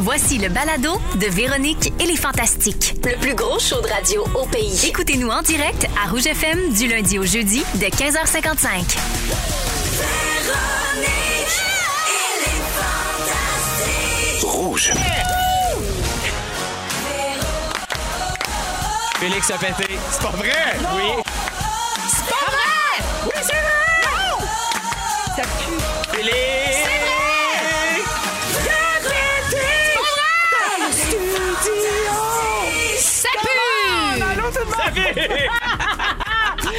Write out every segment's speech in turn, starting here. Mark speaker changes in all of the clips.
Speaker 1: Voici le balado de Véronique et les Fantastiques.
Speaker 2: Le plus gros show de radio au pays.
Speaker 1: Écoutez-nous en direct à Rouge FM du lundi au jeudi de 15h55.
Speaker 3: Rouge.
Speaker 4: Félix a pété.
Speaker 5: C'est pas vrai!
Speaker 4: Oui. Félix!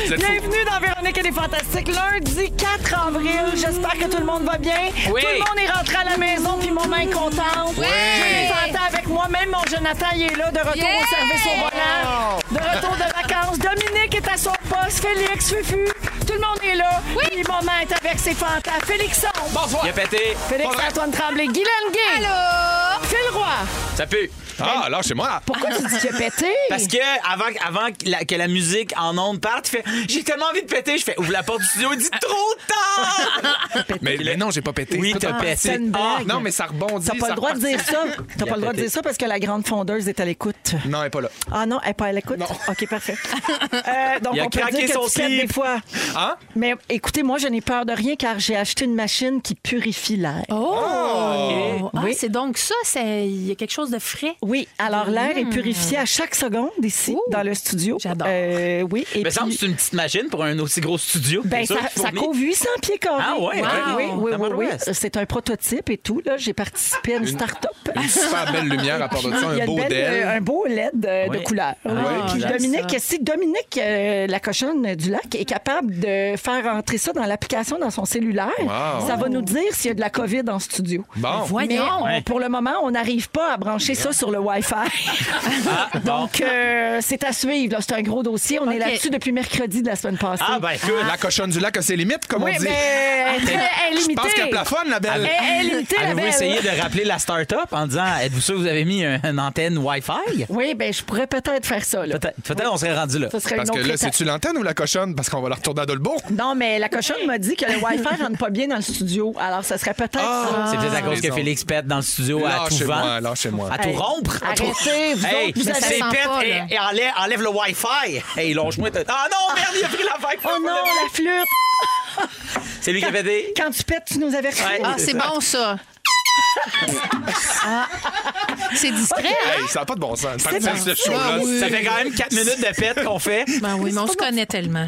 Speaker 5: C'est fou.
Speaker 6: Bienvenue dans Véronique et les Fantastiques, lundi 4 avril. J'espère que tout le monde va bien.
Speaker 4: Oui.
Speaker 6: Tout le monde est rentré à la maison, puis mon main est contente. J'ai les enfants avec moi, même mon Jonathan il est là, de retour au service au volant, de retour de vacances. Dominique est à son poste, Félix, Fufu, tout le monde est là. Oui. Puis maman est avec ses fantas. Félixon,
Speaker 4: Il a pété.
Speaker 6: Félix-Antoine Tremblay, Guylaine Gay. Allô. Phil Roy.
Speaker 4: Ça pue.
Speaker 5: Ah, là, chez moi.
Speaker 6: Pourquoi tu dis qu'il a pété?
Speaker 4: Parce que avant, avant que, la, que la musique en ondes parte, tu fais J'ai tellement envie de péter. Je fais Ouvre la porte du studio, il dit Trop tard.
Speaker 5: Mais, mais non, j'ai pas pété.
Speaker 4: Oui,
Speaker 5: C'est pas
Speaker 4: t'as
Speaker 5: tant-
Speaker 4: pété.
Speaker 6: c'est une
Speaker 4: Ah,
Speaker 6: blague.
Speaker 5: Non, mais ça rebondit.
Speaker 6: T'as pas
Speaker 5: ça
Speaker 6: le droit de
Speaker 5: repart-
Speaker 6: dire ça. T'as
Speaker 4: Il a
Speaker 6: pas le droit de
Speaker 4: pété.
Speaker 6: dire ça parce que la grande fondeuse est à l'écoute.
Speaker 5: Non, elle est pas là.
Speaker 6: Ah non, elle n'est pas à l'écoute?
Speaker 5: Non.
Speaker 6: OK, parfait. Euh, donc,
Speaker 4: Il a
Speaker 6: on peut
Speaker 4: craqué
Speaker 6: dire que
Speaker 4: son
Speaker 6: tu pètes
Speaker 4: slip.
Speaker 6: des fois.
Speaker 5: Hein?
Speaker 6: Mais écoutez, moi, je n'ai peur de rien car j'ai acheté une machine qui purifie l'air.
Speaker 7: Oh! Ah,
Speaker 6: Oui.
Speaker 7: c'est donc ça, c'est- il y a quelque chose de frais.
Speaker 6: Oui, alors l'air est purifié à chaque seconde ici,
Speaker 7: Mmh. Ouh.
Speaker 6: dans le studio.
Speaker 7: J'adore.
Speaker 6: Euh, oui, et
Speaker 4: Mais ça me semble que
Speaker 6: puis,
Speaker 4: c'est une petite machine pour un aussi gros studio.
Speaker 6: ben,
Speaker 4: C'est
Speaker 6: ça,
Speaker 4: sûr qu'il
Speaker 6: ça
Speaker 4: fournit.
Speaker 6: couvre 800 pieds carrés.
Speaker 4: Ah ouais,
Speaker 6: oui,
Speaker 4: wow.
Speaker 6: oui, oui,
Speaker 4: Dans
Speaker 6: oui,
Speaker 4: le
Speaker 6: oui.
Speaker 4: West.
Speaker 6: C'est un prototype et tout. là. J'ai participé à une start-up.
Speaker 5: Une super belle lumière à part de ça,
Speaker 6: Il y
Speaker 5: un
Speaker 6: a une
Speaker 5: beau Ah,
Speaker 6: belle, euh,
Speaker 5: d'elle.
Speaker 6: un beau LED euh,
Speaker 4: Oui.
Speaker 6: de couleur.
Speaker 4: oui,
Speaker 6: Puis
Speaker 7: j'aime
Speaker 6: Dominique,
Speaker 7: ça.
Speaker 6: si Dominique, euh, la cochonne du lac, est capable de faire entrer ça dans l'application, dans son cellulaire,
Speaker 5: Wow.
Speaker 6: ça va nous dire s'il y a de la COVID en studio.
Speaker 5: Bon.
Speaker 6: Mais
Speaker 7: Voyons!
Speaker 6: on- pour le moment, on n'arrive pas à brancher ça sur le Wi-Fi.
Speaker 4: Ah, bon.
Speaker 6: Donc, euh, c'est à suivre. là. C'est un gros dossier. On est
Speaker 7: OK.
Speaker 6: là-dessus depuis mercredi de la semaine passée.
Speaker 4: Ah, ben, écoute.
Speaker 5: La cochonne du lac a ses limites, comme
Speaker 6: oui,
Speaker 5: on dit.
Speaker 6: mais Ah, elle est
Speaker 5: Je
Speaker 6: limitée.
Speaker 5: pense qu'elle plafonne, la belle.
Speaker 6: Elle- elle est limitée, la
Speaker 4: Avez-vous
Speaker 6: belle.
Speaker 4: essayé de rappeler la start-up en disant Êtes-vous sûr que vous avez mis un- une antenne Wi-Fi
Speaker 6: Oui, ben je pourrais peut-être faire ça. Là.
Speaker 4: Peut-être peut-être on serait rendu là.
Speaker 6: Ça serait
Speaker 5: Parce
Speaker 6: une
Speaker 5: que
Speaker 6: autre
Speaker 5: là,
Speaker 6: étape.
Speaker 5: c'est-tu l'antenne ou la cochonne? Parce qu'on va la retourner à Dolbeau.
Speaker 6: Non, mais la cochonne m'a dit que le Wi-Fi rentre pas bien dans le studio. Alors, ça serait peut-être ça.
Speaker 4: C'est peut-être
Speaker 7: Ah.
Speaker 4: à cause que
Speaker 5: Raison.
Speaker 4: Félix pète dans le studio à tout
Speaker 5: Lâchez-moi,
Speaker 4: vent.
Speaker 5: lâchez-moi.
Speaker 4: À tout
Speaker 6: Hey,
Speaker 4: rompre. à tout-
Speaker 6: arrêtez, vous
Speaker 4: hey,
Speaker 6: autres, vous
Speaker 4: c'est
Speaker 7: avez-
Speaker 4: pète
Speaker 7: pas,
Speaker 4: et,
Speaker 7: là.
Speaker 4: et enlève, enlève le Wi-Fi. Hey, longe-moi. ta- Ah non, merde, il a pris la vague.
Speaker 6: Oh non, la flûte!
Speaker 4: C'est lui qui a pété.
Speaker 6: Quand tu pètes, tu nous avertis.
Speaker 4: Ouais.
Speaker 7: Ah, c'est bon ça. Ah. C'est discret, hein?
Speaker 5: Hey, ça n'a pas de bon sens. Ça
Speaker 6: bon.
Speaker 5: ce show-là.
Speaker 7: Ah oui.
Speaker 4: Ça fait quand même 4 minutes de pète qu'on fait.
Speaker 7: Ben oui, mais on se connaît tellement.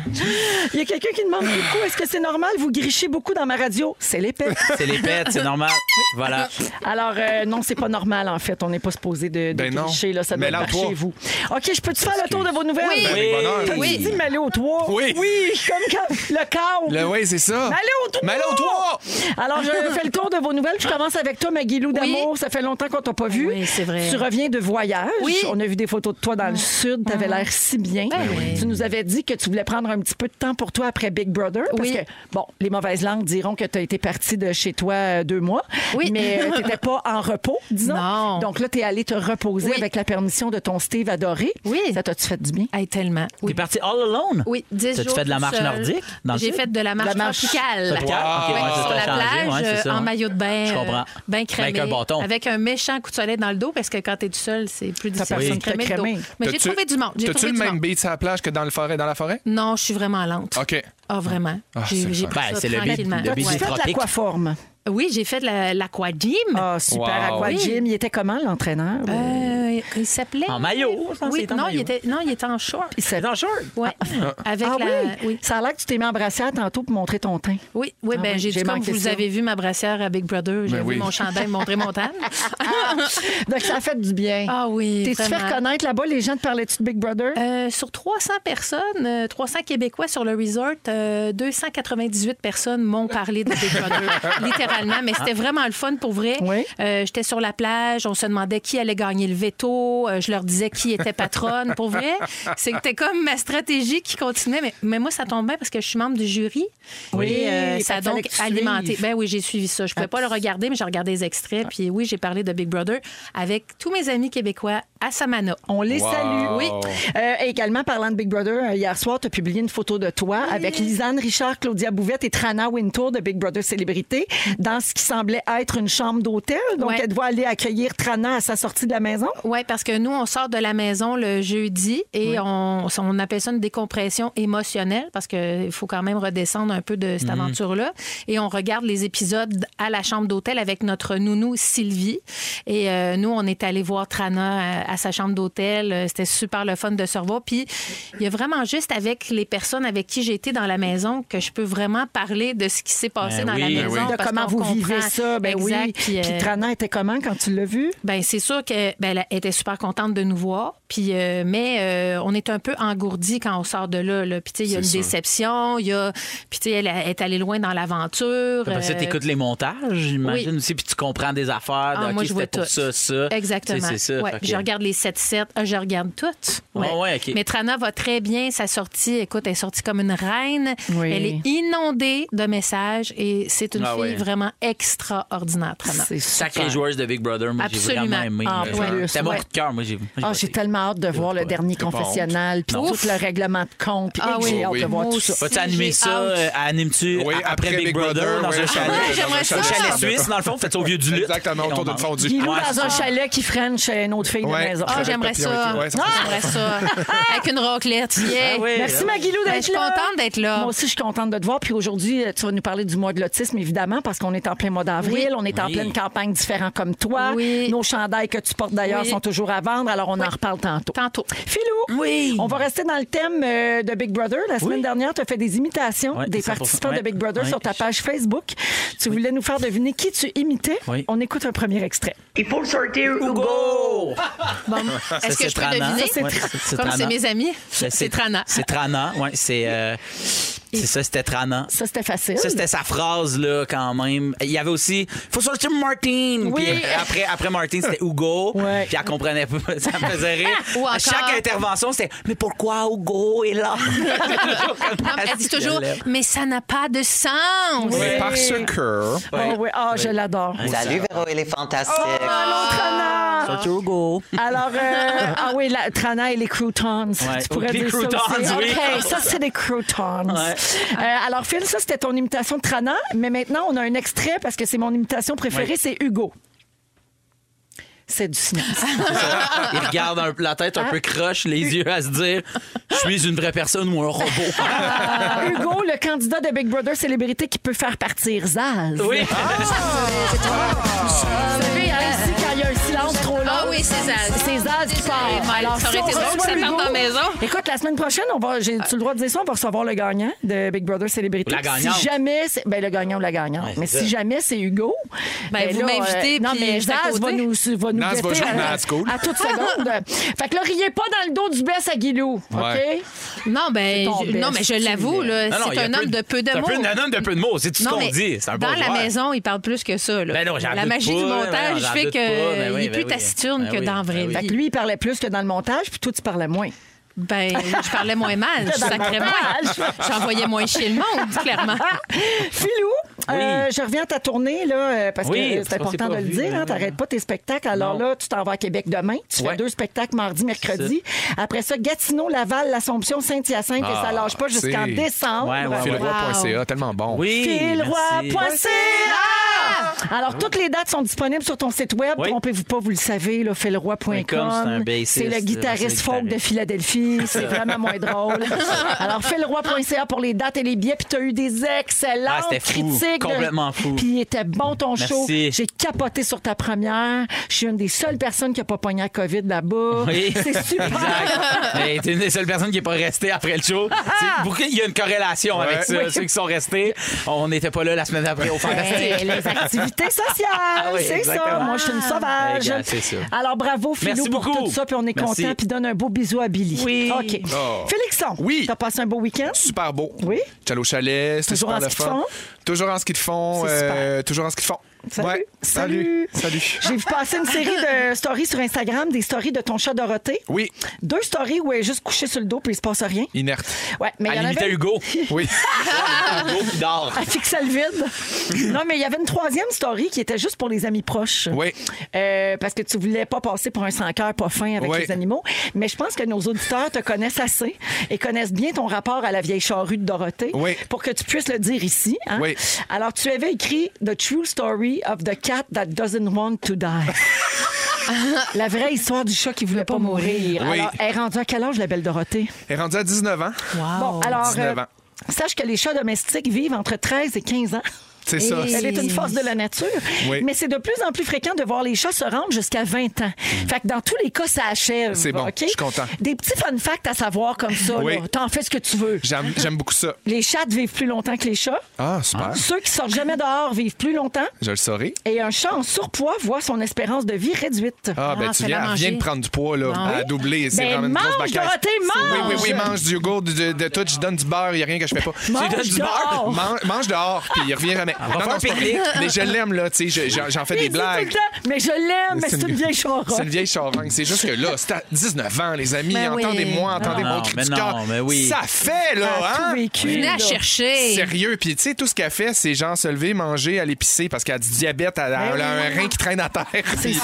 Speaker 6: Il y a quelqu'un qui demande beaucoup est-ce que c'est normal, vous grichez beaucoup dans ma radio? C'est les pètes.
Speaker 4: C'est les pètes, c'est normal. Voilà.
Speaker 6: Alors, euh, non, c'est pas normal, en fait. On n'est pas supposé de, de
Speaker 5: Ben non.
Speaker 6: gricher, là. Ça doit
Speaker 5: Mais là,
Speaker 6: être par
Speaker 5: toi.
Speaker 6: chez vous. OK, je peux-tu faire le tour de vos nouvelles?
Speaker 7: Oui. Ben,
Speaker 5: Avec bonheur.
Speaker 6: T'as-tu
Speaker 7: Oui.
Speaker 6: dit de m'aller au toit?
Speaker 5: Oui.
Speaker 6: Oui, comme quand le câble.
Speaker 5: Le oui, c'est ça.
Speaker 6: Mais allez au toit!
Speaker 5: Mais allez au toit!
Speaker 6: Alors, je fais le tour de vos nouvelles. Je commence avec toi, Maguilou d'amour. Ça fait longtemps qu'on t'a pas vu.
Speaker 7: Oui, c'est vrai.
Speaker 6: Tu reviens de voyage.
Speaker 7: Oui. Ah. Ben
Speaker 6: On a vu des photos de toi dans le sud. Tu avais l'air si bien.
Speaker 7: oui.
Speaker 6: Tu nous avais dit que tu voulais prendre un petit peu de temps pour toi après Big Brother. Parce
Speaker 7: Oui.
Speaker 6: que, bon, les mauvaises langues diront que tu as été partie de chez toi euh, deux mois.
Speaker 7: Oui.
Speaker 6: Mais tu n'étais pas en repos, disons.
Speaker 7: Non.
Speaker 6: Donc là, tu es allé te reposer
Speaker 7: Oui.
Speaker 6: avec la permission de ton Steve adoré.
Speaker 7: Oui.
Speaker 6: Ça t'a-tu fait du bien?
Speaker 7: Hey, tellement.
Speaker 4: T'es
Speaker 7: Oui.
Speaker 4: parti all alone?
Speaker 7: Oui, 10
Speaker 4: T'as-tu
Speaker 7: jours
Speaker 4: fait de la
Speaker 7: toute
Speaker 4: marche
Speaker 7: seule.
Speaker 4: nordique dans le
Speaker 7: J'ai
Speaker 4: sud?
Speaker 7: fait de la marche,
Speaker 6: La marche
Speaker 7: tropicale.
Speaker 4: Tropicale? Ok,
Speaker 7: Ouais,
Speaker 4: ouais, ça
Speaker 7: sur
Speaker 4: t'a
Speaker 7: la
Speaker 4: changé,
Speaker 7: plage,
Speaker 4: ouais, c'est ça,
Speaker 7: euh, en
Speaker 4: ouais.
Speaker 7: maillot de bain,
Speaker 4: Je comprends. Ben,
Speaker 7: bain crémé,
Speaker 4: Avec un bâton.
Speaker 7: avec un méchant coup de soleil dans le dos, parce que quand t'es tout seul, c'est plus difficile
Speaker 6: personne qui
Speaker 7: de
Speaker 6: t'a
Speaker 7: crémer le dos.
Speaker 6: crémé.
Speaker 7: Mais j'ai
Speaker 5: T'as-tu-
Speaker 7: trouvé du monde. J'ai
Speaker 5: T'as-tu
Speaker 7: trouvé
Speaker 5: le
Speaker 7: du
Speaker 5: même
Speaker 7: monde.
Speaker 5: beat sur la plage que dans, le forêt, dans la forêt?
Speaker 7: Non, je suis vraiment lente.
Speaker 5: OK.
Speaker 7: Ah, vraiment?
Speaker 5: Ah, c'est
Speaker 7: j'ai j'ai
Speaker 5: fin.
Speaker 7: pris
Speaker 4: Ben,
Speaker 7: ça
Speaker 4: c'est le beat-
Speaker 7: tranquillement.
Speaker 4: le beat
Speaker 6: T'as-tu
Speaker 4: Bébé
Speaker 7: Ouais.
Speaker 6: fait de
Speaker 4: tropique.
Speaker 6: l'aquaforme?
Speaker 7: Oui, j'ai fait de la- l'aquagym.
Speaker 6: Ah, super
Speaker 5: Wow.
Speaker 6: aquagym. Il était comment, l'entraîneur?
Speaker 7: Euh, il s'appelait...
Speaker 4: En maillot, je pense qu'il
Speaker 7: Oui,
Speaker 4: était en
Speaker 7: non, il
Speaker 4: maillot.
Speaker 7: était, non, il était en short.
Speaker 6: Il s'est-
Speaker 4: Dans le short?
Speaker 7: Ouais. Avec
Speaker 6: Ah
Speaker 7: la...
Speaker 6: oui? Ça a l'air que tu t'es mis en brassière tantôt pour montrer ton tein.
Speaker 7: Oui, oui,
Speaker 6: Ah
Speaker 7: ben,
Speaker 6: oui,
Speaker 7: j'ai
Speaker 6: j'ai
Speaker 7: dit comme
Speaker 6: manqué
Speaker 7: vous
Speaker 6: ça.
Speaker 7: avez vu ma brassière à Big Brother, j'ai
Speaker 5: Ben
Speaker 7: vu
Speaker 5: oui.
Speaker 7: mon chandail montrer mon tal.
Speaker 6: Donc, ça a fait du bien.
Speaker 7: Ah oui,
Speaker 6: T'es-tu fait
Speaker 7: vraiment.
Speaker 6: reconnaître là-bas? Les gens te parlaient-tu de Big Brother?
Speaker 7: Euh, sur 300 personnes, euh, 300 Québécois sur le resort, euh, 298 personnes m'ont parlé de Big Brother, littéralement. Mais c'était vraiment le fun pour vrai.
Speaker 6: Oui.
Speaker 7: Euh, J'étais sur la plage, on se demandait qui allait gagner le veto. euh, je leur disais qui était patronne. pour vrai, c'était comme ma stratégie qui continuait. Mais, mais moi, ça tombe bien parce que je suis membre du jury.
Speaker 6: Oui,
Speaker 7: Et, euh,
Speaker 6: fait
Speaker 7: ça a
Speaker 6: que fallait
Speaker 7: donc
Speaker 6: que tu
Speaker 7: alimenté.
Speaker 6: suives.
Speaker 7: Ben oui, j'ai suivi ça. Je pouvais pas le regarder, mais j'ai regardé les
Speaker 6: Ah.
Speaker 7: extraits. Puis oui, j'ai parlé de Big Brother avec tous mes amis québécois à Samana.
Speaker 6: On les
Speaker 5: Wow.
Speaker 6: salue.
Speaker 5: Oui.
Speaker 6: Euh, et également, parlant de Big Brother, euh, hier soir, tu as publié une photo de toi avec Lisanne Richard, Claudia Bouvette et Trana Wintour de Big Brother Célébrité
Speaker 8: dans ce qui semblait être une chambre d'hôtel. Donc,
Speaker 7: Ouais.
Speaker 8: elle doit aller accueillir Trana à sa sortie de la maison.
Speaker 7: Oui, parce que nous, on sort de la maison le jeudi et on, on appelle ça une décompression émotionnelle parce qu'il faut quand même redescendre un peu de
Speaker 4: Mhm.
Speaker 7: cette aventure-là. Et on regarde les épisodes à la chambre d'hôtel avec notre nounou Sylvie. Et euh, nous, on est allé voir Trana euh, à, à sa chambre d'hôtel. Euh, C'était super le fun de se revoir. Puis il y a vraiment juste avec les personnes avec qui j'ai été dans la maison que je peux vraiment parler de ce qui s'est passé
Speaker 4: Ben
Speaker 7: dans
Speaker 4: oui.
Speaker 7: la
Speaker 4: Ben
Speaker 7: maison.
Speaker 8: de
Speaker 7: parce
Speaker 8: comment
Speaker 7: qu'on
Speaker 8: vous vivez
Speaker 7: comprend.
Speaker 8: ça. Ben oui.
Speaker 7: Exact.
Speaker 8: Puis,
Speaker 7: euh,
Speaker 8: Trana était comment quand tu l'as vue?
Speaker 7: ben c'est sûr que ben, elle était super contente de nous voir. Puis euh, mais euh, on est un peu engourdi quand on sort de là. là. Puis tu sais, il y a une
Speaker 5: C'est sûr.
Speaker 7: déception, il y a puis tu sais, elle est allée loin dans l'aventure.
Speaker 4: Parce que
Speaker 7: Euh,
Speaker 4: t'écoutes les montages, j'imagine aussi, puis tu comprends des affaires.
Speaker 7: Ah,
Speaker 4: de,
Speaker 7: moi,
Speaker 4: OK,
Speaker 7: je vois
Speaker 4: c'était pour
Speaker 7: tout.
Speaker 4: ça, ça. Tu
Speaker 7: Exactement.
Speaker 4: sais, C'est ça.
Speaker 7: Ouais.
Speaker 4: Fait que-
Speaker 7: Je regarde les 7-7. Ah, Je regarde toutes. Ouais.
Speaker 4: Ah ouais, OK.
Speaker 7: Mais Trana va très bien. Sa sortie, écoute, elle est sortie comme une reine.
Speaker 8: Oui.
Speaker 7: Elle est inondée de messages et c'est une
Speaker 4: Ah
Speaker 7: fille
Speaker 4: ouais.
Speaker 7: vraiment extraordinaire, Trana.
Speaker 4: Sacrée joueuse de Big Brother, moi, j'ai
Speaker 7: Absolument. Ah,
Speaker 4: vraiment aimé.
Speaker 8: En plus,
Speaker 4: C'était mon
Speaker 8: ouais.
Speaker 4: coup de cœur, moi, j'ai moi, j'ai
Speaker 6: Ah,
Speaker 4: voté.
Speaker 6: j'ai tellement hâte de voir le
Speaker 5: pas-
Speaker 6: dernier
Speaker 5: t'as pas honte.
Speaker 6: confessionnal, puis
Speaker 4: Non.
Speaker 6: tout le règlement de compte, puis
Speaker 7: Ah oui.
Speaker 6: j'ai hâte de
Speaker 5: Oui.
Speaker 6: voir
Speaker 7: Moi
Speaker 6: tout ça.
Speaker 7: aussi.
Speaker 4: Vas-tu
Speaker 7: Si,
Speaker 4: animer
Speaker 7: j'ai
Speaker 4: ça?
Speaker 7: hâte.
Speaker 4: euh, animes-tu
Speaker 5: Oui,
Speaker 4: après, Big Brother, dans
Speaker 5: oui,
Speaker 4: un chalet?
Speaker 7: j'aimerais
Speaker 5: dans un
Speaker 7: ça.
Speaker 4: chalet
Speaker 5: de-
Speaker 4: suisse, dans le fond, vous faites ça au vieux du lutte.
Speaker 5: Exactement, autour
Speaker 4: Et on
Speaker 5: d'une
Speaker 4: mange.
Speaker 5: fondue.
Speaker 6: Guilou
Speaker 4: Ouais, Ah.
Speaker 6: dans un chalet qui freine chez une autre fille de
Speaker 5: Ouais.
Speaker 6: maison.
Speaker 7: Ah,
Speaker 5: Avec
Speaker 7: j'aimerais
Speaker 5: papillon et
Speaker 7: ça. Ah,
Speaker 5: tout. Ouais, ça serait
Speaker 7: j'aimerais ça. Avec une raclette. Yeah.
Speaker 4: Ah oui,
Speaker 8: Merci,
Speaker 4: là.
Speaker 8: Maguilou,
Speaker 7: Ben, je
Speaker 8: d'être
Speaker 7: suis
Speaker 8: là.
Speaker 7: contente d'être là.
Speaker 6: Moi aussi, je suis contente de te voir. Puis aujourd'hui, euh, tu vas nous parler du mois de l'autisme, évidemment, parce qu'on est en plein mois d'avril. On est en
Speaker 4: Oui.
Speaker 6: pleine campagne différente comme toi.
Speaker 7: Oui.
Speaker 6: Nos chandails que tu portes d'ailleurs
Speaker 7: Oui.
Speaker 6: sont toujours à vendre. Alors, on en reparle tantôt.
Speaker 7: Tantôt.
Speaker 6: Philou,
Speaker 4: Oui.
Speaker 6: on va rester dans le thème euh, de Big Brother. La semaine dernière, tu as fait des imitations
Speaker 4: Ouais,
Speaker 6: des
Speaker 4: 100%.
Speaker 6: participants
Speaker 4: Ouais.
Speaker 6: de Big Brother
Speaker 4: Ouais.
Speaker 6: sur ta page Facebook. Tu voulais nous faire deviner qui tu imitais.
Speaker 4: Oui.
Speaker 6: On écoute un premier extrait.
Speaker 9: Il faut le sortir, Hugo!
Speaker 4: Hugo!
Speaker 7: Bon, est-ce
Speaker 4: c'est
Speaker 7: que je peux
Speaker 4: Trana.
Speaker 7: deviner?
Speaker 4: Ça, c'est Tra- c'est
Speaker 7: Comme
Speaker 4: Trana.
Speaker 7: c'est mes amis,
Speaker 4: Ben,
Speaker 7: c'est Trana.
Speaker 4: C'est Trana, oui. C'est euh, c'est ça, c'était Trana.
Speaker 6: Ça, c'était facile.
Speaker 4: Ça, c'était sa phrase, là, quand même. Il y avait aussi Faut sortir Martin. Puis après, après Martin, c'était Hugo.
Speaker 6: Ouais.
Speaker 4: Puis elle comprenait pas. Ça me faisait rire.
Speaker 7: Ou encore-
Speaker 4: À chaque intervention, c'était Mais pourquoi Hugo est là
Speaker 7: Non, mais elle dit toujours, mais ça n'a pas de sens.
Speaker 5: Mais parce que.
Speaker 6: Ah oui, ah, je l'adore.
Speaker 10: Salut Véro, elle est fantastique.
Speaker 6: Allô, Trana!
Speaker 7: Ah.
Speaker 4: Surtout Hugo.
Speaker 6: Alors, euh, ah oui, la, Trana et les croutons. Tu pourrais
Speaker 4: Les
Speaker 6: dire ça aussi.
Speaker 4: croutons, oui.
Speaker 6: OK, ça, c'est des croutons.
Speaker 4: Ouais.
Speaker 6: Euh, alors, Phil, ça, c'était ton imitation de Trana, mais maintenant, on a un extrait parce que c'est mon imitation préférée,
Speaker 4: Oui.
Speaker 6: c'est Hugo. C'est du silence.
Speaker 4: Il regarde un- la tête un
Speaker 7: Ah.
Speaker 4: peu croche, les yeux à se dire Je suis une vraie personne ou un robot.
Speaker 6: Ah, Hugo, le candidat de Big Brother Célébrité qui peut faire partir Zaz.
Speaker 4: oui.
Speaker 6: Vous savez, il y a ici, quand il y a un silence trop long.
Speaker 7: Ah oui, c'est Zaz.
Speaker 6: C'est Zaz qui part.
Speaker 7: Mike, ça aurait
Speaker 6: on
Speaker 7: été drôle que
Speaker 6: reçoit
Speaker 7: ça parte
Speaker 6: Hugo-
Speaker 7: dans la maison.
Speaker 6: Écoute, la semaine prochaine, on va, j'ai tu as le droit de dire ça, on va recevoir le gagnant de Big Brother Célébrité.
Speaker 4: Ou la gagnante.
Speaker 6: Si jamais, c'est- ben le gagnant ou la gagnante.
Speaker 4: Ouais, c'est
Speaker 6: mais
Speaker 4: ça.
Speaker 6: si jamais c'est Hugo, euh,
Speaker 7: Ben, vous m'invitez,
Speaker 6: non
Speaker 7: puis
Speaker 6: mais
Speaker 7: je suis à
Speaker 6: Zaz va
Speaker 7: côté.
Speaker 6: nous, va nous
Speaker 5: Naz va
Speaker 6: guetter
Speaker 5: jouer
Speaker 6: à,
Speaker 5: Naz, cool.
Speaker 6: à toute seconde. fait que là, riez pas dans le dos du bless à Guilou,
Speaker 5: Ouais.
Speaker 6: ok
Speaker 7: Non, ben,
Speaker 6: C'est ton
Speaker 7: je- non, mais je
Speaker 6: best,
Speaker 7: l'avoue, là,
Speaker 4: Non, non, il
Speaker 7: c'est
Speaker 4: y a
Speaker 7: un
Speaker 4: peu
Speaker 7: homme de peu de
Speaker 4: C'est un
Speaker 7: mots.
Speaker 4: peu un homme de peu de mots, c'est tout ce
Speaker 7: Non,
Speaker 4: qu'on
Speaker 7: mais
Speaker 4: dit. C'est un
Speaker 7: dans
Speaker 4: bon
Speaker 7: la
Speaker 4: joueur.
Speaker 7: maison, il parle plus que ça. Là.
Speaker 4: Ben non, j'en
Speaker 7: la
Speaker 4: doute
Speaker 7: magie
Speaker 4: pas,
Speaker 7: du
Speaker 4: ben non,
Speaker 7: montage
Speaker 4: j'en
Speaker 7: fait
Speaker 4: doute
Speaker 7: qu'il
Speaker 4: pas, ben oui,
Speaker 7: est
Speaker 4: ben
Speaker 7: plus
Speaker 4: oui.
Speaker 7: taciturne
Speaker 4: Ben
Speaker 7: que
Speaker 4: oui,
Speaker 7: dans la vraie
Speaker 4: ben oui.
Speaker 6: Fait
Speaker 7: vie.
Speaker 6: que lui, il parlait plus que dans le montage, puis toi, tu parlais moins.
Speaker 7: Ben, je parlais moins mal, je sacrais moins. J'envoyais moins chez le monde, clairement.
Speaker 6: Philou, euh, je reviens à ta tournée, là, euh, parce
Speaker 4: Oui,
Speaker 6: que euh,
Speaker 4: parce
Speaker 6: c'est
Speaker 4: qu'on s'est
Speaker 6: important de
Speaker 4: pas
Speaker 6: le
Speaker 4: vu,
Speaker 6: dire.
Speaker 4: ouais,
Speaker 6: Hein,
Speaker 4: ouais.
Speaker 6: T'arrêtes pas tes spectacles. Alors
Speaker 4: Non.
Speaker 6: là, tu t'en vas à Québec demain. Tu
Speaker 4: Ouais.
Speaker 6: fais deux spectacles mardi, mercredi. Après ça, Gatineau, Laval, L'Assomption, Saint-Hyacinthe, et ça lâche pas jusqu'en
Speaker 5: c'est-
Speaker 6: décembre.
Speaker 4: Ah, Ouais, ouais, ouais.
Speaker 5: Philroy.ca, tellement bon.
Speaker 4: Oui. merci. Ah!
Speaker 6: Philroy.ca. Ah! Alors, toutes les dates sont disponibles sur ton site web.
Speaker 4: Oui.
Speaker 6: Trompez-vous pas, vous le savez, là,
Speaker 4: Point com, c'est un
Speaker 6: philroy.com.
Speaker 4: bassiste,
Speaker 6: C'est le
Speaker 4: c'est le
Speaker 6: guitariste folk
Speaker 4: guitariste.
Speaker 6: de Philadelphie. C'est vraiment moins drôle. Alors, philroy.ca pour les dates et les billets. Puis, tu as eu des excellentes
Speaker 4: Ah, c'était fou.
Speaker 6: critiques. de-
Speaker 4: Complètement fou.
Speaker 6: Puis, il était bon ton
Speaker 4: Merci.
Speaker 6: show. J'ai capoté sur ta première. Je suis une des seules personnes qui n'a pas pogné la COVID là-bas.
Speaker 4: Oui.
Speaker 6: C'est super.
Speaker 4: Exact. Mais t'es une des seules personnes qui n'est pas restée après le show.
Speaker 6: Ah!
Speaker 4: C'est pour qu'il y a une corrélation avec
Speaker 5: Ouais.
Speaker 4: ça. Ceux qui sont restés, on n'était pas là la semaine d'après au Fantastique.
Speaker 6: Hey, les activités sociales,
Speaker 4: Ben, Ah oui,
Speaker 6: c'est ça.
Speaker 4: exactement.
Speaker 6: Moi, je suis une sauvage.
Speaker 4: Exact, c'est ça.
Speaker 6: Alors, bravo, Philou,
Speaker 4: Merci
Speaker 6: pour
Speaker 4: beaucoup.
Speaker 6: tout ça. Puis on est
Speaker 4: Merci.
Speaker 6: content. Puis donne un beau bisou à Billy.
Speaker 4: Oui.
Speaker 6: OK.
Speaker 5: Oh.
Speaker 6: Félixon,
Speaker 5: Oui.
Speaker 6: t'as passé un beau week-end?
Speaker 5: Super beau.
Speaker 6: Oui.
Speaker 5: J'allais au chalet, c'était
Speaker 6: Toujours
Speaker 5: super
Speaker 6: en
Speaker 5: le
Speaker 6: ski de
Speaker 5: fun.
Speaker 6: fond?
Speaker 5: Toujours en ski de fond.
Speaker 6: C'est super.
Speaker 5: euh, toujours en ski de fond.
Speaker 6: Salut.
Speaker 5: Ouais. Salut. Salut.
Speaker 6: J'ai vu passer une série de stories sur Instagram, des stories de ton chat Dorothée.
Speaker 5: Oui.
Speaker 6: Deux stories où elle est juste couchée sur le dos puis il se passe rien.
Speaker 5: Inerte.
Speaker 6: Ouais, mais il y
Speaker 4: Elle
Speaker 6: en
Speaker 4: imitait
Speaker 6: avait...
Speaker 4: Hugo.
Speaker 5: Oui.
Speaker 4: Hugo qui dort.
Speaker 6: Elle fixait le vide. Non, mais il y avait une troisième story qui était juste pour les amis proches.
Speaker 5: Oui.
Speaker 6: Euh, parce que tu voulais pas passer pour un sans cœur pas fin avec
Speaker 5: Oui.
Speaker 6: les animaux. Mais je pense que nos auditeurs te connaissent assez et connaissent bien ton rapport à la vieille charrue de Dorothée
Speaker 5: Oui.
Speaker 6: pour que tu puisses le dire ici. hein.
Speaker 5: Oui.
Speaker 6: Alors, tu avais écrit The True Story of the Cat That Doesn't Want to Die. La vraie histoire du chat qui voulait pas mourir.
Speaker 5: Oui.
Speaker 6: Alors, elle est rendue à quel âge, la belle Dorothée?
Speaker 5: Elle est rendue à 19 ans.
Speaker 6: Bon, alors, euh,
Speaker 5: 19 ans.
Speaker 6: sache que les chats domestiques vivent entre 13 et 15 ans.
Speaker 5: C'est ça.
Speaker 6: Elle est une force de la nature.
Speaker 5: Oui.
Speaker 6: Mais c'est de plus en plus fréquent de voir les chats se rendre jusqu'à 20 ans. Fait que dans tous les cas, ça achève.
Speaker 5: Mm. C'est bon,
Speaker 6: OK?
Speaker 5: je suis content.
Speaker 6: Des petits fun facts à savoir comme ça.
Speaker 5: Oui.
Speaker 6: là. T'en fais ce que tu veux.
Speaker 5: J'aime j'aime beaucoup ça.
Speaker 6: Les chats vivent plus longtemps que les chats.
Speaker 5: Ah, super.
Speaker 6: Ceux qui sortent jamais dehors vivent plus longtemps.
Speaker 5: Je le saurai.
Speaker 6: Et un chat en surpoids voit son espérance de vie réduite.
Speaker 5: Ah, ben
Speaker 7: Ah,
Speaker 5: tu
Speaker 7: fais-la
Speaker 5: viens, elle
Speaker 7: manger.
Speaker 5: vient de prendre du poids, là, à doubler. C'est
Speaker 6: Ben,
Speaker 5: vraiment une grosse
Speaker 6: mange,
Speaker 5: baquette.
Speaker 6: Dorothée, mange!
Speaker 5: Oui, oui, oui, mange du yogourt, de, de- de tout. Je donne du beurre, il n'y a rien que je fais pas.
Speaker 6: Mange
Speaker 4: donnes du
Speaker 6: dehors. Ah,
Speaker 5: Man- mange dehors, puis il revient jamais. Non,
Speaker 4: faire
Speaker 5: non, c'est pas
Speaker 4: pique-nique.
Speaker 5: vrai. Mais je l'aime, là, tu sais, je- j'en- j'en fais des
Speaker 6: Il dit tout le
Speaker 5: blagues.
Speaker 6: temps, mais je l'aime, mais c'est une vieille
Speaker 5: C'est
Speaker 6: charrue.
Speaker 5: une vieille charogne. C'est juste que là, c'est à 19 ans, les amis.
Speaker 7: Mais Ben oui. Ah.
Speaker 5: Entendez-moi, entendez
Speaker 4: Non,
Speaker 5: mon cri
Speaker 4: mais
Speaker 5: du
Speaker 4: non,
Speaker 5: cœur.
Speaker 4: mais oui.
Speaker 5: Ça fait, là, hein?
Speaker 6: Tout vécu,
Speaker 7: Venez
Speaker 6: là.
Speaker 7: à chercher.
Speaker 5: Sérieux. Puis, tu sais, tout ce qu'elle fait, c'est genre se lever, manger, aller pisser parce qu'elle a du diabète, elle,
Speaker 6: Ben
Speaker 5: a- elle a un rein qui traîne à terre. Puis,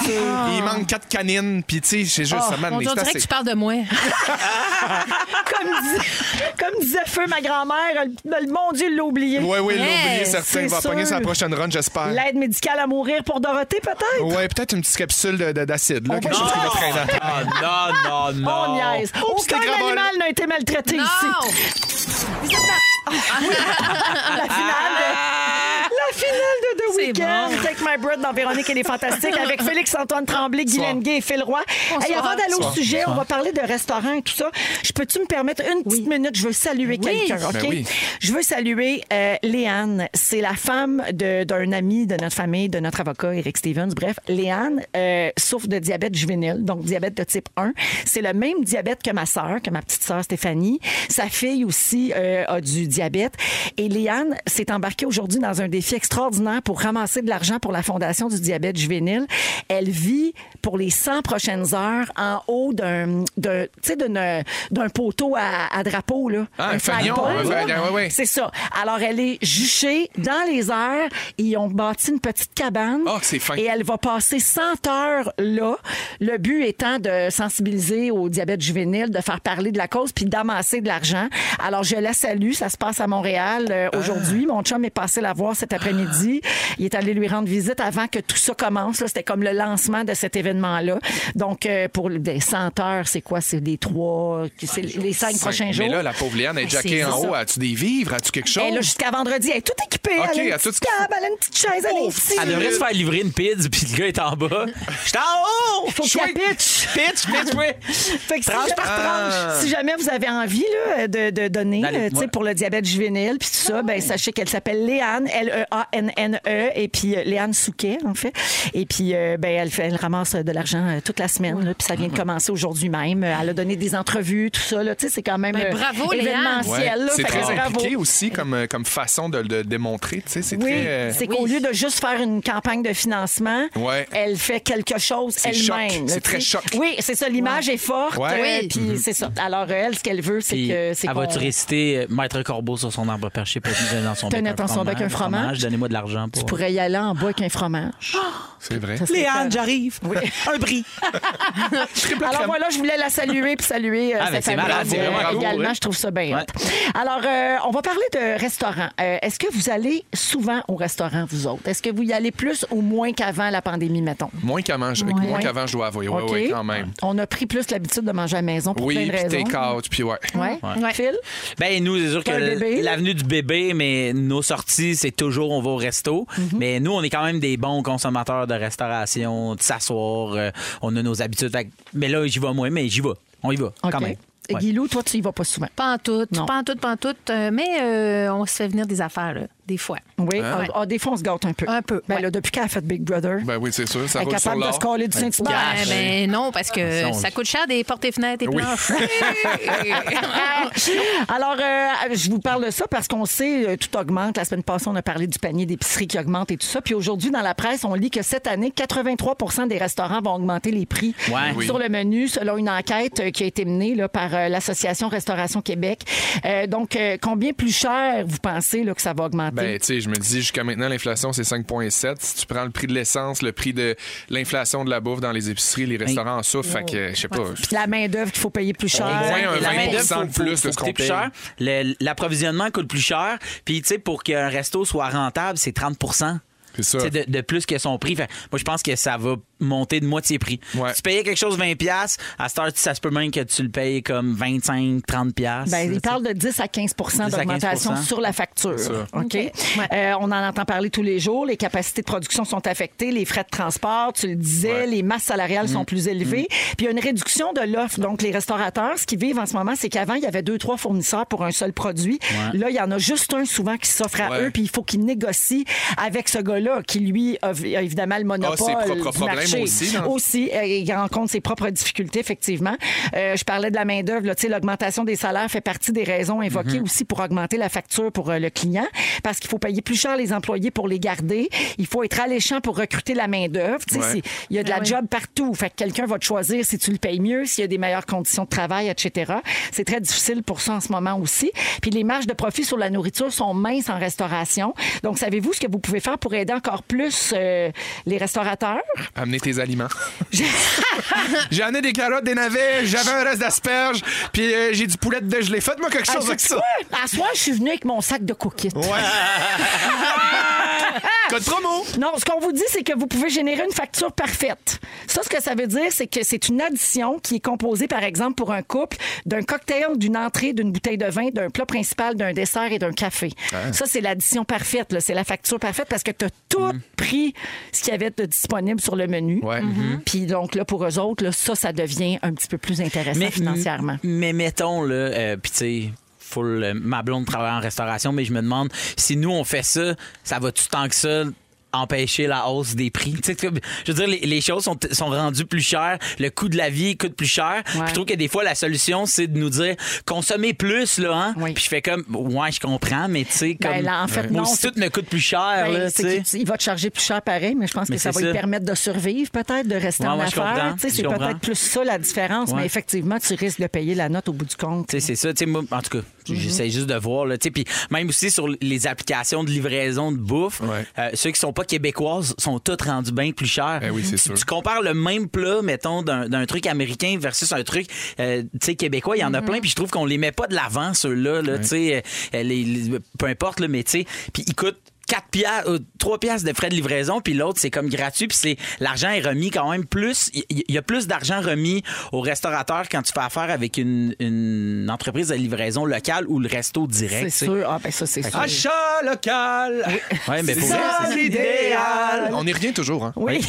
Speaker 5: Il manque quatre canines. Puis, tu sais, c'est juste,
Speaker 6: Oh,
Speaker 5: ça
Speaker 7: Mon
Speaker 5: man, mais
Speaker 7: Dieu, on
Speaker 5: c'est
Speaker 7: dirait que
Speaker 5: assez.
Speaker 7: tu parles de moi.
Speaker 6: Ah, Comme, dis- comme disait Feu, ma grand-mère, ben, le, le- mon Dieu, il l'a oublié.
Speaker 5: Oui, oui,
Speaker 7: Yes,
Speaker 5: l'oublier, certain. Il va
Speaker 6: c'est
Speaker 5: pogner
Speaker 6: sûr.
Speaker 5: sa prochaine run, j'espère.
Speaker 6: L'aide médicale à mourir pour Dorothée, peut-être?
Speaker 5: Ouais, peut-être une petite capsule de- de- d'acide, là, quelque chose qui va traîner à terre.
Speaker 4: Ah, non, non, non.
Speaker 6: On Oh, niaise. Aucun
Speaker 5: t'es grand-mère.
Speaker 6: animal n'a été maltraité ici.
Speaker 7: Non!
Speaker 6: La finale de, la finale de The
Speaker 7: Ah. C'est
Speaker 6: Weeknd.
Speaker 7: bon.
Speaker 6: Take My Breath dans Véronique et les Fantastiques avec Félix-Antoine Tremblay, Guy
Speaker 5: Bonsoir.
Speaker 6: Lenguet et Phil Roy.
Speaker 7: Bonsoir.
Speaker 6: Hey, avant d'aller au
Speaker 5: Bonsoir.
Speaker 6: sujet, on va parler de restaurants et tout ça. Je peux-tu me permettre une petite minute? Je veux saluer quelqu'un, OK?
Speaker 5: Ben oui.
Speaker 6: Je veux saluer euh, Léane. C'est la femme de- d'un ami de notre famille, de notre avocat, Eric Stevens. Bref, Léane euh, souffre de diabète juvénile, donc diabète de type 1. C'est le même diabète que ma sœur, que ma petite sœur Stéphanie. Sa fille aussi euh, a du diabète. Et Léane s'est embarquée aujourd'hui dans un défi extraordinaire pour ramasser de l'argent pour la Fondation du diabète juvénile. Elle vit pour les 100 prochaines heures en haut d'un d'un- tu sais, d'une- d'un poteau à, à drapeau. Là.
Speaker 5: Ah, un
Speaker 6: flag
Speaker 5: fanion,
Speaker 6: pole,
Speaker 5: un
Speaker 6: là.
Speaker 5: flag- ouais, ouais.
Speaker 6: C'est ça. Alors, elle est juchée dans les airs. Ils ont bâti une petite cabane.
Speaker 5: Ah, c'est fin.
Speaker 6: Et elle va passer 100 heures là. Le but étant de sensibiliser au diabète juvénile, de faire parler de la cause, puis d'amasser de l'argent. Alors, je la salue. Ça se passe à Montréal euh,
Speaker 5: Ah.
Speaker 6: aujourd'hui. Mon chum est passé la voir cet après-midi. Il est allé lui rendre visite avant que tout ça commence. là. C'était comme le lancement de cet événement-là. Donc, euh, pour des 100 heures, c'est quoi? C'est les trois, c'est les cinq prochains jours.
Speaker 5: Mais là, la pauvre Léane, elle est
Speaker 7: c'est
Speaker 5: jackée en
Speaker 6: Ben, ça.
Speaker 5: haut. As-tu des vivres? As-tu quelque chose?
Speaker 6: Elle est là jusqu'à vendredi. Elle est tout équipée.
Speaker 5: Ok,
Speaker 6: elle a une
Speaker 5: à tout
Speaker 6: petite
Speaker 5: ce qu'il faut.
Speaker 6: table, elle a une petite chaise, elle a un petit-
Speaker 4: Elle devrait se faire livrer une pizza, puis le gars est en bas. Je suis en haut!
Speaker 6: Faut que
Speaker 4: Chouette!
Speaker 6: la pitch.
Speaker 4: Pitch, pitch, oui!
Speaker 6: Fait que si,
Speaker 4: Tranche
Speaker 6: jamais,
Speaker 4: par
Speaker 5: tranche.
Speaker 6: si jamais vous avez envie là, de, de donner
Speaker 4: D'aller-
Speaker 6: euh, tu sais,
Speaker 4: ouais.
Speaker 6: pour le diabète juvénile, puis tout ça, ben, sachez qu'elle s'appelle Léane, L-E-A-N-N-E, et puis euh, Léane Souquet, en fait. Et puis, euh, ben, elle, fait, elle ramasse euh, de l'argent euh, toute la semaine, là, puis ça vient de commencer aujourd'hui même. Euh, Elle a donné des entrevues, tout ça. là, tu sais, C'est quand même
Speaker 7: Ben,
Speaker 6: euh,
Speaker 7: bravo, Léane.
Speaker 5: Ouais.
Speaker 6: événementiel. là.
Speaker 5: C'est
Speaker 6: Fait que
Speaker 5: très
Speaker 6: bravo.
Speaker 5: impliqué aussi comme, euh, comme façon de le démontrer. tu sais, C'est
Speaker 6: Oui,
Speaker 5: très. euh,
Speaker 6: c'est qu'au lieu de juste faire une campagne de financement,
Speaker 5: Ouais.
Speaker 6: elle fait quelque chose
Speaker 5: C'est choc.
Speaker 6: elle-même.
Speaker 5: C'est
Speaker 6: là,
Speaker 5: très
Speaker 6: tu sais.
Speaker 5: choc.
Speaker 6: Oui, c'est ça, l'image est forte.
Speaker 5: Ouais. Mm-hmm.
Speaker 6: euh,
Speaker 7: Oui.
Speaker 6: Puis c'est ça. Alors, euh, elle, ce qu'elle veut, c'est
Speaker 4: Puis,
Speaker 6: que c'est
Speaker 4: elle
Speaker 6: qu'on-
Speaker 4: va-tu réciter euh, Maître Corbeau sur son arbre perché, peut dans son
Speaker 6: Tenez
Speaker 4: bec
Speaker 6: dans son bec un fromage.
Speaker 4: Donnez-moi de l'argent
Speaker 6: Tu
Speaker 4: pour...
Speaker 6: pourrais y aller en bois avec un fromage.
Speaker 5: C'est vrai.
Speaker 6: Ça serait
Speaker 4: Léane, j'arrive. Un prix.
Speaker 5: Triple
Speaker 6: Alors
Speaker 5: crème.
Speaker 6: voilà, je voulais la saluer puis saluer euh,
Speaker 4: Ah, mais
Speaker 6: cette
Speaker 4: c'est
Speaker 6: famille,
Speaker 4: malade, c'est
Speaker 6: euh,
Speaker 4: vraiment bravo,
Speaker 6: également.
Speaker 4: ouais.
Speaker 6: Je trouve ça bien.
Speaker 4: Ouais.
Speaker 6: hot. Alors, euh, on va parler de restaurant. Euh, Est-ce que vous allez souvent au restaurant, vous autres? Est-ce que vous y allez plus ou moins qu'avant la pandémie, mettons?
Speaker 5: Moins qu'avant, je, moins qu'avant, je dois avouer. Oui,
Speaker 6: OK.
Speaker 5: oui, quand même.
Speaker 6: On a pris plus l'habitude de manger à la maison pour
Speaker 5: Oui,
Speaker 6: plein de
Speaker 5: puis
Speaker 6: raisons.
Speaker 5: take-out, puis ouais.
Speaker 6: Ouais.
Speaker 7: Ouais.
Speaker 6: Phil?
Speaker 4: Ben nous, c'est sûr
Speaker 6: T'as un
Speaker 4: que
Speaker 6: bébé, là?
Speaker 4: l'avenue du bébé, mais nos sorties, c'est toujours on va au resto.
Speaker 6: Mhm.
Speaker 4: Mais nous, on est quand même des bons consommateurs de restauration, de s'asseoir. euh, on a nos habitudes. Fait que- mais là, j'y vais moins, mais j'y vais. On y va quand
Speaker 6: OK.
Speaker 4: même. Ouais.
Speaker 6: Guilou, toi, tu y vas pas souvent.
Speaker 7: Pas en tout,
Speaker 6: Non.
Speaker 7: pas en tout, pas en tout. euh, Mais euh, on se fait venir des affaires, là. des fois.
Speaker 6: Oui, ah. Ah, des fois, on se gâte un peu.
Speaker 7: Un peu.
Speaker 6: Ben, là, depuis qu'elle a fait Big Brother,
Speaker 5: Ben oui, c'est sûr, ça
Speaker 6: elle est
Speaker 5: roule sur
Speaker 6: capable de
Speaker 5: l'or.
Speaker 6: se coller du
Speaker 7: Ouais,
Speaker 6: Saint-Hubert.
Speaker 7: ben non, parce que ça coûte cher des portes et fenêtres et
Speaker 5: Oui.
Speaker 7: planchers.
Speaker 6: Alors, euh, je vous parle de ça parce qu'on sait, euh, tout augmente. La semaine passée, on a parlé du panier d'épicerie qui augmente et tout ça. Puis aujourd'hui, dans la presse, on lit que cette année, 83 des restaurants vont augmenter les prix
Speaker 4: Ouais. Oui.
Speaker 6: sur le menu, selon une enquête euh, qui a été menée là, par euh, l'Association Restauration Québec. Euh, donc, euh, combien plus cher vous pensez là, que ça va augmenter?
Speaker 5: Ben, tu sais, je me dis, jusqu'à maintenant, l'inflation, c'est 5,7. Si tu prends le prix de l'essence, le prix de l'inflation de la bouffe dans les épiceries, les restaurants en souffrent. Fait que, je sais pas.
Speaker 6: Puis la main-d'œuvre qu'il faut payer plus cher.
Speaker 5: Moins un
Speaker 4: La
Speaker 5: 20
Speaker 4: main-d'œuvre,
Speaker 5: de
Speaker 4: faut-
Speaker 5: plus
Speaker 4: faut
Speaker 5: de
Speaker 4: coûter
Speaker 5: ce qu'on
Speaker 4: plus
Speaker 5: paye.
Speaker 4: cher. Le- L'approvisionnement coûte plus cher. Puis, tu sais, pour qu'un resto soit rentable, c'est 30
Speaker 5: C'est ça.
Speaker 4: Tu sais, De, de plus que son prix. Fait, moi, je pense que ça va monter de moitié prix.
Speaker 5: Ouais.
Speaker 4: Tu payais quelque chose 20$, piastres, à cette heure, ça se peut même que tu le payes comme 25, 30$. piastres,
Speaker 6: Ben,
Speaker 4: tu sais.
Speaker 6: il parle de 10 à 15
Speaker 4: 10 à
Speaker 6: d'augmentation
Speaker 4: 15
Speaker 6: sur la facture.
Speaker 5: ça.
Speaker 6: OK? Euh, on en entend parler tous les jours. Les capacités de production sont affectées, les frais de transport, tu le disais, les masses salariales
Speaker 5: Mm.
Speaker 6: sont plus élevées. Puis il y a une réduction de l'offre. Donc, les restaurateurs, ce qu'ils vivent en ce moment, c'est qu'avant, il y avait deux, trois fournisseurs pour un seul produit. Là, il y en a juste un souvent qui s'offre à
Speaker 5: Ouais.
Speaker 6: eux, puis il faut qu'ils négocient avec ce gars-là qui, lui, a, a évidemment le monopole.
Speaker 5: Ah, ses propres
Speaker 6: du
Speaker 5: problèmes
Speaker 6: marché.
Speaker 5: aussi, dans-
Speaker 6: Aussi, euh, il rencontre ses propres difficultés, effectivement. Euh, je parlais de la main-d'œuvre. là, tu sais, L'augmentation des salaires fait partie des raisons invoquées aussi pour augmenter la facture pour euh, le client, parce qu'il faut payer plus cher les employés pour les garder. Il faut être alléchant pour recruter la main-d'œuvre. Tu sais,
Speaker 5: Ouais.
Speaker 6: c'est- Il y a de la job partout. Fait que quelqu'un va te choisir si tu le payes mieux, s'il y a des meilleures conditions de travail, etc. C'est très difficile pour ça en ce moment aussi. Puis les marges de profit sur la nourriture sont minces en restauration. Donc, savez-vous ce que vous pouvez faire pour aider encore plus euh, les restaurateurs?
Speaker 5: Amener tes aliments. j'ai amené des carottes, des navets, j'avais un reste d'asperges, puis euh, j'ai du poulet de gelée. Faites-moi quelque chose
Speaker 6: Ah,
Speaker 5: avec
Speaker 6: sais-tu
Speaker 5: ça.
Speaker 6: quoi? À soir, je suis venue avec mon sac de cookies.
Speaker 5: Code promo.
Speaker 6: Non, ce qu'on vous dit, c'est que vous pouvez générer une facture parfaite. Ça, ce que ça veut dire, c'est que c'est une addition qui est composée, par exemple, pour un couple, d'un cocktail, d'une entrée, d'une bouteille de vin, d'un plat principal, d'un dessert et d'un café.
Speaker 5: Ah.
Speaker 6: Ça, c'est l'addition parfaite. là. C'est la facture parfaite parce que tu as tout pris ce qu'il y avait de disponible sur le menu.
Speaker 5: Mm.
Speaker 6: Mm-hmm.
Speaker 5: Ouais. Mm-hmm.
Speaker 6: Puis donc, là, pour eux autres, là, ça, ça devient un petit peu plus intéressant financièrement.
Speaker 4: Mais mettons, là, euh, puis tu sais, full, euh, ma blonde travaille en restauration, mais je me demande si nous, on fait ça, ça va-tu tant que ça empêcher la hausse des prix. Tu sais, comme- je veux dire, les, les choses sont, sont rendues plus chères, le coût de la vie coûte plus cher. Puis Je trouve que des fois, la solution, c'est de nous dire consommez plus, là, hein?
Speaker 6: Oui.
Speaker 4: Puis je fais comme, ouais, je comprends, mais tu sais, comme,
Speaker 6: Ben, là, en fait,
Speaker 4: moi
Speaker 6: non,
Speaker 4: aussi,
Speaker 6: c'est-
Speaker 4: tout me coûte plus cher,
Speaker 6: Ben,
Speaker 4: là, tu
Speaker 6: c'est
Speaker 4: sais.
Speaker 6: qu'il- il va te charger plus cher pareil, mais je pense
Speaker 4: Mais
Speaker 6: que ça
Speaker 4: c'est
Speaker 6: va lui
Speaker 4: ça.
Speaker 6: permettre de survivre, peut-être, de rester
Speaker 4: Ouais,
Speaker 6: en
Speaker 4: ouais, je comprends,
Speaker 6: affaires. Tu sais,
Speaker 4: je
Speaker 6: C'est
Speaker 4: comprends.
Speaker 6: peut-être plus ça la différence,
Speaker 4: Ouais.
Speaker 6: mais effectivement, tu risques de payer la note au bout du compte.
Speaker 4: Tu sais, c'est ça. Tu sais, moi, en tout cas, j'essaie juste de voir. Là, tu sais, puis même aussi sur les applications de livraison de bouffe,
Speaker 5: Ouais.
Speaker 4: euh, ceux qui sont pas québécoises sont toutes rendus bien plus chers.
Speaker 5: Ben oui, c'est
Speaker 4: Tu-
Speaker 5: sûr.
Speaker 4: Tu compares le même plat, mettons, d'un d'un truc américain versus un truc euh, tu sais, québécois. Il y en a
Speaker 6: Mm-hmm.
Speaker 4: plein, puis je trouve qu'on les met pas de l'avant, ceux-là. Là, tu sais, euh, les- les- peu importe, le mais tu sais, puis ils coûtent 4 piastres, euh, 3 piastres de frais de livraison, puis l'autre, c'est comme gratuit, puis c'est l'argent est remis quand même plus. Il il- il y a plus d'argent remis au restaurateur quand tu fais affaire avec une, une entreprise de livraison locale ou le resto direct.
Speaker 6: C'est
Speaker 4: tu sais.
Speaker 6: sûr. Ah, ben ça, c'est sûr.
Speaker 5: Achat local.
Speaker 4: Ouais, mais pour vrai, c'est-
Speaker 5: l'idéal. On y revient toujours, hein?
Speaker 6: oui.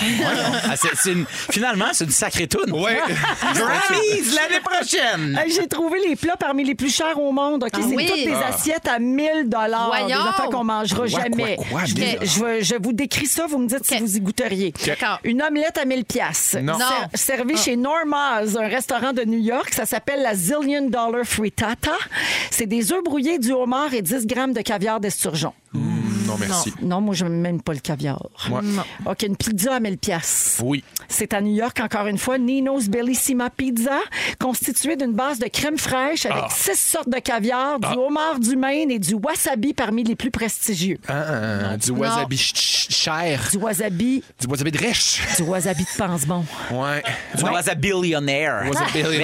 Speaker 4: Ah, c'est- c'est une- finalement, c'est une sacrée toune.
Speaker 5: Ouais.
Speaker 4: Ah, Grammys l'année prochaine!
Speaker 6: Hey, J'ai trouvé les plats parmi les plus chers au monde. OK?
Speaker 7: Ah
Speaker 6: c'est
Speaker 7: oui.
Speaker 6: toutes des assiettes à 1000 dollars, des
Speaker 7: Voyons.
Speaker 6: affaires qu'on mangera
Speaker 5: Quoi,
Speaker 6: jamais.
Speaker 5: quoi, quoi,
Speaker 6: je,
Speaker 5: 1000
Speaker 6: je vais- je vous décris ça, vous me dites si
Speaker 7: OK.
Speaker 6: vous y goûteriez.
Speaker 7: D'accord.
Speaker 6: Une omelette à 1000 pièces.
Speaker 5: Non.
Speaker 7: Non. Ah.
Speaker 6: Servie chez Norma's, un restaurant de New York. Ça s'appelle la Zillion Dollar Frittata. C'est des œufs brouillés, du homard et 10 grammes de caviar d'esturgeon.
Speaker 5: Non, merci.
Speaker 6: Non, moi, je n'aime même pas le caviar.
Speaker 5: Ouais.
Speaker 6: OK, une pizza à 1000 pièces.
Speaker 5: Oui.
Speaker 6: C'est à New York, encore une fois, Nino's Bellissima Pizza, constituée d'une base de crème fraîche avec six sortes de caviar, du homard du Maine et du wasabi parmi les plus prestigieux.
Speaker 5: Ah, ah, ah, du wasabi ch- ch- cher.
Speaker 6: Du wasabi,
Speaker 5: Du wasabi de riche.
Speaker 6: du wasabi de pense-bon.
Speaker 5: Ouais.
Speaker 4: Tu was a billionaire.
Speaker 5: Wasabi de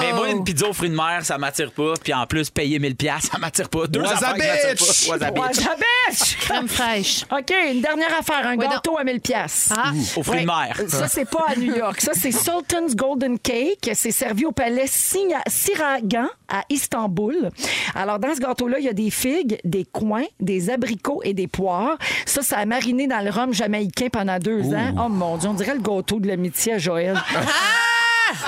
Speaker 4: Mais moi, une pizza aux fruits de mer, ça m'attire pas. Puis en plus, payer 1000$, piastres, ça m'attire pas. Deux
Speaker 5: Wasabi!
Speaker 4: affaires qui m'attirent pas. Wasabi.
Speaker 6: Wasabi!
Speaker 7: Crème fraîche.
Speaker 6: OK, une dernière affaire, un
Speaker 7: Ouais,
Speaker 6: gâteau à 1000 pièces.
Speaker 7: Ah,
Speaker 4: Aux fruits de mer.
Speaker 6: Ça, c'est pas à New York. Ça, c'est Sultan's Golden Cake. C'est servi au palais Signa- Siragan à Istanbul. Alors, dans ce gâteau-là, il y a des figues, des coins, des abricots et des poires. Ça, ça a mariné dans le
Speaker 4: Ah!
Speaker 6: rhum jamaïcain pendant deux ans. Oh mon Dieu, on dirait le gâteau de l'amitié à Joël.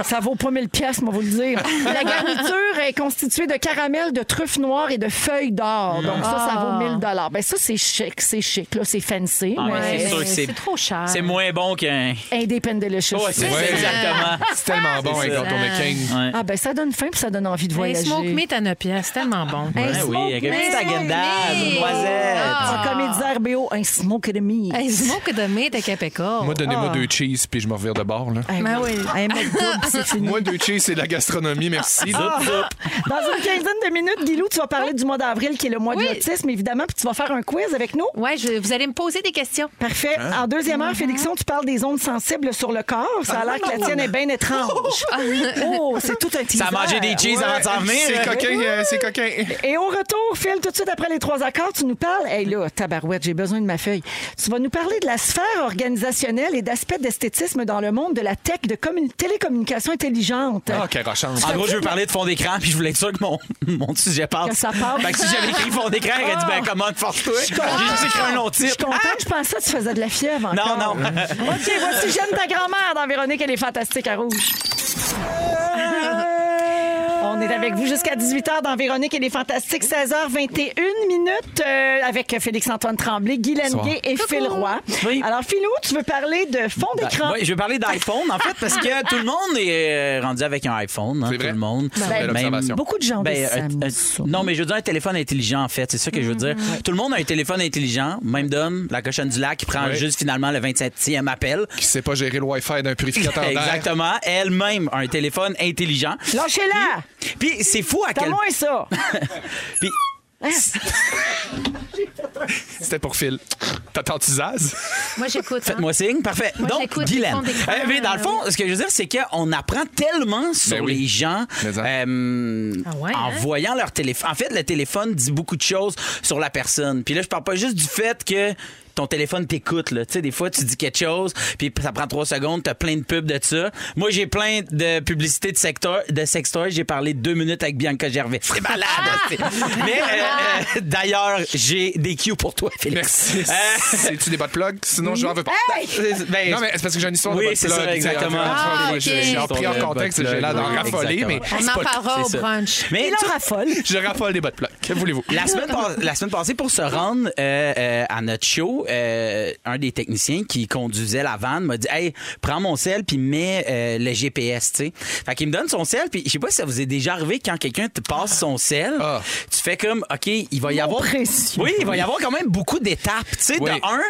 Speaker 6: Ça vaut pas 1000 pièces, moi vous le dire. La garniture est constituée de caramel, de truffes noires et de feuilles d'or.
Speaker 4: Mm.
Speaker 6: Donc ça, ça vaut 1000 dollars. Ben ça c'est chic, c'est chic là, c'est fancy.
Speaker 4: Ah, mais
Speaker 6: mais
Speaker 4: c'est sûr que c'est-
Speaker 7: C'est trop cher.
Speaker 4: C'est moins bon qu'un.
Speaker 6: Independent Delicious.
Speaker 4: Ouais, c'est ça,
Speaker 5: Ouais.
Speaker 4: exactement.
Speaker 5: C'est tellement bon,
Speaker 4: C'est
Speaker 5: hein,
Speaker 4: ça.
Speaker 5: quand on est king.
Speaker 4: Ouais.
Speaker 6: Ah ben ça donne faim puis ça donne envie de
Speaker 7: Un
Speaker 6: voyager.
Speaker 7: smoke meat à 9 pièces, c'est tellement bon.
Speaker 4: Ouais, oui, avec un
Speaker 11: mais-
Speaker 4: petit agendaz, une
Speaker 11: mais-
Speaker 4: noisette.
Speaker 11: Ah.
Speaker 6: En comédie RBO, un smoke enemy.
Speaker 7: Un smoke de meat à Capeco.
Speaker 5: Moi, donnez-moi deux cheese, puis je me revire de bord. Là.
Speaker 7: Ben oui.
Speaker 6: Un McDo, c'est fini.
Speaker 5: Moi, deux cheese, c'est de la gastronomie, merci.
Speaker 4: Zoup, zoup.
Speaker 6: Dans une quinzaine de minutes, Guilou, tu vas parler du mois d'avril qui est le mois
Speaker 7: Oui.
Speaker 6: de l'autisme, évidemment, puis tu vas faire un quiz avec nous.
Speaker 7: Ouais, je- vous allez me poser des questions.
Speaker 6: Parfait. En deuxième heure, Félixon, tu parles des ondes sensibles sur le corps. Ça a l'air que la tienne est bien étrange. Oh, c'est tout un teaser.
Speaker 4: Ça a mangé des cheese avant de s'en venir.
Speaker 5: C'est
Speaker 4: hein.
Speaker 5: coquin, euh, c'est coquin.
Speaker 6: Et au retour, Phil, tout de suite après les trois accords, tu nous parles. Hey là, tabarouette, j'ai besoin de ma feuille. Tu vas nous parler de la sphère organisationnelle et d'aspects d'esthétisme dans le monde de la tech, de commun- télécommunications intelligentes.
Speaker 5: Ah, quelle rochante.
Speaker 4: En gros, je veux parler de fond d'écran, puis je voulais être sûr que mon, mon sujet passe.
Speaker 6: Que ça passe. Ah.
Speaker 4: Fait que si j'avais écrit fond d'écran, elle aurait dit, ben, comment, force-toi. J'ai juste écrit un long
Speaker 6: Je suis
Speaker 4: titre.
Speaker 6: contente, je pensais que tu faisais de la fièvre encore.
Speaker 4: Non, non.
Speaker 6: OK, voici J'aime ta grand-mère dans Véronique, elle est fantastique à rouge. On est avec vous jusqu'à 18h dans Véronique et les Fantastiques, 16h21 minutes euh, avec Félix-Antoine Tremblay, Guy Lenguet et Phil Roy.
Speaker 4: Oui.
Speaker 6: Alors, Philou, tu veux parler de fond d'écran?
Speaker 4: Oui, je vais parler d'iPhone, en fait, parce que tout le monde est euh, rendu avec un iPhone. hein,
Speaker 5: C'est vrai.
Speaker 4: Tout le monde.
Speaker 5: C'est une belle
Speaker 4: Même-
Speaker 5: observation.
Speaker 6: Beaucoup de gens
Speaker 4: Ben,
Speaker 6: disent
Speaker 4: un- un-
Speaker 6: Samsung. Mm-hmm.
Speaker 4: non, mais je veux dire un téléphone intelligent, en fait. C'est ça que je veux dire. Tout le monde a un téléphone intelligent. Même Dom, la cochonne du lac, qui prend
Speaker 5: Oui.
Speaker 4: juste finalement le 27e appel.
Speaker 5: Qui sait pas gérer le Wi-Fi d'un purificateur d'air.
Speaker 4: Exactement. Elle-même a un téléphone intelligent.
Speaker 6: Lâchez-la!
Speaker 4: Puis c'est fou à
Speaker 6: T'as
Speaker 4: quel
Speaker 6: moins ça!
Speaker 4: Puis-
Speaker 5: C'était pour Phil. T'attends-tu Zaz?
Speaker 7: Moi, j'écoute. hein.
Speaker 4: Faites-moi signe, parfait.
Speaker 7: Moi,
Speaker 4: Donc,
Speaker 7: j'écoute,
Speaker 4: Guylaine.
Speaker 7: ils font des
Speaker 4: Euh, mais dans le fond, ce que je veux dire, c'est qu'on apprend tellement sur
Speaker 5: Ben oui.
Speaker 4: les gens
Speaker 5: Mais hein. en-
Speaker 4: euh,
Speaker 7: Ah ouais,
Speaker 4: en
Speaker 7: hein?
Speaker 4: voyant leur téléphone. En fait, le téléphone dit beaucoup de choses sur la personne. Puis là, je parle pas juste du fait que ton téléphone t'écoute là, tu sais des fois tu dis quelque chose puis ça prend trois secondes, t'as plein de pubs de ça. Moi j'ai plein de publicités de secteur de sextoy, j'ai parlé deux minutes avec Bianca Gervais. C'est malade.
Speaker 7: Ah!
Speaker 4: hostie. Mais euh, euh, d'ailleurs, j'ai des cues pour toi Félix.
Speaker 5: Merci.
Speaker 7: Ah!
Speaker 4: Euh,
Speaker 5: C'est-tu des bas de plug? Sinon, je n'en veux pas.
Speaker 4: ben,
Speaker 5: Non, mais c'est parce que j'ai une histoire de
Speaker 4: Oui,
Speaker 5: bas de
Speaker 4: c'est
Speaker 5: plug.
Speaker 4: ça, exactement.
Speaker 5: Ah,
Speaker 7: Ah,
Speaker 5: Je
Speaker 7: ok.
Speaker 5: j'ai pris en contexte, j'ai l'air d'en
Speaker 4: Oui,
Speaker 5: raffoler, mais
Speaker 4: exactement.
Speaker 7: hein. On en parlera au
Speaker 4: c'est ça.
Speaker 7: brunch.
Speaker 4: Mais tu-
Speaker 6: raffole.
Speaker 5: je raffole des bas de plug. Que voulez-vous?
Speaker 4: la semaine, pas- la semaine passée, pour se rendre euh, euh, à notre show, euh, un des techniciens qui conduisait la vanne m'a dit Hey, prends mon sel puis mets euh, le GPS. tu sais. Fait qu'il me donne son sel, puis je sais pas si ça vous est déjà arrivé quand quelqu'un te passe son sel,
Speaker 5: Ah.
Speaker 4: tu fais comme OK, il va y avoir.
Speaker 6: précieux.
Speaker 4: Oui, il va y avoir quand même beaucoup d'étapes. Tu sais,
Speaker 5: Oui.
Speaker 4: de un,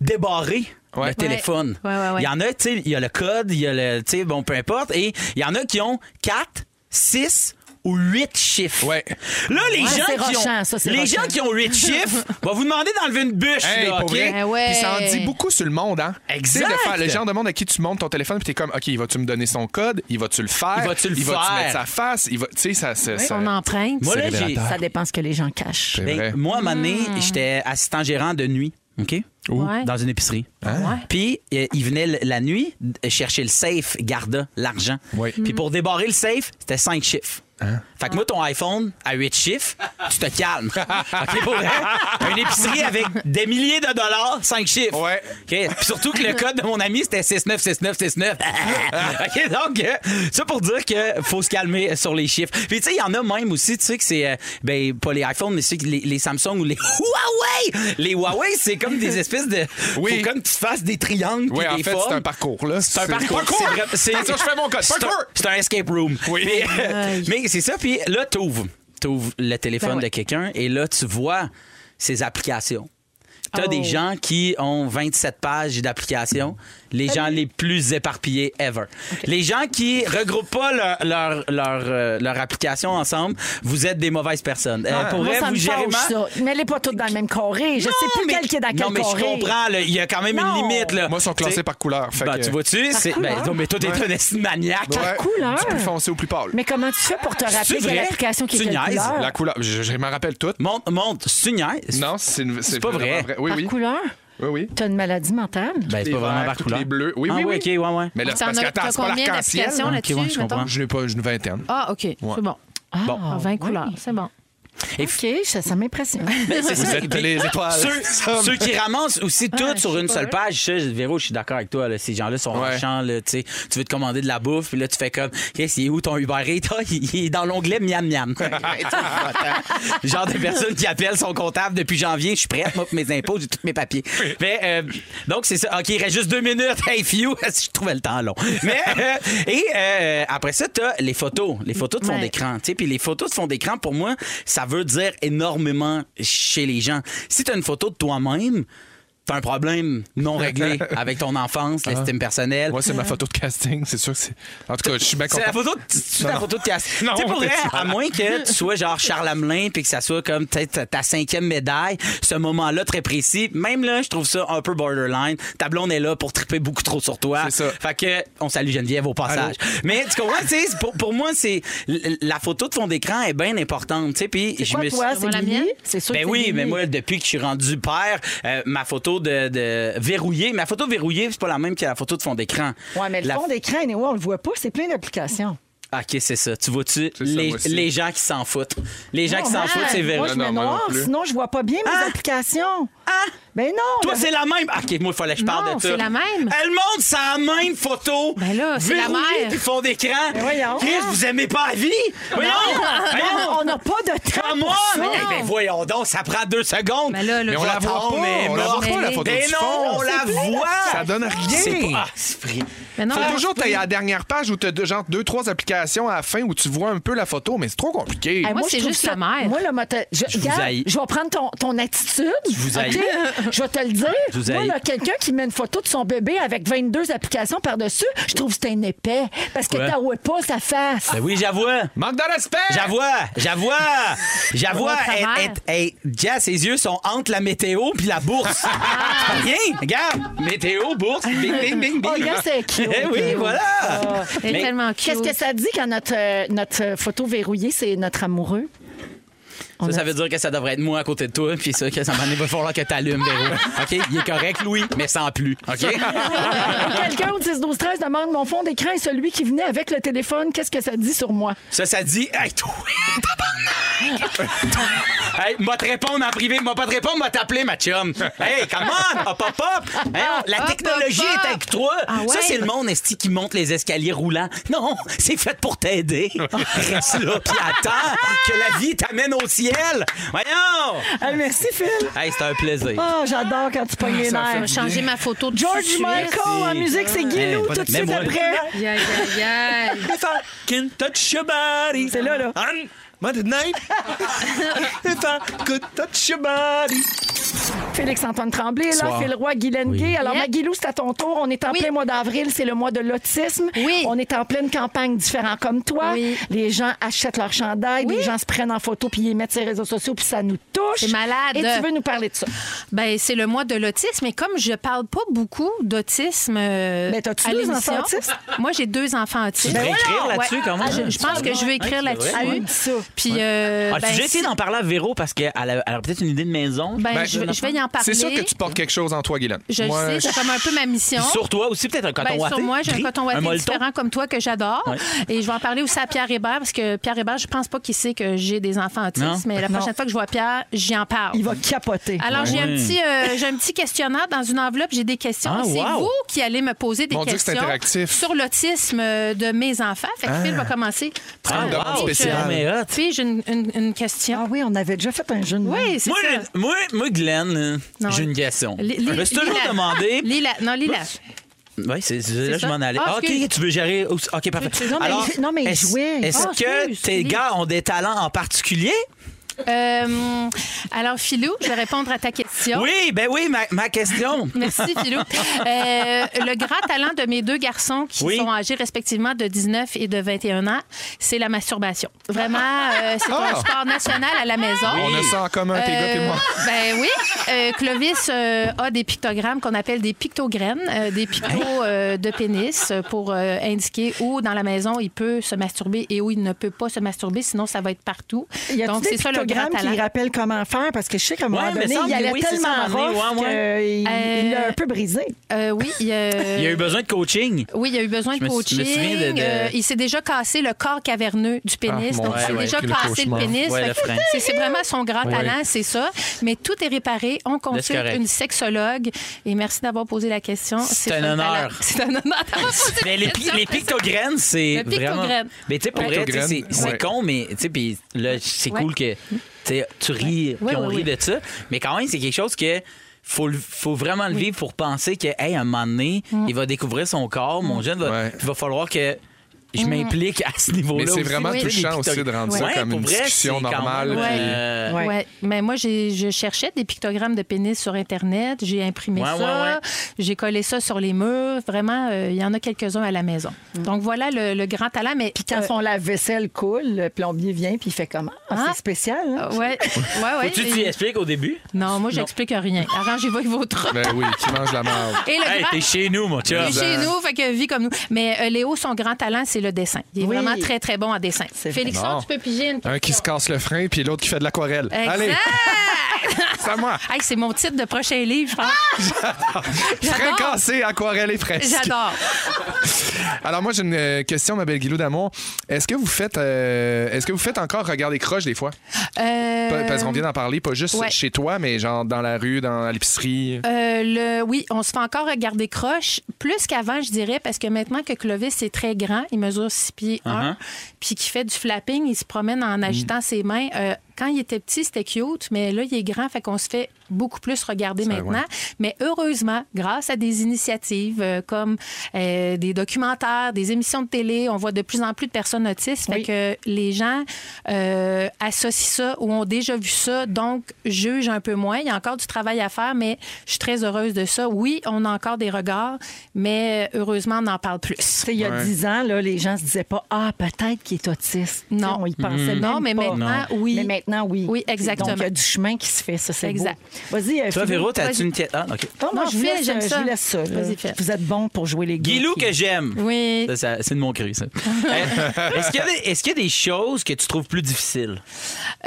Speaker 4: débarrer.
Speaker 5: Ouais.
Speaker 4: Le téléphone.
Speaker 7: Ouais, ouais, ouais.
Speaker 4: Il y en a, tu sais, il y a le code, il y a le, tu sais, bon, peu importe. Et il y en a qui ont 4, 6 ou 8 chiffres.
Speaker 5: Ouais.
Speaker 4: Là, les
Speaker 6: Ouais, c'est
Speaker 4: gens qui
Speaker 6: rochant,
Speaker 4: ont,
Speaker 6: ça, c'est
Speaker 4: les
Speaker 6: rochant.
Speaker 4: gens qui ont 8 chiffres, va vous demander d'enlever une bûche,
Speaker 5: Hey,
Speaker 4: là, OK?
Speaker 5: pour vrai.
Speaker 7: Ben ouais.
Speaker 5: Puis ça en dit beaucoup sur le monde, hein?
Speaker 4: Exact.
Speaker 5: Tu sais, de faire- le genre de monde à qui tu montes ton téléphone, puis t'es comme, OK, il va-tu me donner son code? Il va-tu le faire?
Speaker 4: Il va-tu le
Speaker 5: Il
Speaker 4: faire?
Speaker 5: va-tu mettre sa face? Il va, tu sais, ça, ça, ça-
Speaker 7: On emprunte.
Speaker 4: euh, Moi, là,
Speaker 5: C'est
Speaker 4: j'ai,
Speaker 5: révélateur.
Speaker 6: Ça dépend ce que les gens cachent.
Speaker 5: C'est
Speaker 4: ben,
Speaker 5: vrai.
Speaker 4: moi, à un moment donné, j'étais assistant gérant de nuit, OK?
Speaker 7: Ouais.
Speaker 4: Dans une épicerie.
Speaker 5: Ah.
Speaker 7: Ouais.
Speaker 4: Puis, euh, il venait l- la nuit d- chercher le safe, garda, l'argent.
Speaker 5: Oui. Hein?
Speaker 4: Puis, pour débarrer le safe, c'était 5 chiffres. Fait que moi, ton iPhone à 8 chiffres, tu te calmes. OK, pour vrai? Une épicerie avec des milliers de dollars, 5 chiffres.
Speaker 5: Ouais.
Speaker 4: OK. Puis surtout que le code de mon ami, c'était 696969. OK, donc, euh, ça pour dire que faut se calmer sur les chiffres. Puis, tu sais, il y en a même aussi, tu sais, que c'est, euh, ben, pas les iPhones, mais ceux qui- les, les Samsung ou les Huawei. Les Huawei, c'est comme des espèces de.
Speaker 5: Oui.
Speaker 4: Faut comme tu fasses des triangles.
Speaker 5: Oui,
Speaker 4: puis
Speaker 5: en
Speaker 4: des
Speaker 5: fait,
Speaker 4: formes.
Speaker 5: c'est un parcours, là.
Speaker 4: C'est un parcours. C'est vrai- c'est-
Speaker 5: Attention, je fais mon code.
Speaker 4: C'est un-
Speaker 5: Parcours!
Speaker 4: C'est un escape room.
Speaker 5: Oui.
Speaker 4: Mais, mais c'est ça. Puis là, t'ouvres. T'ouvres le téléphone
Speaker 6: Ben
Speaker 4: de quelqu'un et là, tu vois ses applications. T'as
Speaker 6: Oh.
Speaker 4: des gens qui ont 27 pages d'applications, les gens les plus éparpillés ever. Les gens qui regroupent pas leur, leur, leur, euh, leur application ensemble, vous êtes des mauvaises personnes.
Speaker 5: Ah.
Speaker 4: Euh, pour
Speaker 6: Moi,
Speaker 4: vrai,
Speaker 6: ça
Speaker 4: vous
Speaker 6: me
Speaker 4: gérez
Speaker 6: fâche,
Speaker 4: mal-
Speaker 6: ça. Mais elle est pas toutes dans le même carré. Je sais
Speaker 4: Non,
Speaker 6: plus
Speaker 4: mais-
Speaker 6: quel qui est dans quel
Speaker 4: Non, mais je
Speaker 6: carré.
Speaker 4: comprends, là, il y a quand même
Speaker 6: Non.
Speaker 4: une limite. Là.
Speaker 5: Moi, ils sont classés
Speaker 4: T'sais-
Speaker 5: par couleur. Fait
Speaker 4: Ben,
Speaker 5: que-
Speaker 4: tu vois-tu? c'est- ben, non, mais toi, t'es un esti de maniaque.
Speaker 5: Ouais.
Speaker 6: couleur.
Speaker 5: Du plus foncé au plus pâle.
Speaker 6: Mais comment tu fais pour te rappeler
Speaker 4: vrai?
Speaker 6: quelle application qui est
Speaker 4: Tu
Speaker 6: quelle
Speaker 4: niaises?
Speaker 6: couleur?
Speaker 5: La couleur, je, je m'en rappelle toutes.
Speaker 4: Monte, monte, tu niaises.
Speaker 5: Non, c'est une-
Speaker 4: Ah. C'est pas
Speaker 5: vraiment
Speaker 4: vrai. Ah,
Speaker 5: Oui,
Speaker 6: Par
Speaker 5: oui.
Speaker 6: couleur?
Speaker 5: Oui, oui.
Speaker 6: T'as une maladie mentale?
Speaker 4: Ben, c'est
Speaker 5: Les
Speaker 4: pas vraiment
Speaker 5: verts,
Speaker 4: par
Speaker 5: toutes
Speaker 4: couleur.
Speaker 5: les bleus. Oui,
Speaker 4: Ah
Speaker 5: oui, oui.
Speaker 4: OK, ouais, ouais.
Speaker 5: Mais là, c'est
Speaker 7: T'en
Speaker 5: parce
Speaker 7: as-
Speaker 5: qu'attends,
Speaker 7: t'as
Speaker 5: c'est pas
Speaker 7: combien
Speaker 5: l'arc-en-ciel.
Speaker 7: d'applications
Speaker 4: Ok,
Speaker 7: là-dessus?
Speaker 4: ouais, je comprends.
Speaker 7: mettons?
Speaker 5: Je n'ai pas, j'ai une vingtaine.
Speaker 7: Ah, OK, c'est bon. Bon.
Speaker 6: 20
Speaker 7: 20 couleurs, c'est bon.
Speaker 4: Et
Speaker 6: OK, ça, ça m'impressionne.
Speaker 4: Mais c'est
Speaker 5: Vous
Speaker 4: ça.
Speaker 5: êtes
Speaker 4: Puis
Speaker 5: les étoiles.
Speaker 4: Ceux,
Speaker 5: ah, Ça me-
Speaker 4: ceux qui ramassent aussi tout sur une seule page, ça, Véro, je suis d'accord avec toi. là, ces gens-là sont
Speaker 5: Ouais.
Speaker 4: méchants. là, tu sais. Tu veux te commander de la bouffe, puis là, tu fais comme, Chris, il est où ton Uber Eats? Ah, Il il est dans l'onglet miam miam. Le Genre de personne qui appelle son comptable depuis janvier, je suis prête, moi, pour mes impôts, j'ai tous mes papiers. Mais, euh, donc, c'est ça. OK, il reste juste deux minutes. Hey, few, si je trouvais le temps long. Mais, euh, et euh, après ça, tu les photos. Les photos de fond
Speaker 7: Ouais.
Speaker 4: d'écran d'écran, tu sais. Puis les photos de fond d'écran, pour moi, ça veut dire énormément chez les gens. Si tu as une photo de toi-même, t'as un problème non réglé avec ton enfance, l'estime personnelle.
Speaker 5: Moi, c'est ma photo de casting, c'est sûr que c'est. En tout cas, je suis bien
Speaker 4: C'est
Speaker 5: content.
Speaker 4: la photo de, c'est
Speaker 5: Non,
Speaker 4: la
Speaker 5: non.
Speaker 4: photo de Cass.
Speaker 5: Non,
Speaker 4: Tu sais, pour
Speaker 5: t'es
Speaker 4: vrai, à moins que tu sois genre Charles Hamelin puis que ça soit comme peut-être ta- ta cinquième médaille, ce moment-là très précis, même là, je trouve ça un peu borderline. Ta blonde est là pour triper beaucoup trop sur toi.
Speaker 5: C'est ça.
Speaker 4: Fait que, on salue Geneviève au passage. Mais tu comprends, tu sais, c'est pour, pour moi, c'est l- la photo de fond d'écran est bien importante, tu sais, puis
Speaker 6: C'est
Speaker 4: je
Speaker 6: quoi,
Speaker 4: me suis-
Speaker 6: toi? C'est
Speaker 7: Moi, la
Speaker 6: Lily?
Speaker 7: mienne?
Speaker 6: C'est sûr que
Speaker 4: ben
Speaker 6: c'est
Speaker 4: oui,
Speaker 6: Lily.
Speaker 4: mais moi, depuis que je suis rendu père, euh, ma photo de, de verrouillée, ma photo verrouillée, c'est pas la même que la photo de fond d'écran.
Speaker 6: Ouais, mais le
Speaker 4: La-
Speaker 6: fond d'écran, anyway, on le voit pas, c'est plein d'applications.
Speaker 4: OK, c'est ça. Tu vois-tu,
Speaker 5: ça,
Speaker 4: les,
Speaker 5: moi aussi.
Speaker 4: les gens qui s'en foutent. Les gens qui s'en
Speaker 6: Normal.
Speaker 4: foutent, c'est
Speaker 6: Moi,
Speaker 4: verrouillé.
Speaker 6: je
Speaker 5: Non,
Speaker 6: mets
Speaker 5: non, moi non
Speaker 6: noir,
Speaker 5: plus.
Speaker 6: sinon je vois pas bien mes
Speaker 4: Ah!
Speaker 6: applications.
Speaker 4: Ah!
Speaker 6: Ben non!
Speaker 4: Toi,
Speaker 6: le-
Speaker 4: c'est la même. OK, moi, il fallait que je parle
Speaker 7: Non,
Speaker 4: de ça. Eh,
Speaker 7: c'est la même.
Speaker 4: Elle montre sa même photo.
Speaker 7: Ben là, c'est la
Speaker 4: verrouillée,
Speaker 7: mère.
Speaker 4: puis fond d'écran.
Speaker 6: Ben voyons.
Speaker 4: Chris, vous aimez pas la vie? Voyons! Voyons!
Speaker 6: Non, on n'a pas de temps.
Speaker 4: Come on!
Speaker 7: non.
Speaker 4: Eh ben voyons donc, ça prend deux secondes.
Speaker 7: Mais là, là,
Speaker 5: Mais on
Speaker 7: je-
Speaker 5: la voit
Speaker 4: Attends,
Speaker 5: pas,
Speaker 4: mais
Speaker 5: on la voit
Speaker 7: bon.
Speaker 5: pas, la
Speaker 7: Mais
Speaker 5: photo
Speaker 4: Ben
Speaker 5: du
Speaker 4: non,
Speaker 5: fond.
Speaker 4: on la voit!
Speaker 5: Ça donne
Speaker 4: C'est
Speaker 5: rien.
Speaker 4: pas... Ah, c'est vrai.
Speaker 7: Mais non,
Speaker 5: Faut
Speaker 7: mais-
Speaker 5: toujours t'ailles à la dernière page où t'as deux- genre deux, trois applications à la fin où tu vois un peu la photo, mais c'est trop compliqué.
Speaker 4: Ah
Speaker 6: Hey,
Speaker 7: Moi,
Speaker 6: je
Speaker 7: c'est
Speaker 6: trouve
Speaker 7: juste
Speaker 6: ça-
Speaker 7: la mère.
Speaker 6: Moi, le moteur. Je,
Speaker 4: Je vous
Speaker 6: regarde,
Speaker 4: haïs.
Speaker 6: je vais prendre ton, ton attitude. Je
Speaker 4: vous haïs.
Speaker 6: Je vais te le dire.
Speaker 4: Je vous
Speaker 6: Moi,
Speaker 4: haïs.
Speaker 6: là, quelqu'un qui met une photo de son bébé avec 22 applications par-dessus, je trouve que c'est un épais. Parce que
Speaker 4: Ouais.
Speaker 6: t'as ouais pas sa face.
Speaker 4: Ben oui, j'avoue.
Speaker 5: Manque de respect!
Speaker 4: J'avoue, j'avoue, j'avoue.
Speaker 7: Ouais, sa
Speaker 4: Elle-
Speaker 7: mère.
Speaker 4: elle- elle- Jess, ses yeux sont entre la météo puis la bourse. C'est Rien, regarde, météo, bourse, bing, bing, bing, bing.
Speaker 6: Ah. Oh, regarde, c'est cute. Oh.
Speaker 4: Eh oui, voilà.
Speaker 7: Elle est
Speaker 4: Mais-
Speaker 7: tellement cute.
Speaker 6: Qu'est-ce que ça dit quand notre, euh, notre photo verrouillée, c'est notre amoureux? On
Speaker 4: Ça, ça
Speaker 6: a-
Speaker 4: veut dire que ça devrait être moi à côté de toi, puis ça, que ça m'en est pas falloir que t'allumes, Véro. OK? Il est correct, Louis, mais sans plus. OK?
Speaker 6: Quelqu'un au 10 12 13 demande mon fond d'écran est celui qui venait avec le téléphone. Qu'est-ce que ça dit sur moi?
Speaker 4: Ça, ça dit, hey, toi, tabarnak! hey, m'a te répondre en privé, m'a pas te répondre, m'a t'appeler, ma chum. Hey, come on, hop, hop, hop! Hey, on- la
Speaker 7: Hop,
Speaker 4: technologie
Speaker 7: hop, hop!
Speaker 4: est avec toi!
Speaker 7: Ah ouais?
Speaker 4: Ça, c'est le monde, Esti, qui monte les escaliers roulants. Non, c'est fait pour t'aider. Reste là, puis attends que la vie t'amène au ciel. Voyons!
Speaker 6: Ah, merci, Phil.
Speaker 4: Hey, c'était un plaisir.
Speaker 6: Oh, j'adore quand tu pognes les
Speaker 5: ça
Speaker 6: nerfs.
Speaker 5: fait
Speaker 7: changer ma photo de
Speaker 6: George Michael en
Speaker 4: Merci.
Speaker 6: musique, c'est Guilou
Speaker 4: Hey,
Speaker 6: tout de
Speaker 4: mais
Speaker 6: suite
Speaker 4: moi-
Speaker 6: après.
Speaker 7: Aïe, aïe, aïe.
Speaker 4: If I can touch your body. Hein?
Speaker 6: C'est là, là.
Speaker 4: On Monday night. If I could touch your body.
Speaker 6: Félix-Antoine Tremblay, est là,
Speaker 5: Soir.
Speaker 6: Phil Roy, Guy Lenguet. Alors,
Speaker 7: Yep.
Speaker 6: Maguilou, c'est à ton tour. On est en
Speaker 7: Oui.
Speaker 6: plein mois d'avril, c'est le mois de l'autisme.
Speaker 7: Oui.
Speaker 6: On est en pleine campagne différent comme toi.
Speaker 7: Oui.
Speaker 6: Les gens achètent leur chandail, les gens se prennent en photo, puis ils les mettent sur les réseaux sociaux, puis ça nous touche.
Speaker 7: C'est malade.
Speaker 6: Et tu veux nous parler de ça.
Speaker 7: Ben, c'est le mois de l'autisme. Et comme je parle pas beaucoup d'autisme euh,
Speaker 6: Mais t'as-tu
Speaker 7: à
Speaker 6: deux
Speaker 7: l'émission,
Speaker 6: enfants autistes?
Speaker 7: Moi, j'ai deux enfants autistes.
Speaker 4: devrais écrire là-dessus,
Speaker 7: Ouais.
Speaker 4: comment?
Speaker 7: Ben, Ah, Je, je pense que je vais écrire
Speaker 4: Ouais, c'est vrai, Ah,
Speaker 7: là-dessus.
Speaker 4: ouais.
Speaker 6: Ça.
Speaker 7: Puis, euh,
Speaker 4: As-tu
Speaker 7: ben,
Speaker 4: déjà essayé
Speaker 7: si-
Speaker 4: d'en parler à Véro parce qu'elle a, elle a peut-être une idée de maison?
Speaker 7: ben,
Speaker 5: Ben,
Speaker 7: je, vais- je vais y en parler.
Speaker 5: C'est sûr que tu portes quelque chose en toi, Guylaine.
Speaker 7: Je le
Speaker 5: Moi,
Speaker 7: sais, c'est comme un peu ma mission.
Speaker 4: Puis sur toi aussi, peut-être un coton
Speaker 7: Ben,
Speaker 4: ouaté.
Speaker 7: sur moi, j'ai un
Speaker 4: gris,
Speaker 7: coton
Speaker 4: un
Speaker 7: ouaté
Speaker 4: molleton.
Speaker 7: différent comme toi que j'adore.
Speaker 4: Ouais.
Speaker 7: Et je vais en parler aussi à Pierre Hébert parce que Pierre Hébert, je pense pas qu'il sait que j'ai des enfants autistes,
Speaker 4: Non.
Speaker 7: mais la prochaine fois que je vois Pierre, j'y en parle.
Speaker 6: Il va capoter.
Speaker 7: Alors, j'ai un,
Speaker 4: Ouais.
Speaker 7: petit, euh, j'ai un petit questionnaire dans une enveloppe. J'ai des questions.
Speaker 4: Ah,
Speaker 7: c'est
Speaker 4: wow.
Speaker 7: vous qui allez me poser des
Speaker 5: Mon Dieu, c'est
Speaker 7: questions
Speaker 5: interactif.
Speaker 7: sur l'autisme euh, de mes enfants. Fait que Phil va commencer.
Speaker 4: Ah,
Speaker 5: une demande
Speaker 4: wow,
Speaker 5: spéciale.
Speaker 4: c'est vraiment hot.
Speaker 7: Puis, euh, j'ai une, une- une question.
Speaker 6: Ah oui, on avait déjà fait un jeu de mots.
Speaker 7: Oui, c'est
Speaker 4: Moi,
Speaker 7: ça.
Speaker 4: j'ai- moi, moi, Glenn, euh,
Speaker 7: Non.
Speaker 4: j'ai une question.
Speaker 7: Li- li-
Speaker 4: je me suis toujours
Speaker 7: Lila.
Speaker 4: demandé.
Speaker 7: Lila. Non, Lila.
Speaker 4: Oui, c'est c'est là que je
Speaker 7: ça?
Speaker 4: m'en allais.
Speaker 7: Ah,
Speaker 4: Ah, OK,
Speaker 7: excuse.
Speaker 4: tu veux gérer. aussi- OK, parfait.
Speaker 6: Non, mais- non, mais il
Speaker 4: est-ce-
Speaker 6: jouait.
Speaker 4: Est-ce
Speaker 7: Ah,
Speaker 4: que
Speaker 7: excuse,
Speaker 4: tes
Speaker 7: Lila.
Speaker 4: gars ont des talents en particulier?
Speaker 7: Euh, alors, Philou, je vais répondre à ta question.
Speaker 4: Oui, ben oui, ma, ma question.
Speaker 7: Merci, Philou. Euh, le grand talent de mes deux garçons qui
Speaker 4: Oui.
Speaker 7: sont âgés respectivement de 19 et de 21 ans, c'est la masturbation. Vraiment, euh, c'est un
Speaker 5: Ah.
Speaker 7: sport national à la
Speaker 4: Ah
Speaker 7: maison.
Speaker 5: On a ça en commun, tes gars et moi.
Speaker 7: Euh, Ben oui. Euh, Clovis euh, a des pictogrammes qu'on appelle des pictograines, euh, des pictos euh, de pénis euh, pour euh, indiquer où dans la maison il peut se masturber et où il ne peut pas se masturber, sinon ça va être partout.
Speaker 6: Y a-t-il
Speaker 7: Donc
Speaker 6: des
Speaker 7: c'est ça le
Speaker 6: programme
Speaker 7: grand talent.
Speaker 6: qui rappelle comment faire parce que je sais qu'à un moment
Speaker 4: Ouais, mais
Speaker 6: donné,
Speaker 4: semble
Speaker 6: il
Speaker 4: que
Speaker 6: allait
Speaker 4: oui, c'est ça, à un
Speaker 6: tellement
Speaker 4: moment donné,
Speaker 6: rough
Speaker 4: ouais, ouais.
Speaker 6: qu'il
Speaker 7: Euh,
Speaker 6: il l'a un peu brisé.
Speaker 7: Euh, oui, il y a...
Speaker 4: Il y a eu besoin de coaching.
Speaker 7: Oui, il y a eu besoin
Speaker 4: Je
Speaker 7: de
Speaker 4: me sou-
Speaker 7: coaching.
Speaker 4: je me souviens de- de-
Speaker 7: Euh, il s'est déjà cassé le corps caverneux du pénis.
Speaker 5: Ah, mon
Speaker 7: donc, il
Speaker 5: Dieu,
Speaker 7: s'est
Speaker 5: ouais,
Speaker 7: déjà
Speaker 5: quel
Speaker 7: cassé le
Speaker 5: cauchemar.
Speaker 7: pénis.
Speaker 4: Ouais,
Speaker 7: Fait
Speaker 4: le
Speaker 7: que
Speaker 4: frein.
Speaker 7: c'est- c'est vraiment son grand
Speaker 4: Ouais.
Speaker 7: talent, c'est ça. Mais tout est réparé. On consulte
Speaker 4: correct.
Speaker 7: une sexologue. Et merci d'avoir posé la question.
Speaker 4: C'est un
Speaker 7: son
Speaker 4: honneur.
Speaker 7: talent. C'est un honneur d'avoir posé la
Speaker 4: Mais les, pi-
Speaker 7: question.
Speaker 4: les pictogrammes, c'est
Speaker 7: Le pictogramme.
Speaker 4: vraiment. Mais tu sais, pour
Speaker 7: Ouais.
Speaker 4: vrai, tu sais, c'est c'est
Speaker 5: Ouais.
Speaker 4: con, mais tu sais, puis là, c'est
Speaker 7: Ouais.
Speaker 4: cool que tu sais, tu ris, puis
Speaker 7: Ouais,
Speaker 4: on
Speaker 7: ouais,
Speaker 4: rit
Speaker 7: ouais.
Speaker 4: de ça. Mais quand même, c'est quelque chose que. Faut, le- faut vraiment le vivre pour penser que, hey, à un moment donné,
Speaker 7: Mm.
Speaker 4: il va découvrir son corps. Mon jeune, va,
Speaker 5: Ouais.
Speaker 4: il va falloir que je
Speaker 7: Mm.
Speaker 4: m'implique à ce niveau-là.
Speaker 5: Mais c'est
Speaker 4: aussi.
Speaker 5: vraiment
Speaker 4: Tu sais,
Speaker 5: touchant
Speaker 4: les
Speaker 5: aussi
Speaker 4: pictogrammes.
Speaker 5: de rendre ça
Speaker 4: Ouais,
Speaker 5: comme
Speaker 4: pour
Speaker 5: une
Speaker 4: vrai,
Speaker 5: discussion
Speaker 4: c'est quand
Speaker 5: normale,
Speaker 4: même,
Speaker 7: puis-
Speaker 4: euh,
Speaker 7: Ouais. Mais moi, j'ai- je cherchais des pictogrammes de pénis sur Internet. J'ai imprimé
Speaker 4: Ouais,
Speaker 7: ça.
Speaker 4: ouais, ouais.
Speaker 7: J'ai collé ça sur les murs. Vraiment, euh, il y en a quelques-uns à la maison. Donc, voilà le, le grand talent. Mais
Speaker 6: Puis quand
Speaker 7: euh,
Speaker 6: son lave-vaisselle coule, le plombier vient puis il fait comment? Ah,
Speaker 7: Ah.
Speaker 6: c'est spécial. hein?
Speaker 7: euh, ouais, ouais, ouais.
Speaker 4: Faut-tu que tu lui expliques au début?
Speaker 7: Non, moi, j'explique rien. Arrangez-vous avec vos
Speaker 4: Euh.
Speaker 7: trucs.
Speaker 5: Ben oui, qui mange la merde.
Speaker 7: Et le
Speaker 4: Hey,
Speaker 7: grand-
Speaker 4: t'es chez nous, mon chum.
Speaker 7: Il est chez nous, fait que vit comme nous. Mais euh, Léo, son grand talent, c'est le dessin. Il est
Speaker 6: Oui.
Speaker 7: vraiment très, très bon en dessin.
Speaker 6: C'est
Speaker 7: Félix,
Speaker 5: Bon.
Speaker 7: tu peux piger une
Speaker 5: Un qui se casse le frein, puis l'autre qui fait de l'aquarelle.
Speaker 7: Exact.
Speaker 5: Allez, c'est à moi.
Speaker 7: Hey, c'est mon titre de prochain livre, je pense.
Speaker 6: Ah,
Speaker 5: Frein
Speaker 7: J'adore.
Speaker 5: cassé, aquarelle et fresque.
Speaker 7: J'adore.
Speaker 5: Alors moi j'ai une euh, question, ma belle Guilou d'amour. Est-ce que vous faites, euh, est-ce que vous faites encore regarder croche des fois
Speaker 7: Euh,
Speaker 5: Pa- Parce qu'on vient d'en parler, pas juste
Speaker 7: ouais.
Speaker 5: chez toi, mais genre dans la rue, dans à l'épicerie.
Speaker 7: Euh, le, oui, on se fait encore regarder croche, plus qu'avant, je dirais, parce que maintenant que Clovis est très grand, il mesure 6 pieds 1,
Speaker 4: Uh-huh.
Speaker 7: puis qu'il fait du flapping, il se promène en agitant ses mains. Euh, quand il était petit, c'était cute, mais là, il est grand, fait qu'on se fait beaucoup plus regarder maintenant. Mais heureusement, grâce à des initiatives euh, comme euh, des documentaires, des émissions de télé, on voit de plus en plus de personnes autistes, fait
Speaker 6: Oui.
Speaker 7: que les gens euh, associent ça ou ont déjà vu ça, donc jugent un peu moins. Il y a encore du travail à faire, mais je suis très heureuse de ça. Oui, on a encore des regards, mais euh, heureusement, on en parle plus.
Speaker 6: Tu sais, Il y a
Speaker 5: Ouais.
Speaker 6: 10 ans, là, les gens se disaient pas Ah, peut-être qu'il est autiste. Tu sais,
Speaker 7: Non.
Speaker 6: On y pensait
Speaker 4: Mhm.
Speaker 6: même
Speaker 7: Non, mais
Speaker 6: pas.
Speaker 7: maintenant, oui.
Speaker 6: Mais maintenant, oui.
Speaker 7: Oui, exactement.
Speaker 6: Donc, il y a du chemin qui se fait, ça, c'est
Speaker 7: Exact.
Speaker 6: beau. Vas-y, euh,
Speaker 4: Toi,
Speaker 6: Philippe.
Speaker 4: Véro, t'as-tu une tête? Ah, OK.
Speaker 6: Non, moi,
Speaker 7: Non,
Speaker 6: je vous
Speaker 7: Phil,
Speaker 6: laisse, euh,
Speaker 7: j'aime
Speaker 6: je
Speaker 7: ça.
Speaker 6: vous laisse ça. là.
Speaker 7: Vas-y, Phil.
Speaker 6: Vous êtes bon pour jouer les gars.
Speaker 4: Guilou
Speaker 6: qui-
Speaker 4: que j'aime.
Speaker 7: Oui.
Speaker 4: Ça, ça- c'est de mon cru, ça. Euh, Est-ce qu'il y, a des- est-ce qu'il y a des choses que tu trouves plus difficiles?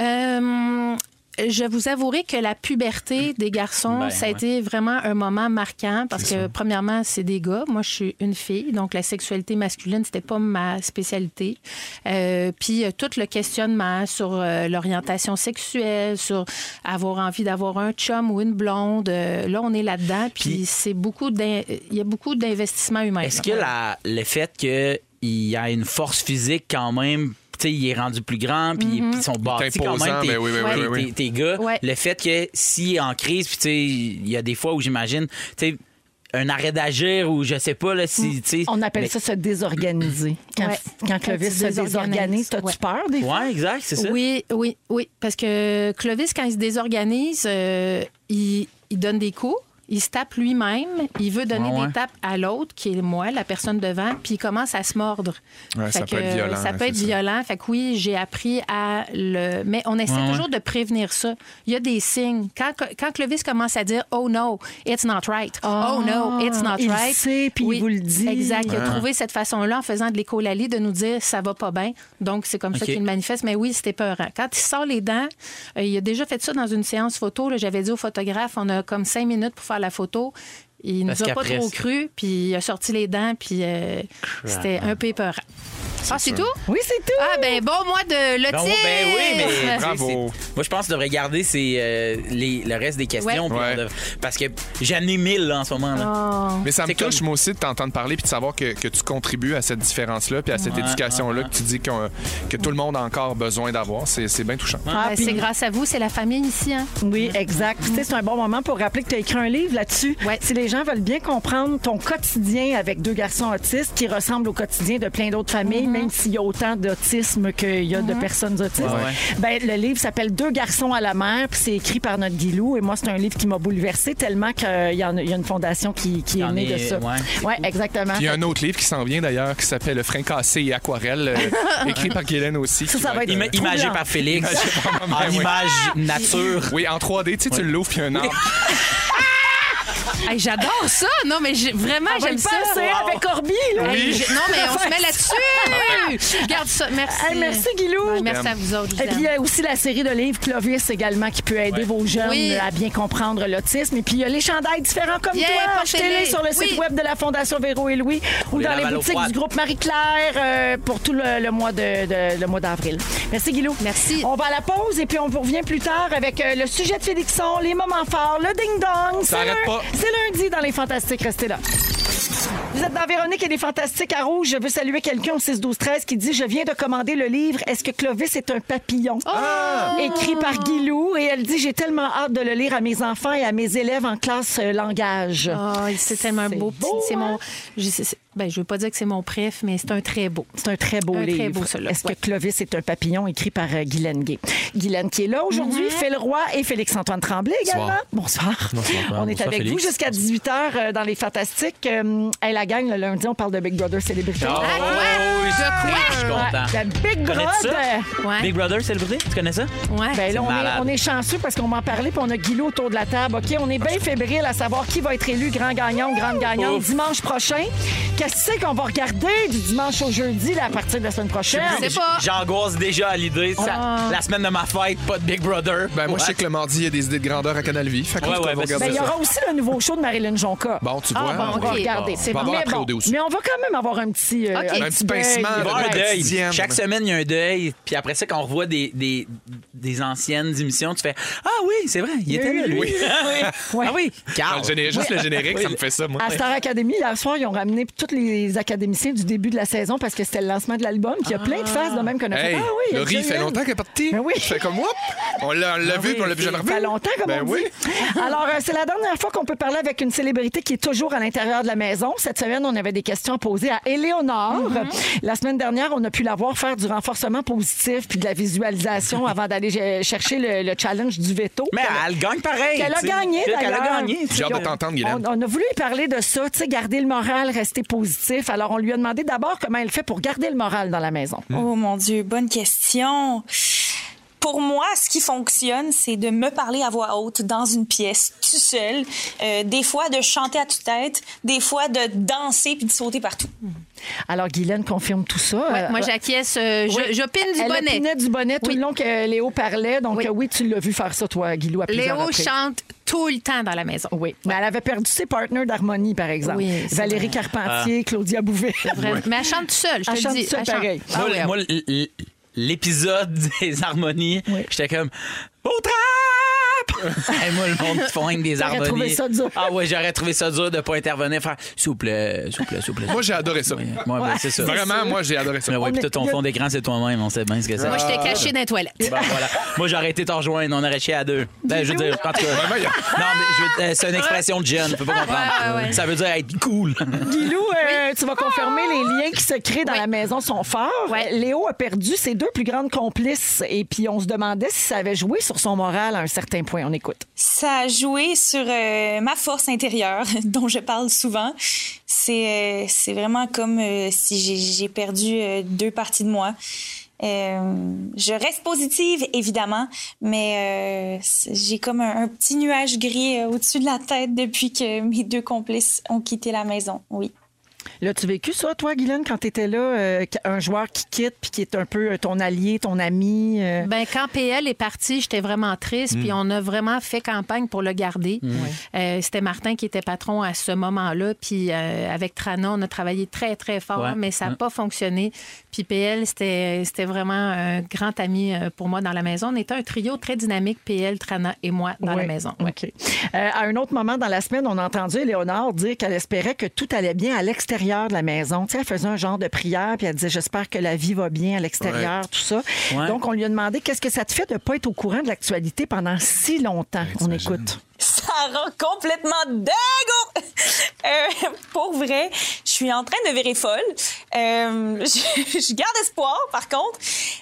Speaker 7: Euh, je vous avouerai que la puberté des garçons,
Speaker 4: Ben,
Speaker 7: ça a
Speaker 4: ouais.
Speaker 7: été vraiment un moment marquant parce que, premièrement, c'est des gars. Moi, je suis une fille, donc la sexualité masculine, c'était pas ma spécialité. Euh, puis, euh, tout le questionnement sur euh, l'orientation sexuelle, sur avoir envie d'avoir un chum ou une blonde, euh, là, on est là-dedans. Puis,
Speaker 4: Puis-
Speaker 7: c'est beaucoup d'in- il y a beaucoup d'investissement humain.
Speaker 4: Est-ce
Speaker 7: là.
Speaker 4: que la- le fait qu'il y a une force physique quand même, tu sais, il est rendu plus grand, puis
Speaker 6: Mm-hmm.
Speaker 4: ils sont bâtis quand
Speaker 5: imposant,
Speaker 4: même, tes,
Speaker 5: ben oui, oui,
Speaker 7: oui,
Speaker 4: tes-
Speaker 5: oui.
Speaker 4: tes- tes gars,
Speaker 7: Ouais.
Speaker 4: le fait que s'il est en crise, puis tu sais, il y a des fois où j'imagine, tu sais, un arrêt d'agir ou je sais pas, là, si, tu sais...
Speaker 6: Mm. On appelle
Speaker 4: mais-
Speaker 6: ça se désorganiser. Quand,
Speaker 7: Ouais.
Speaker 6: quand
Speaker 7: Quand tu
Speaker 6: Clovis se
Speaker 7: désorganises,
Speaker 6: désorganise, t'as-tu
Speaker 7: ouais.
Speaker 6: peur des fois?
Speaker 4: Ouais, exact, c'est ça.
Speaker 7: Oui, oui, oui. Parce que Clovis, quand il se désorganise, euh, il, il donne des coups. Il se tape lui-même, il veut donner
Speaker 4: Ouais, ouais.
Speaker 7: des tapes à l'autre, qui est moi, la personne devant, puis il commence à se mordre.
Speaker 5: Ouais, ça peut être violent,
Speaker 7: Ça peut
Speaker 5: c'est
Speaker 7: être
Speaker 5: ça.
Speaker 7: violent. Fait que oui, j'ai appris à le. Mais on essaie
Speaker 4: Ouais, ouais.
Speaker 7: toujours de prévenir ça. Il y a des signes. Quand, quand Clovis commence à dire Oh no, it's not right. Oh, no, it's not
Speaker 6: Ah, il
Speaker 7: right.
Speaker 6: sait, puis il vous le dit.
Speaker 7: Exact. Il a
Speaker 4: Ah.
Speaker 5: Ouais.
Speaker 7: trouvé cette façon-là en faisant de l'écolalie de nous dire ça va pas bien. Donc, c'est comme
Speaker 4: OK.
Speaker 7: ça qu'il le manifeste. Mais oui, c'était peurant. Quand il sort les dents, euh, il a déjà fait ça dans une séance photo. là. J'avais dit au photographe, on a comme cinq minutes pour faire la photo. Il
Speaker 4: Parce
Speaker 7: nous a pas
Speaker 4: qu'après,
Speaker 7: trop
Speaker 4: c'est-
Speaker 7: cru, puis il a sorti les dents, puis euh, c'était un peu peurant. Ah, c'est tout?
Speaker 6: Oui, c'est tout.
Speaker 7: Ah, ben bon, moi, de l'autisme!
Speaker 4: Bon, ben oui, mais tu sais,
Speaker 5: Bravo.
Speaker 4: c'est- Moi, je pense qu'on devrait garder c'est, euh, les- le reste des questions.
Speaker 7: Ouais.
Speaker 4: puis on
Speaker 5: Ouais.
Speaker 4: devrait- parce que j'en ai mille là, en ce moment. là.
Speaker 7: Oh.
Speaker 5: Mais ça me
Speaker 4: C'est
Speaker 5: touche,
Speaker 4: comme-
Speaker 5: moi aussi, de t'entendre parler puis de savoir que, que tu contribues à cette différence-là puis à cette éducation-là que tu dis qu'on- que tout le monde a encore besoin d'avoir. C'est c'est bien touchant.
Speaker 6: Ah,
Speaker 7: Ben, c'est grâce à vous, c'est la famille ici. Hein?
Speaker 6: Oui, exact. Puis, tu sais, C'est un bon moment pour rappeler que tu as écrit un livre là-dessus.
Speaker 7: Ouais.
Speaker 6: Si les gens veulent bien comprendre ton quotidien avec deux garçons autistes qui ressemblent au quotidien de plein d'autres
Speaker 7: Mm-hmm.
Speaker 6: familles, même s'il y a autant d'autisme qu'il y a de personnes autistes, ben, le livre s'appelle Deux garçons à la mer, puis c'est écrit par notre Guilou. Et moi, c'est un livre qui m'a bouleversée tellement qu'il y, en a- il y a une fondation qui, qui
Speaker 4: Il y
Speaker 6: est
Speaker 4: en
Speaker 6: née de
Speaker 4: est-
Speaker 6: ça.
Speaker 4: ouais.
Speaker 6: Oui, exactement.
Speaker 5: Puis il y a un autre livre qui s'en vient d'ailleurs qui s'appelle Le frein cassé et aquarelle, euh, écrit par Guylaine aussi.
Speaker 6: Ça,
Speaker 5: qui
Speaker 6: ça va être-
Speaker 4: Ima-
Speaker 6: troublant.
Speaker 4: imagé
Speaker 5: hein.
Speaker 4: par Félix. en
Speaker 5: ouais.
Speaker 4: image nature.
Speaker 5: Oui, en 3D, tu sais, tu l'ouvres puis il y a un arbre.
Speaker 7: Hey, J'adore ça. Non, mais j'ai- vraiment,
Speaker 6: Ah,
Speaker 8: On va
Speaker 7: j'aime
Speaker 8: y
Speaker 7: ça.
Speaker 8: penser avec Orbi. là.
Speaker 7: Hey, je- non, mais on se
Speaker 8: Faire
Speaker 7: met là-dessus. Regarde ça. Merci.
Speaker 6: Hey, merci, Guilou.
Speaker 7: Ouais, merci à vous autres. je vous
Speaker 6: Et puis, euh, il y
Speaker 7: aime.
Speaker 6: a aussi la série de livres Clovis également qui peut aider vos jeunes
Speaker 7: Oui.
Speaker 6: à bien comprendre l'autisme. Et puis, il y a les chandails différents comme
Speaker 7: Yeah,
Speaker 6: toi.
Speaker 7: portez-les.
Speaker 6: Achetez-les sur le
Speaker 7: Oui.
Speaker 6: site web de la Fondation Véro et Louis ou
Speaker 4: les
Speaker 6: dans les
Speaker 4: lave à l'eau
Speaker 6: boutiques
Speaker 4: froide.
Speaker 6: du groupe Marie-Claire euh, pour tout le, le mois de, de- le mois d'avril. Merci, Guilou.
Speaker 7: Merci.
Speaker 6: On va à la pause et puis on vous revient plus tard avec euh, le sujet de Félixon, les moments forts, le ding-dong. C'est
Speaker 5: arrête
Speaker 6: lun-
Speaker 5: pas.
Speaker 6: C'est lundi dans les Fantastiques. Restez là. Vous êtes dans Véronique et les Fantastiques à Rouge. Je veux saluer quelqu'un au 6-12-13 qui dit Je viens de commander le livre Est-ce que Clovis est un papillon
Speaker 7: Ah!
Speaker 6: écrit par Guilou. Et elle dit J'ai tellement hâte de le lire à mes enfants et à mes élèves en classe euh, langage.
Speaker 7: Ah, c'est tellement
Speaker 6: C'est
Speaker 7: beau. petit-
Speaker 6: beau,
Speaker 7: c'est
Speaker 6: hein?
Speaker 7: mon. Je, c'est- ben, je veux pas dire que c'est mon préf, mais c'est un très beau.
Speaker 6: C'est un très beau
Speaker 7: Un très
Speaker 6: livre.
Speaker 7: beau, celui-là.
Speaker 6: Est-ce
Speaker 7: Ouais.
Speaker 6: que Clovis est un papillon écrit par euh, Guylaine Gay? Guylaine qui est là
Speaker 7: Mhm.
Speaker 6: aujourd'hui, Phil Roy et Félix-Antoine Tremblay également. Bonsoir. On est
Speaker 4: Bonsoir,
Speaker 6: avec
Speaker 4: Félix.
Speaker 6: vous jusqu'à 18h dans les Fantastiques. Euh, hey, la gang, le lundi, on parle de Big Brother Célébrité.
Speaker 4: Oh,
Speaker 7: Ah, quoi?
Speaker 4: oui,
Speaker 7: De quoi?
Speaker 4: Je suis
Speaker 6: Ouais,
Speaker 4: content.
Speaker 6: la Big
Speaker 4: Connais-tu ça?
Speaker 6: Brother.
Speaker 7: Ouais.
Speaker 4: Big Brother, c'est le bruit? Tu connais ça?
Speaker 7: Ouais.
Speaker 6: Ben là, on
Speaker 4: malade.
Speaker 6: est, on est chanceux parce qu'on m'en parlait puis on a Guillaume autour de la table. OK, on est bien fébrile à savoir qui va être élu grand gagnant ou grande gagnante
Speaker 4: Ouf.
Speaker 6: dimanche prochain. Qu'est-ce que c'est qu'on va regarder du dimanche au jeudi là, à partir de la semaine prochaine?
Speaker 7: sais pas.
Speaker 4: J'angoisse déjà à l'idée. ça-
Speaker 7: Ah.
Speaker 4: La semaine de ma fête, pas de Big Brother.
Speaker 5: Ben, moi, je sais que le mardi, il y a des idées de grandeur à Canal Vie. Fait que
Speaker 4: Ouais,
Speaker 5: en tout cas,
Speaker 4: ouais,
Speaker 5: on va
Speaker 4: ben,
Speaker 6: Ben,
Speaker 5: regarder
Speaker 6: il y
Speaker 5: ça.
Speaker 6: aura aussi le nouveau show de Marilyn Jonca.
Speaker 5: Bon, tu
Speaker 7: Ah,
Speaker 5: vois. hein?
Speaker 7: bon,
Speaker 5: on
Speaker 7: ok.
Speaker 5: va-
Speaker 6: On va regarder.
Speaker 7: C'est
Speaker 5: On va
Speaker 7: bon.
Speaker 5: avoir
Speaker 6: Mais,
Speaker 5: la
Speaker 6: bon,
Speaker 5: préaudée aussi.
Speaker 6: mais on va quand même avoir un petit, euh,
Speaker 7: Ok.
Speaker 6: un
Speaker 7: Un
Speaker 6: petit
Speaker 5: petit
Speaker 6: deuil.
Speaker 5: pincement
Speaker 4: Il va y avoir
Speaker 5: Ouais.
Speaker 4: un deuil.
Speaker 5: Quotidienne.
Speaker 4: Chaque semaine, il y a un deuil. Puis après ça, quand on revoit des, des, des anciennes émissions, tu fais Ah oui, c'est vrai, il était là, lui. Ah oui.
Speaker 6: Ouais.
Speaker 4: Ah oui.
Speaker 5: Ah,
Speaker 4: Carl.
Speaker 5: le géné- Juste le générique, ça me fait ça, moi.
Speaker 6: À Star Academy, la soir, ils ont ramené tous les académiciens du début de la saison parce que c'était le lancement de l'album. puis Il y a plein de faces de même qu'on a fait.
Speaker 5: Ah. Hey,
Speaker 6: ah oui,
Speaker 5: Laurie, il fait
Speaker 6: génial.
Speaker 5: longtemps qu'elle est partie.
Speaker 6: Ben oui.
Speaker 5: Je fais comme moi. On l'a on l'a vu, puis on l'a plus jamais
Speaker 4: Ah,
Speaker 5: revu.
Speaker 6: Ça fait longtemps, comme
Speaker 5: Ben
Speaker 6: on
Speaker 5: oui.
Speaker 6: dit. Alors, euh, c'est la dernière fois qu'on peut parler avec une célébrité qui est toujours à l'intérieur de la maison. Cette semaine, on avait des questions à poser à Éléonore.
Speaker 4: Mhm.
Speaker 6: La semaine dernière, on a pu la voir faire du renforcement positif puis de la visualisation avant d'aller euh, chercher le, le challenge du veto.
Speaker 4: Mais elle gagne pareil.
Speaker 6: Qu'elle a
Speaker 4: tu sais.
Speaker 6: gagné,
Speaker 4: Qu'elle
Speaker 6: d'ailleurs.
Speaker 4: a gagné. tu sais.
Speaker 5: J'ai hâte de t'entendre, Guylaine.
Speaker 6: On, on a voulu lui parler de ça, tu sais, garder le moral, rester positif. Alors, on lui a demandé d'abord comment elle fait pour garder le moral dans la maison.
Speaker 4: Mm.
Speaker 11: Oh mon Dieu, bonne question. Pour moi, ce qui fonctionne, c'est de me parler à voix haute dans une pièce, tout seul. Euh, des fois, de chanter à toute tête. Des fois, de danser puis de sauter partout.
Speaker 6: Alors, Guylaine confirme tout ça.
Speaker 7: Ouais,
Speaker 6: Euh,
Speaker 7: moi, j'acquiesce. euh, je-
Speaker 6: Oui.
Speaker 7: J'opine du
Speaker 6: Elle
Speaker 7: bonnet.
Speaker 6: opinait du bonnet tout
Speaker 7: Oui.
Speaker 6: le long que Léo parlait. Donc,
Speaker 7: Oui.
Speaker 6: euh, oui, tu l'as vu faire ça, toi, Guilou, à plusieurs
Speaker 7: Léo
Speaker 6: reprises.
Speaker 7: chante tout le temps dans la maison.
Speaker 6: Oui, mais elle avait perdu ses partenaires d'harmonie, par exemple.
Speaker 7: Oui, c'est
Speaker 6: Valérie
Speaker 7: vrai.
Speaker 6: Carpentier, Claudia Bouvet.
Speaker 7: Vrai- Mais elle chante toute seule, je
Speaker 6: Elle
Speaker 7: te
Speaker 6: chante
Speaker 7: le dis.
Speaker 6: toute seule,
Speaker 7: Elle chante-
Speaker 6: pareil.
Speaker 7: Ah
Speaker 4: Moi,
Speaker 7: ouais,
Speaker 4: moi, l- l- l'épisode des harmonies,
Speaker 6: Oui.
Speaker 4: j'étais comme Au trap! Hey, moi, le monde qui font avec des
Speaker 6: T'aurais
Speaker 4: harmonies.
Speaker 6: trouvé ça dur.
Speaker 4: Ah ouais, j'aurais trouvé ça dur de pas intervenir, faire s'il vous plaît, s'il vous plaît, s'il vous plaît.
Speaker 5: Moi, j'ai adoré ça.
Speaker 4: Ouais, ouais, ben, c'est ça.
Speaker 5: Vraiment, moi, j'ai adoré ça.
Speaker 4: Mais ouais,
Speaker 6: On
Speaker 4: puis
Speaker 6: est-
Speaker 4: toi, ton
Speaker 6: il y a-
Speaker 4: fond d'écran, c'est toi-même, on sait bien ce que c'est.
Speaker 7: Moi, j'étais cachée dans les toilettes.
Speaker 4: Bon, voilà. Moi, j'aurais été t'en rejoindre, on aurait chié à deux. Ben, je veux dire, en tout cas.
Speaker 5: Maman, il y a-
Speaker 4: Non, mais je veux- euh, c'est une expression de jeune, je peux pas comprendre.
Speaker 7: Ouais, ouais, ouais.
Speaker 4: Ça veut dire être cool.
Speaker 6: Guilou, euh, tu vas confirmer les liens qui se créent dans la maison sont forts.
Speaker 7: Ouais.
Speaker 6: Léo a perdu ses deux plus grandes complices et puis on se demandait si ça avait joué sur son moral à un certain point. On écoute.
Speaker 11: Ça a joué sur euh, ma force intérieure, dont je parle souvent. C'est euh, c'est vraiment comme euh, si j'ai- j'ai perdu euh, deux parties de moi. Euh, je reste positive, évidemment, mais euh, c'est- j'ai comme un, un petit nuage gris euh, au-dessus de la tête depuis que mes deux complices ont quitté la maison, oui.
Speaker 6: L'as-tu vécu ça, toi, Guylaine, quand tu étais là, euh, un joueur qui quitte puis qui est un peu euh, ton allié, ton ami? euh?
Speaker 7: Ben, quand PL est parti, j'étais vraiment triste. Puis on a vraiment fait campagne pour le garder. Euh, C'était Martin qui était patron à ce moment-là. Puis euh, avec Trana, on a travaillé très, très fort,
Speaker 4: Ouais.
Speaker 7: mais ça n'a
Speaker 4: Ouais.
Speaker 7: pas fonctionné. Puis PL, c'était c'était vraiment un grand ami euh, pour moi dans la maison. On était un trio très dynamique, PL, Trana et moi, dans
Speaker 6: Ouais.
Speaker 7: la maison. Ouais.
Speaker 6: OK. Euh, à un autre moment dans la semaine, on a entendu Léonore dire qu'elle espérait que tout allait bien à l'extérieur de la maison. Tu sais, elle faisait un genre de prière, puis elle disait J'espère que la vie va bien à l'extérieur, tout ça.
Speaker 4: Ouais.
Speaker 6: Donc, on lui a demandé Qu'est-ce que ça te fait de ne pas être au courant de l'actualité pendant si longtemps
Speaker 4: Ben,
Speaker 6: On écoute.
Speaker 11: Ça rend complètement dingo! Euh, pour vrai, je suis en train de virer folle. Euh, je, je garde espoir, par contre,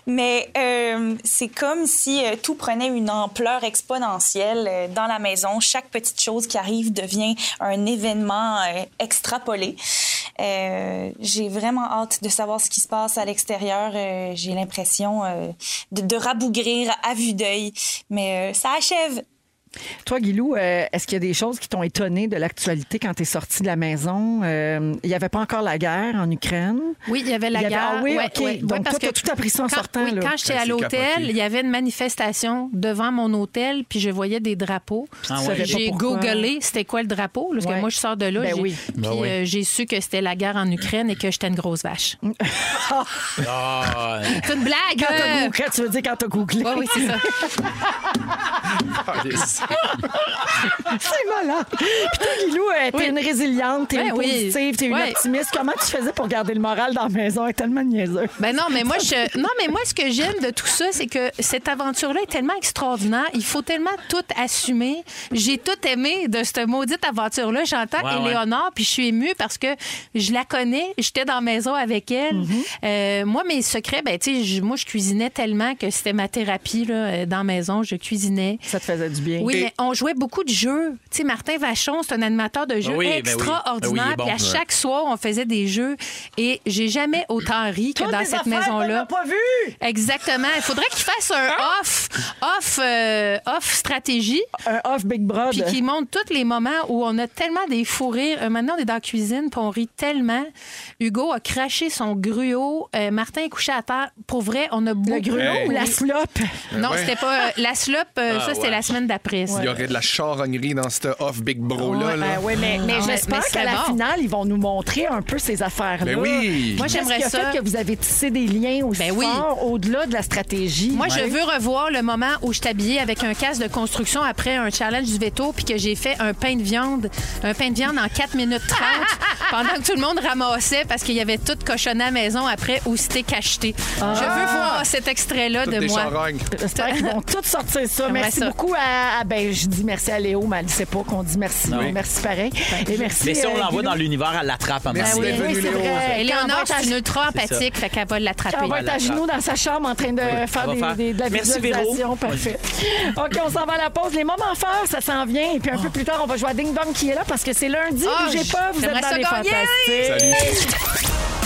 Speaker 11: mais euh, c'est comme si euh, tout prenait une ampleur exponentielle euh, dans la maison. Chaque petite chose qui arrive devient un événement euh, extrapolé. Euh, J'ai vraiment hâte de savoir ce qui se passe à l'extérieur. Euh, J'ai l'impression euh, de, de rabougrir à vue d'œil, mais euh, ça achève
Speaker 6: Toi, Guilou, euh, est-ce qu'il y a des choses qui t'ont étonné de l'actualité quand tu es sorti de la maison? Euh, il n'y avait pas encore la guerre en Ukraine.
Speaker 7: Oui, il y avait la
Speaker 6: Il y avait-
Speaker 7: guerre.
Speaker 6: ah oui,
Speaker 7: Ouais,
Speaker 6: OK.
Speaker 7: ouais,
Speaker 6: Donc,
Speaker 7: ouais, parce
Speaker 6: toi,
Speaker 7: que
Speaker 6: t'as tout appris ça en
Speaker 7: quand,
Speaker 6: sortant,
Speaker 7: oui,
Speaker 6: là.
Speaker 7: quand j'étais
Speaker 6: Ah,
Speaker 7: à
Speaker 6: c'est
Speaker 7: l'hôtel,
Speaker 6: capoté.
Speaker 7: il y avait une manifestation devant mon hôtel, puis je voyais des drapeaux.
Speaker 6: Ah ouais. savais pas
Speaker 7: J'ai
Speaker 6: pourquoi.
Speaker 7: googlé c'était quoi le drapeau, parce
Speaker 6: Ouais.
Speaker 7: que moi, je sors de là.
Speaker 6: Ben
Speaker 7: j'ai-
Speaker 6: oui.
Speaker 7: Puis
Speaker 4: Ben oui.
Speaker 7: euh, j'ai su que c'était la guerre en Ukraine et que j'étais une grosse vache.
Speaker 4: Ah,
Speaker 7: C'est une blague!
Speaker 6: Quand t'as
Speaker 7: euh!
Speaker 6: googlé, tu veux dire quand t'as googlé.
Speaker 7: Ouais, oui, c'est ça.
Speaker 6: c'est malade. Puis toi, Guilou, euh, t'es
Speaker 7: Oui.
Speaker 6: une résiliente, t'es
Speaker 7: Ben
Speaker 6: une
Speaker 7: oui.
Speaker 6: positive, t'es une
Speaker 7: Ouais.
Speaker 6: optimiste. Comment tu faisais pour garder le moral dans la maison? Elle est tellement niaiseuse.
Speaker 7: Ben non, mais moi, je... non, mais moi, ce que j'aime de tout ça, c'est que cette aventure-là est tellement extraordinaire. Il faut tellement tout assumer. J'ai tout aimé de cette maudite aventure-là. J'entends
Speaker 4: Ouais, ouais.
Speaker 7: Éléonore, puis je suis émue parce que je la connais. J'étais dans la maison avec elle.
Speaker 4: Mhm.
Speaker 7: Euh, moi, mes secrets, ben, tu sais, je- moi, je cuisinais tellement que c'était ma thérapie, là, euh, dans la maison. Je cuisinais.
Speaker 6: Ça te faisait du bien.
Speaker 7: Oui, mais on jouait beaucoup de jeux. Tu sais, Martin Vachon, c'est un animateur de jeux
Speaker 4: oui, ben oui. Ben oui, il
Speaker 7: extraordinaire.
Speaker 4: est bon,
Speaker 7: Puis à
Speaker 4: ouais.
Speaker 7: chaque soir, on faisait des jeux. Et j'ai jamais autant ri que
Speaker 8: Toutes
Speaker 7: dans
Speaker 8: les
Speaker 7: cette
Speaker 8: affaires qu'on n'a
Speaker 7: maison-là.
Speaker 8: pas vu.
Speaker 7: Exactement. Il faudrait qu'il fasse
Speaker 6: Hein?
Speaker 7: un off, off, euh, off stratégie,
Speaker 6: Un off Big Brother.
Speaker 7: puis qu'il montre tous les moments où on a tellement des fous rires. Euh, Maintenant, on est dans la cuisine, puis on rit tellement. Hugo a craché son gruau. Euh, Martin est couché à terre. Pour vrai, on a beaucoup...
Speaker 6: Le gruau
Speaker 5: Hey.
Speaker 6: ou la
Speaker 7: Oui.
Speaker 6: slope?
Speaker 7: Non,
Speaker 5: Ouais.
Speaker 7: c'était pas... euh, la slope, euh,
Speaker 4: Ah,
Speaker 7: ça, c'était
Speaker 4: ouais.
Speaker 7: la semaine d'après. ça.
Speaker 5: Il y aurait de la charognerie dans ce off Big Bro-là. là.
Speaker 6: Ben oui, mais, mais
Speaker 7: Ah, mais-
Speaker 6: j'espère
Speaker 7: mais c'est
Speaker 6: qu'à la
Speaker 7: bon.
Speaker 6: finale, ils vont nous montrer un peu ces affaires-là.
Speaker 5: Ben oui!
Speaker 7: Moi,
Speaker 6: Qu'est-ce
Speaker 7: j'aimerais
Speaker 6: qui a
Speaker 7: ça.
Speaker 6: fait que vous avez tissé des liens aussi
Speaker 7: Ben oui.
Speaker 6: forts au-delà de la stratégie.
Speaker 7: Moi, je veux revoir le moment où je t'habillais avec un casque de construction après un challenge du veto, puis que j'ai fait un pain de viande, un pain de viande en 4 minutes 30, pendant que tout le monde ramassait parce qu'il y avait tout cochonné à la maison après où c'était cacheté. Je veux voir cet extrait-là
Speaker 5: Toutes
Speaker 7: de
Speaker 5: des
Speaker 7: moi.
Speaker 5: charognes.
Speaker 6: J'espère qu'ils vont tous sortir ça.
Speaker 7: J'aimerais
Speaker 6: Merci
Speaker 7: ça.
Speaker 6: beaucoup à, à- Ben, je dis merci à Léo, mais elle ne sait pas qu'on dit merci. euh,
Speaker 4: oui.
Speaker 6: Merci pareil. Et merci.
Speaker 4: Mais si on
Speaker 6: euh,
Speaker 4: l'envoie dans
Speaker 6: Guilou.
Speaker 4: l'univers, elle l'attrape à
Speaker 5: Merci
Speaker 4: moment
Speaker 7: Eh
Speaker 5: d'être
Speaker 4: donné.
Speaker 5: venu,
Speaker 6: oui, c'est
Speaker 5: Léo.
Speaker 6: vrai.
Speaker 7: Léonore,
Speaker 6: Quand on va
Speaker 7: c'est une ultra empathique, fait qu'elle
Speaker 6: Quand
Speaker 7: va
Speaker 6: on
Speaker 7: l'attraper.
Speaker 6: va être à
Speaker 4: l'attrape.
Speaker 6: genoux dans sa chambre en train de faire,
Speaker 4: on va
Speaker 6: des,
Speaker 4: faire.
Speaker 6: des- de la
Speaker 4: Merci, Véro.
Speaker 6: visualisation. Parfait. OK, on s'en va à la pause. Les moments forts, ça s'en vient. Et puis un
Speaker 4: Ah.
Speaker 6: peu plus tard, on va jouer à Ding Dong qui est là parce que c'est lundi.
Speaker 7: Ah,
Speaker 6: Bougez pas, vous êtes
Speaker 7: j'aimerais
Speaker 6: dans
Speaker 7: ça
Speaker 6: les
Speaker 7: gagner.
Speaker 6: fantastiques.
Speaker 5: Salut.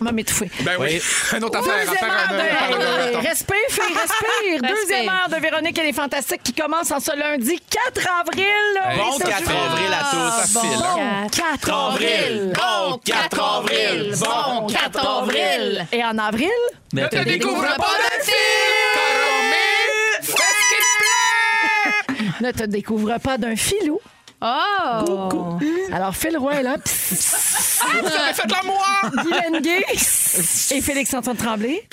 Speaker 6: On va m'étouffer.
Speaker 5: Ben oui. Une autre affaire. euh,
Speaker 6: Deuxième heure
Speaker 5: affaire,
Speaker 6: de...
Speaker 5: affaire, affaire,
Speaker 6: Hey,
Speaker 5: affaire.
Speaker 6: Respire, fille, respire. Deuxième
Speaker 7: Respire.
Speaker 6: heure de Véronique et les Fantastiques qui commence en ce lundi 4 avril.
Speaker 5: Bon
Speaker 6: Et ce
Speaker 5: 4
Speaker 6: jour-
Speaker 5: avril à tous.
Speaker 7: bon.
Speaker 5: Facile, hein?
Speaker 6: Ah, Bon 4
Speaker 4: Ah, avril. Bon 4 avril. Bon
Speaker 7: 4 avril.
Speaker 6: Et en avril,
Speaker 4: Mais t'as des-
Speaker 7: Découvre pas de
Speaker 6: ne te découvre pas d'un filou.
Speaker 7: Oh!
Speaker 6: Alors, Phil Roy est là. Psst, psst. Guylaine Gay et Félix-Antoine Tremblay.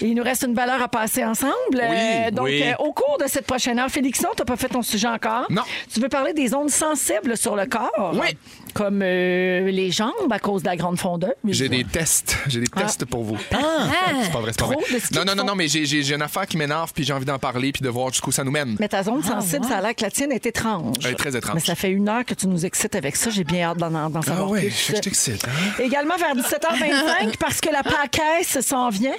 Speaker 6: Il nous reste une valeur à passer ensemble. Euh, donc,
Speaker 4: oui.
Speaker 6: euh, au cours de cette prochaine heure, Félixon, tu n'as pas fait ton sujet encore.
Speaker 5: Non.
Speaker 6: Tu veux parler des zones sensibles sur le corps.
Speaker 5: Oui.
Speaker 6: Comme euh, les jambes à cause de la grande fondeuse.
Speaker 5: J'ai des tests. J'ai des tests pour vous. C'est pas vrai, c'est pas
Speaker 6: Ah. Trop
Speaker 5: vrai.
Speaker 6: de ski
Speaker 5: Non, non,
Speaker 6: de
Speaker 5: non,
Speaker 6: fond.
Speaker 5: non, mais j'ai- j'ai j'ai une affaire qui m'énerve, puis j'ai envie d'en parler, puis de voir jusqu'où ça nous mène.
Speaker 6: Mais ta zone sensible, ça a l'air que la tienne est étrange.
Speaker 5: Elle est très étrange.
Speaker 6: Mais ça fait une heure que tu nous excites avec ça. J'ai bien hâte d'en, d'en savoir
Speaker 5: Ah ouais,
Speaker 6: plus.
Speaker 5: je sais que je t'excite. hein?
Speaker 6: Également vers 17h25 parce que la pacaisse s'en vient.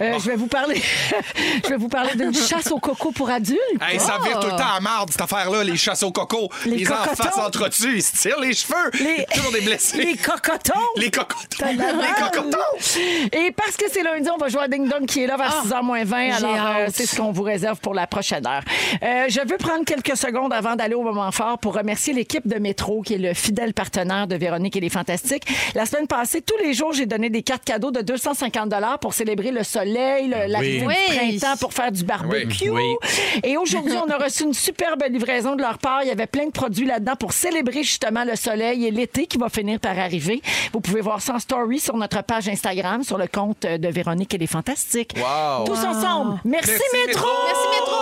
Speaker 6: Euh, Je vais vous parler, je vais vous parler d'une chasse au coco pour adultes.
Speaker 5: Hey, ça vire tout le temps à marde, cette affaire-là, les chasses au coco.
Speaker 6: Les
Speaker 5: Les,
Speaker 6: cocotons.
Speaker 5: enfants s'entretuent, ils se tirent les cheveux.
Speaker 6: Les-
Speaker 5: Tout le monde est blessé.
Speaker 6: Les cocotons.
Speaker 5: Les cocotons.
Speaker 6: T'as de la
Speaker 5: Les
Speaker 6: balle.
Speaker 5: cocotons.
Speaker 6: Et parce que c'est lundi, on va jouer à Ding Dong qui est là vers 6h moins 20. Alors, euh,
Speaker 7: Ah, hâte.
Speaker 6: c'est ce qu'on vous réserve pour la prochaine heure. Euh, je veux prendre quelques secondes avant d'aller au moment fort pour remercier l'équipe de Métro qui est le fidèle partenaire de Véronique et les Fantastiques. La semaine passée, tous les jours, j'ai donné des cartes cadeaux de 250 pour célébrer le soleil, le- l'arrivée
Speaker 7: Oui.
Speaker 6: du printemps, pour faire du barbecue.
Speaker 4: Ah Oui.
Speaker 6: Et aujourd'hui, on a reçu une superbe livraison de leur part. Il y avait plein de produits là-dedans pour célébrer justement le soleil et l'été qui va finir par arriver. Vous pouvez voir ça en story sur notre page Instagram, sur le compte de Véronique et les Fantastiques.
Speaker 5: Wow.
Speaker 6: Tous ensemble. Merci,
Speaker 5: Merci,
Speaker 6: Métro!
Speaker 5: Métro.
Speaker 7: Merci, Métro!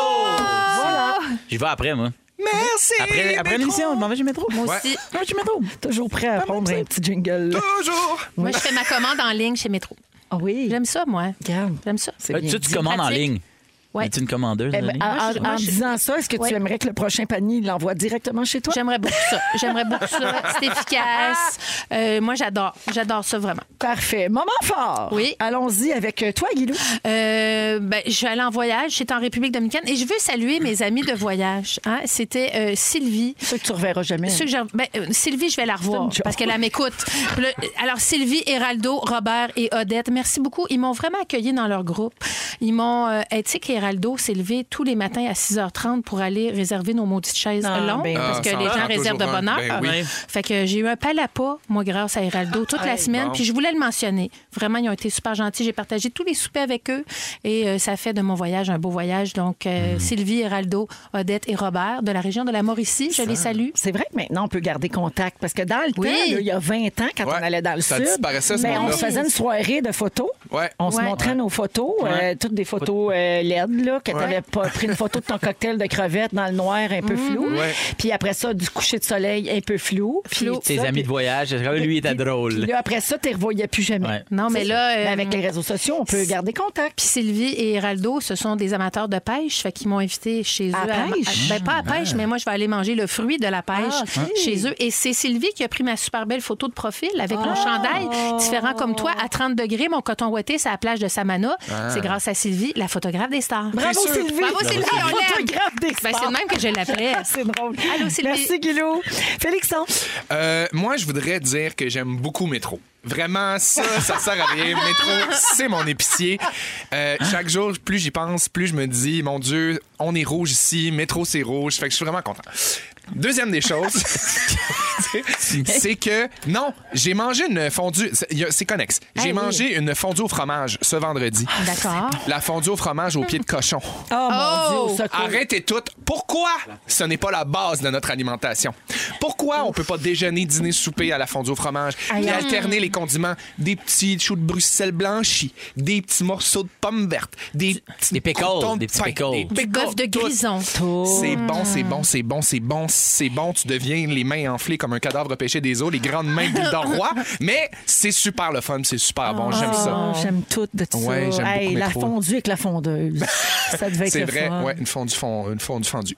Speaker 6: Voilà.
Speaker 4: J'y vais après, moi.
Speaker 5: Merci.
Speaker 4: Après, après
Speaker 5: Métro.
Speaker 4: l'émission, je m'en vais chez Métro.
Speaker 7: Moi
Speaker 5: Ouais.
Speaker 7: aussi.
Speaker 6: Toujours prêt à prendre un petit jingle.
Speaker 5: Toujours.
Speaker 7: Moi, je fais ma commande en ligne chez Métro.
Speaker 6: Ah oui.
Speaker 7: J'aime ça, moi.
Speaker 6: Regarde.
Speaker 7: J'aime ça.
Speaker 6: C'est
Speaker 4: Euh,
Speaker 6: bien
Speaker 4: Tu,
Speaker 6: dit.
Speaker 4: tu commandes en
Speaker 7: Pratique.
Speaker 4: ligne. Ouais. Es-tu une commandeuse?
Speaker 6: Eh ben,
Speaker 4: Annie?
Speaker 6: en, en- en disant ça, est-ce que tu aimerais que le prochain panier il l'envoie directement chez toi?
Speaker 7: J'aimerais beaucoup ça. J'aimerais beaucoup ça. C'est efficace. Euh, moi, j'adore. J'adore ça vraiment.
Speaker 6: Parfait. Moment fort.
Speaker 7: Oui.
Speaker 6: Allons-y avec toi, Guilou.
Speaker 7: Euh, ben, je suis allée en voyage. J'étais en République dominicaine et je veux saluer mes amis de voyage. hein. C'était euh, Sylvie.
Speaker 6: Ceux que tu reverras jamais.
Speaker 7: Ceux que j'ai- ben, euh, Sylvie, je vais la revoir
Speaker 6: une joke.
Speaker 7: parce qu'elle elle m'écoute. Le- Alors, Sylvie, Héraldo, Robert et Odette, merci beaucoup. Ils m'ont vraiment accueilli dans leur groupe. Ils m'ont. Euh, hey, tu sais qu'Héraldo s'est levé tous les matins à 6h30 pour aller réserver nos maudites chaises
Speaker 6: Ah,
Speaker 7: longues
Speaker 6: ben,
Speaker 7: parce
Speaker 5: ah,
Speaker 7: que
Speaker 5: ça
Speaker 7: les
Speaker 5: en prend
Speaker 7: gens réservent de
Speaker 5: toujours
Speaker 7: bonne
Speaker 5: un.
Speaker 7: heure.
Speaker 5: Ben oui.
Speaker 7: Fait que j'ai eu un palapa, moi, grâce à Héraldo, toute la semaine.
Speaker 5: bon.
Speaker 7: Puis je voulais le mentionner. Vraiment, ils ont été super gentils. J'ai partagé tous les soupers avec eux et euh, ça fait de mon voyage un beau voyage. Donc,
Speaker 5: Hmm.
Speaker 7: euh, Sylvie, Héraldo, Odette et Robert de la région de la Mauricie, je les salue.
Speaker 6: C'est vrai que maintenant, on peut garder contact. Parce que dans le
Speaker 7: Oui.
Speaker 6: temps, là, il y a 20 ans, quand
Speaker 5: Ouais.
Speaker 6: on allait dans le
Speaker 5: Ça
Speaker 6: sud,
Speaker 5: disparaissait, ce
Speaker 6: ben, on
Speaker 5: monde-là.
Speaker 6: faisait une soirée de photos.
Speaker 5: Ouais.
Speaker 6: On se
Speaker 7: Ouais.
Speaker 6: montrait nos photos, euh, toutes des photos euh, LED, là, que tu n'avais pas pris une photo de ton cocktail de crevettes dans le noir un peu
Speaker 7: Mhm.
Speaker 6: flou.
Speaker 5: Ouais.
Speaker 6: Puis après ça, du coucher de soleil un peu flou. Puis
Speaker 7: Flou.
Speaker 6: tout
Speaker 4: Ses
Speaker 6: ça,
Speaker 4: amis
Speaker 6: puis-
Speaker 4: de voyage, lui, il était
Speaker 6: Puis
Speaker 4: drôle.
Speaker 6: là, après ça, tu ne revoyais plus jamais.
Speaker 4: Ouais.
Speaker 7: Non, mais
Speaker 6: C'est
Speaker 7: là,
Speaker 6: ça. Ben,
Speaker 7: euh,
Speaker 6: Mais avec les réseaux sociaux, on peut garder contact.
Speaker 7: Puis Sylvie et Héraldo, ce sont des amateurs de pêche, fait qu'ils m'ont invité chez eux.
Speaker 6: À pêche?
Speaker 7: Ben, pas à pêche, mais moi, je vais aller manger le fruit de la pêche
Speaker 6: Ah, ok.
Speaker 7: chez eux. Et c'est Sylvie qui a pris ma super belle photo de profil avec
Speaker 6: Ah.
Speaker 7: mon chandail, différent comme toi, à 30 degrés, mon coton ouaté, c'est à la plage de Samana. C'est grâce à Sylvie, la photographe des stars.
Speaker 6: Bravo,
Speaker 5: sûr.
Speaker 6: Sylvie.
Speaker 7: Bravo, Sylvie, on l'aime.
Speaker 6: Photographe des
Speaker 7: Ben, c'est
Speaker 6: sports.
Speaker 7: le même que je l'appelais.
Speaker 6: C'est drôle.
Speaker 7: Allô, Sylvie.
Speaker 6: Merci, Guilou. Félixon.
Speaker 5: Euh, moi, je voudrais dire que j'aime beaucoup Métro. Vraiment, ça, ça sert à rien. Métro, c'est mon épicier. Euh, chaque jour, plus j'y pense, plus je me dis, mon Dieu, on est rouge ici, Métro, c'est rouge. Fait que je suis vraiment content. Deuxième des choses, c'est que, non, j'ai mangé une fondue. c'est- y a- C'est connexe. J'ai
Speaker 7: oui.
Speaker 5: mangé une fondue au fromage ce vendredi.
Speaker 7: D'accord.
Speaker 5: La fondue au fromage au pied de cochon.
Speaker 6: Oh, mon Dieu,
Speaker 7: Oh!
Speaker 6: au secours.
Speaker 5: Arrêtez tout. Pourquoi ce n'est pas la base de notre alimentation? Pourquoi on peut pas déjeuner, dîner, souper à la fondue au fromage et alterner les condiments? Des petits choux de Bruxelles blanchis, des petits morceaux de pommes vertes, des petits
Speaker 4: Des pickles,
Speaker 5: croutons
Speaker 4: des petits
Speaker 5: pain,
Speaker 4: pickles.
Speaker 5: des
Speaker 7: Du bœuf de
Speaker 5: tout.
Speaker 7: grison.
Speaker 5: C'est bon, c'est bon, c'est bon, c'est bon, c'est bon. Tu deviens les mains enflées comme un cadavre pêché des eaux, les grandes mains de Gildor Roy. Mais c'est super le fun, c'est super bon, j'aime ça.
Speaker 6: Oh, J'aime tout de tout
Speaker 5: Ouais,
Speaker 6: ça.
Speaker 5: j'aime beaucoup
Speaker 6: la
Speaker 5: Métro.
Speaker 6: fondue avec la fondeuse. ça devait être
Speaker 5: C'est
Speaker 6: le
Speaker 5: vrai,
Speaker 6: fun.
Speaker 5: ouais, une fondue, fond, une fondue fendue.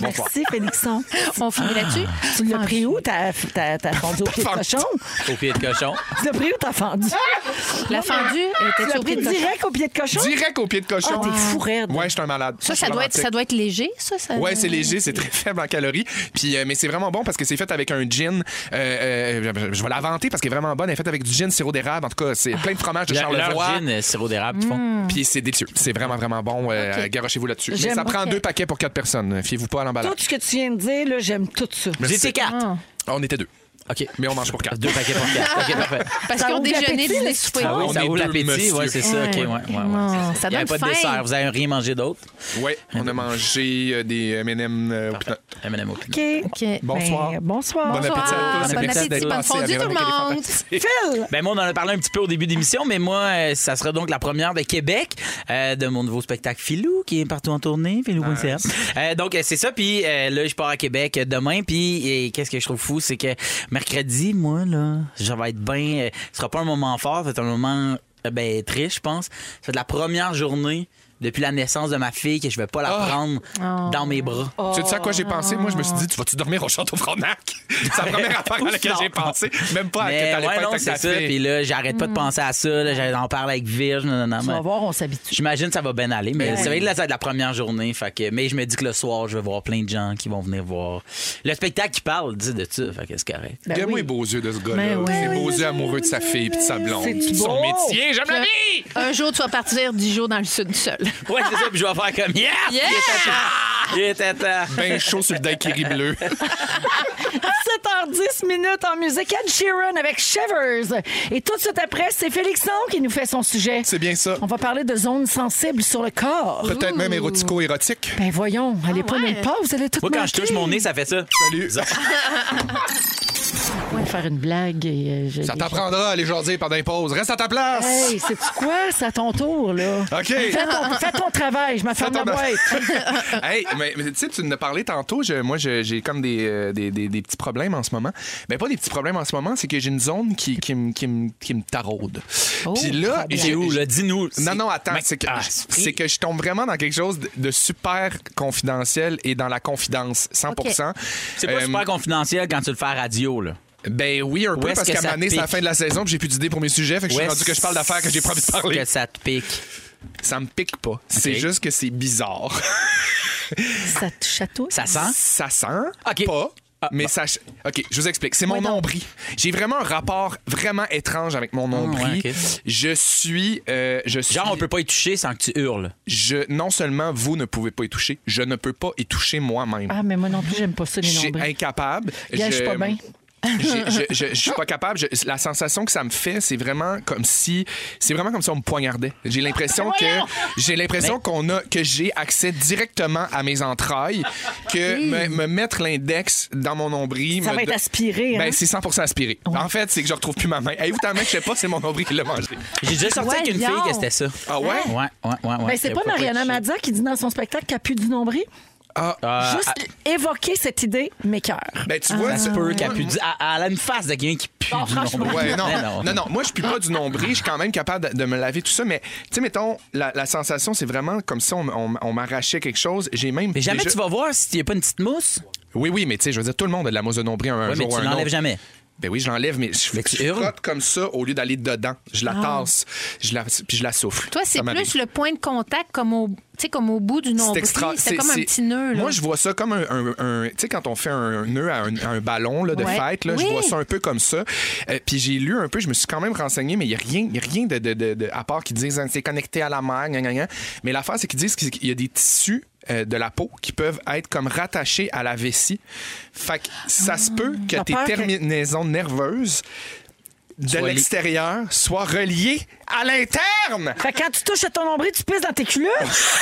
Speaker 5: Bonsoir.
Speaker 6: Merci, Félixon.
Speaker 7: On finit là-dessus.
Speaker 6: Tu l'as pris où, ta, ta, ta fondue au pied de
Speaker 5: Fondue.
Speaker 6: cochon?
Speaker 4: Au pied de cochon.
Speaker 6: Tu l'as pris où, ta fondue?
Speaker 7: Ah, La fendue
Speaker 6: Tu
Speaker 7: était
Speaker 6: l'as
Speaker 7: au
Speaker 6: pris
Speaker 7: pied de cochon.
Speaker 6: direct au pied de cochon?
Speaker 5: Direct au pied de cochon.
Speaker 6: Ah, t'es fou raide.
Speaker 5: Ouais, je suis un malade.
Speaker 7: Ça,
Speaker 5: Je suis
Speaker 7: ça doit, être, ça
Speaker 5: romantique.
Speaker 7: doit être léger, ça? ça...
Speaker 5: Ouais, c'est léger, c'est très faible en calories. Puis, euh, mais c'est vraiment bon parce que c'est fait avec un gin. Euh, euh, je- je vais la vanter parce qu'elle est vraiment bonne. Elle est faite avec du gin sirop d'érable. En tout cas, c'est plein de fromage de
Speaker 4: Leur
Speaker 5: Charlevoix.
Speaker 4: leur gin, euh, sirop d'érable qu'ils font.
Speaker 5: Puis c'est délicieux. C'est vraiment, vraiment bon. Euh, Garochez-vous là-dessus. Mais
Speaker 6: Mm. J'aime-
Speaker 5: ça prend
Speaker 7: ok.
Speaker 5: deux paquets pour quatre personnes. Fiez-vous pas à l'emballage.
Speaker 6: Tout ce que tu viens de dire, là, j'aime tout ça.
Speaker 4: Vous étiez quatre.
Speaker 5: On était deux.
Speaker 4: OK.
Speaker 5: Mais on mange pour quatre.
Speaker 4: Deux paquets pour quatre. OK, parfait.
Speaker 7: Parce
Speaker 6: Ça
Speaker 7: qu'ils ont
Speaker 6: ouvre
Speaker 7: déjeuné,
Speaker 6: l'appétit,
Speaker 7: dîné,
Speaker 6: là,
Speaker 7: souper.
Speaker 4: Ah oui,
Speaker 5: On
Speaker 4: ça
Speaker 5: est
Speaker 4: ouvre
Speaker 5: deux,
Speaker 4: l'appétit.
Speaker 5: monsieur.
Speaker 4: Ouais, c'est ça. OK, ouais, ouais, ouais.
Speaker 7: Non,
Speaker 4: Il
Speaker 7: ça
Speaker 4: n'y avait
Speaker 7: donne
Speaker 4: pas de
Speaker 7: faim.
Speaker 4: dessert. Vous n'avez rien mangé d'autre.
Speaker 5: Ouais, on a mangé euh, des M&M euh, au
Speaker 4: Parfait.
Speaker 5: peanut.
Speaker 4: M&M au
Speaker 6: OK.
Speaker 4: peanut.
Speaker 7: OK.
Speaker 5: Bonsoir.
Speaker 6: Ben, bonsoir.
Speaker 5: Bon appétit à tous.
Speaker 7: Bonsoir. Bon
Speaker 5: Merci
Speaker 7: appétit.
Speaker 5: d'être
Speaker 7: Bonne
Speaker 5: passé
Speaker 7: fondue,
Speaker 5: à
Speaker 7: tout le
Speaker 5: Véronique, elle est
Speaker 7: monde.
Speaker 5: fantastique.
Speaker 6: Phil!
Speaker 4: Ben moi, on en a parlé un petit peu au début de l'émission, mais moi, euh, ça sera donc la première de Québec euh, de mon nouveau spectacle Filou, qui est partout en tournée, filou.ca.
Speaker 5: Ah.
Speaker 4: Euh, donc, euh, c'est ça. Puis euh, là, je pars à Québec euh, demain. Puis et qu'est-ce que je trouve fou, c'est que mercredi, moi, là, je vais être bien... euh, ce sera pas un moment fort, c'est un moment euh, ben, triste, je pense. C'est la première journée depuis la naissance de ma fille que je vais pas la
Speaker 5: Ah.
Speaker 4: prendre dans mes bras.
Speaker 5: Tu sais à quoi j'ai pensé? Moi, je me suis dit, tu vas-tu dormir au château Frontenac? C'est la première affaire à laquelle j'ai pensé. Même pas à Ah, que
Speaker 4: Mais
Speaker 5: t'allais
Speaker 4: ouais,
Speaker 5: pas
Speaker 4: non,
Speaker 5: être
Speaker 4: c'est ça. Puis là, j'arrête pas de penser à ça. là, J'en parle avec Virge. Non, non, non,
Speaker 6: Tu
Speaker 4: mais-
Speaker 6: vas voir, on s'habitue.
Speaker 4: J'imagine que ça va bien aller, mais ça va être la, ça va être la première journée. Fait que, mais je me dis que le soir, je vais voir plein de gens qui vont venir voir le spectacle qui parle dis, de ça. Fait que c'est correct.
Speaker 6: Ben
Speaker 5: Regarde-moi
Speaker 6: oui.
Speaker 5: les beaux yeux de ce gars-là.
Speaker 6: Mais ouais.
Speaker 5: les beaux yeux amoureux de sa fille puis de sa blonde.
Speaker 6: C'est
Speaker 5: puis de son
Speaker 6: beau.
Speaker 5: métier. J'aime la vie!
Speaker 7: Un jour, tu vas partir 10 jours dans le sud seul.
Speaker 4: Ouais, c'est ça. Puis je vais faire comme Yes!
Speaker 7: Yeah!
Speaker 4: Il était temps. Il était temps.
Speaker 5: Ben chaud sur le daiquiri bleu.
Speaker 6: 7h10 minutes en musique. Ed Sheeran avec Shivers. Et tout de suite après, c'est Félixon qui nous fait son sujet.
Speaker 5: C'est bien ça.
Speaker 6: On va parler de zones sensibles sur le corps.
Speaker 5: Peut-être même érotico-érotique.
Speaker 6: Ben voyons, allez pas
Speaker 7: Ah, ouais.
Speaker 6: nulle part, vous allez tout
Speaker 4: Moi, quand je touche mon nez, ça fait ça.
Speaker 5: Salut.
Speaker 6: Ouais, faire une blague. Et, euh, je-
Speaker 5: Ça t'apprendra à les jaser pendant les pauses. Reste à ta place!
Speaker 6: Hey, c'est quoi? C'est à ton tour, là.
Speaker 5: OK.
Speaker 6: Fais ton, fais ton travail, je me ferme la
Speaker 5: Attends,
Speaker 6: boîte.
Speaker 5: hey, mais, mais tu sais, tu en as parlé tantôt. je- moi, je- j'ai comme des, euh, des, des- des petits problèmes en ce moment. Mais pas des petits problèmes en ce moment, c'est que j'ai une zone qui, qui, me- qui, me- qui me taraude. Puis là,
Speaker 4: Et c'est où, là? Dis-nous.
Speaker 5: Non, non, attends.
Speaker 4: Mais-
Speaker 5: C'est que,
Speaker 4: Ah,
Speaker 5: c'est que je tombe vraiment dans quelque chose de, de super confidentiel et dans la confidence, 100
Speaker 4: C'est pas
Speaker 5: Euh,
Speaker 4: super confidentiel quand tu le fais à la radio, là.
Speaker 5: Ben oui, un
Speaker 4: Où
Speaker 5: peu,
Speaker 4: est-ce
Speaker 5: parce
Speaker 4: que
Speaker 5: qu'à un
Speaker 4: ça
Speaker 5: moment donné,
Speaker 4: te
Speaker 5: c'est la
Speaker 4: pique?
Speaker 5: fin de la saison, puis j'ai plus d'idées pour mes sujets, fait que je suis
Speaker 4: Où
Speaker 5: rendu que je parle d'affaires que j'ai pas envie de parler.
Speaker 4: Que ça te pique.
Speaker 5: Ça me pique pas. C'est
Speaker 4: Ok.
Speaker 5: juste que c'est bizarre.
Speaker 6: ça te chatouille?
Speaker 4: Ça sent?
Speaker 5: Ça sent
Speaker 4: OK. Ah, bah.
Speaker 5: pas. mais ça. OK, je vous explique. C'est mon nombril. J'ai vraiment un rapport vraiment étrange avec mon nombril.
Speaker 4: Ah, ouais, OK.
Speaker 5: Je suis. euh, je suis.
Speaker 4: Genre, on peut pas y toucher sans que tu hurles.
Speaker 5: je, non seulement vous ne pouvez pas y toucher, je ne peux pas y toucher moi-même.
Speaker 6: Ah, mais moi non plus, j'aime pas ça,
Speaker 5: je
Speaker 6: les
Speaker 5: suis
Speaker 6: nombrils.
Speaker 5: incapable.
Speaker 6: Gars, je suis pas bien.
Speaker 5: J'ai- je, je, je suis pas capable. Je- la sensation que ça me fait, c'est vraiment comme si, c'est vraiment comme si on me poignardait. J'ai l'impression que, j'ai l'impression qu'on a, que j'ai accès directement à mes entrailles, que me, me mettre l'index dans mon nombril.
Speaker 6: Ça
Speaker 5: me
Speaker 6: va être
Speaker 5: don-
Speaker 6: aspiré, hein?
Speaker 5: Ben, c'est 100% aspiré. En fait, c'est que je retrouve plus ma main. Hey, vous ta main, je sais pas, c'est mon nombril qui l'a mangé.
Speaker 4: J'ai déjà sorti avec une
Speaker 7: Voyons.
Speaker 4: fille que c'était ça.
Speaker 5: Ah ouais?
Speaker 4: Ouais, ouais, ouais. ouais.
Speaker 6: Ben, c'est
Speaker 4: Et
Speaker 6: pas
Speaker 4: faut y
Speaker 6: Mariana
Speaker 4: toucher.
Speaker 6: Mazza qui dit dans son spectacle qu'elle a plus du nombril?
Speaker 5: Ah,
Speaker 4: Euh,
Speaker 6: Juste évoquer cette idée, mes cœurs.
Speaker 5: ben, tu vois,
Speaker 4: Ça se
Speaker 5: c'est-
Speaker 4: peut qu'elle pue. du- Elle elle a une face de quelqu'un qui pue. du nombril.
Speaker 5: Ouais, non.
Speaker 4: Mais
Speaker 5: non, non, moi, je suis pas du nombril. Je suis quand même capable de, de me laver tout ça. Mais, tu sais, mettons, la, la sensation, c'est vraiment comme si on, m- on m- on m'arrachait quelque chose. J'ai même.
Speaker 4: Mais jamais
Speaker 5: déjà-
Speaker 4: tu vas voir s'il n'y a pas une petite mousse.
Speaker 5: Oui, oui, mais tu sais, je veux dire, tout le monde a de la mousse de nombril un
Speaker 4: Ouais,
Speaker 5: jour
Speaker 4: mais
Speaker 5: ou
Speaker 4: tu
Speaker 5: un
Speaker 4: l'enlèves
Speaker 5: autre.
Speaker 4: jamais.
Speaker 5: Ben oui, je l'enlève, mais je,
Speaker 4: Mais tu
Speaker 5: je
Speaker 4: hurles.
Speaker 5: frotte comme ça au lieu d'aller dedans. Je la tasse, je la, puis je la souffle.
Speaker 7: Toi, c'est
Speaker 5: Ça m'arrive.
Speaker 7: plus le point de contact comme au, tu sais, comme au bout du nombril.
Speaker 5: extra-
Speaker 7: C'est comme un
Speaker 5: c'est-
Speaker 7: petit nœud. là.
Speaker 5: Moi, je vois ça comme un. un- un- tu sais, quand on fait un nœud à un, à un ballon là, de
Speaker 7: Ouais.
Speaker 5: fête, là, je
Speaker 7: Oui.
Speaker 5: vois ça un peu comme ça. Euh, puis j'ai lu un peu, je me suis quand même renseigné, mais il n'y a rien, il y a rien de, de- de- de- à part qu'ils disent hein, c'est connecté à la mer, gna, gna, gna. Mais l'affaire, c'est qu'ils disent qu'il y a des tissus. euh, de la peau qui peuvent être comme rattachés à la vessie. Fait que ça
Speaker 7: Ah,
Speaker 5: se peut que
Speaker 6: T'as
Speaker 5: tes
Speaker 6: peur que-
Speaker 5: terminaisons nerveuses de
Speaker 4: Soient li-
Speaker 5: l'extérieur soient reliées à l'interne.
Speaker 6: Fait que quand tu touches à ton nombril, tu pisses dans tes culottes.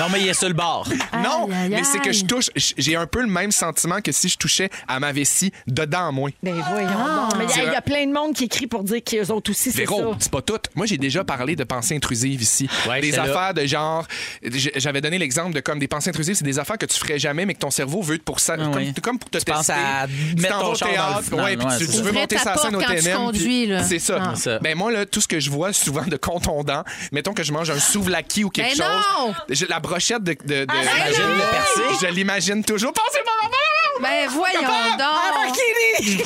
Speaker 4: Non, mais il est sur le bord.
Speaker 5: Non,
Speaker 7: Aïe, aïe,
Speaker 5: mais c'est que je
Speaker 7: aïe.
Speaker 5: touche, j- j'ai un peu le même sentiment que si je touchais à ma vessie dedans moins.
Speaker 6: Ben voyons donc. Mais il y a- il y, a plein de monde qui écrit pour dire qu'eux autres aussi, c'est ça.
Speaker 5: Ah. Véro, c'est pas tout. Moi, j'ai déjà parlé de pensées intrusives ici.
Speaker 4: Ouais,
Speaker 5: des
Speaker 4: j'étais là.
Speaker 5: affaires de genre. j- J'avais donné l'exemple de comme des pensées intrusives, c'est des affaires que tu ferais jamais, mais que ton cerveau veut pour ça.
Speaker 4: Ah
Speaker 5: comme,
Speaker 4: ouais.
Speaker 5: comme pour te
Speaker 4: Tu
Speaker 5: tester.
Speaker 4: penses à
Speaker 5: Tu
Speaker 4: mettre
Speaker 5: t'en
Speaker 4: ton
Speaker 5: vas au
Speaker 4: char dans le
Speaker 5: théâtre,
Speaker 4: flanc,
Speaker 5: ouais, puis
Speaker 4: ouais,
Speaker 5: tu,
Speaker 4: c'est ça.
Speaker 5: tu veux
Speaker 7: Ouvrir
Speaker 5: monter
Speaker 7: ta
Speaker 5: sa
Speaker 7: porte
Speaker 5: scène au
Speaker 7: quand tu
Speaker 5: TNM. puis-
Speaker 7: conduis, là.
Speaker 5: C'est ça.
Speaker 7: Ah.
Speaker 4: C'est ça.
Speaker 5: Ben moi, là, tout ce que je vois souvent de contondant, mettons que je mange un souvlaki ou quelque
Speaker 7: Ben
Speaker 5: chose.
Speaker 7: non! Ah,
Speaker 5: je- La brochette de. de, de-
Speaker 4: Arrête! J'imagine le percer.
Speaker 5: Je l'imagine toujours. Pensez pas maman!
Speaker 7: Ben
Speaker 5: Ah,
Speaker 7: voyons donc.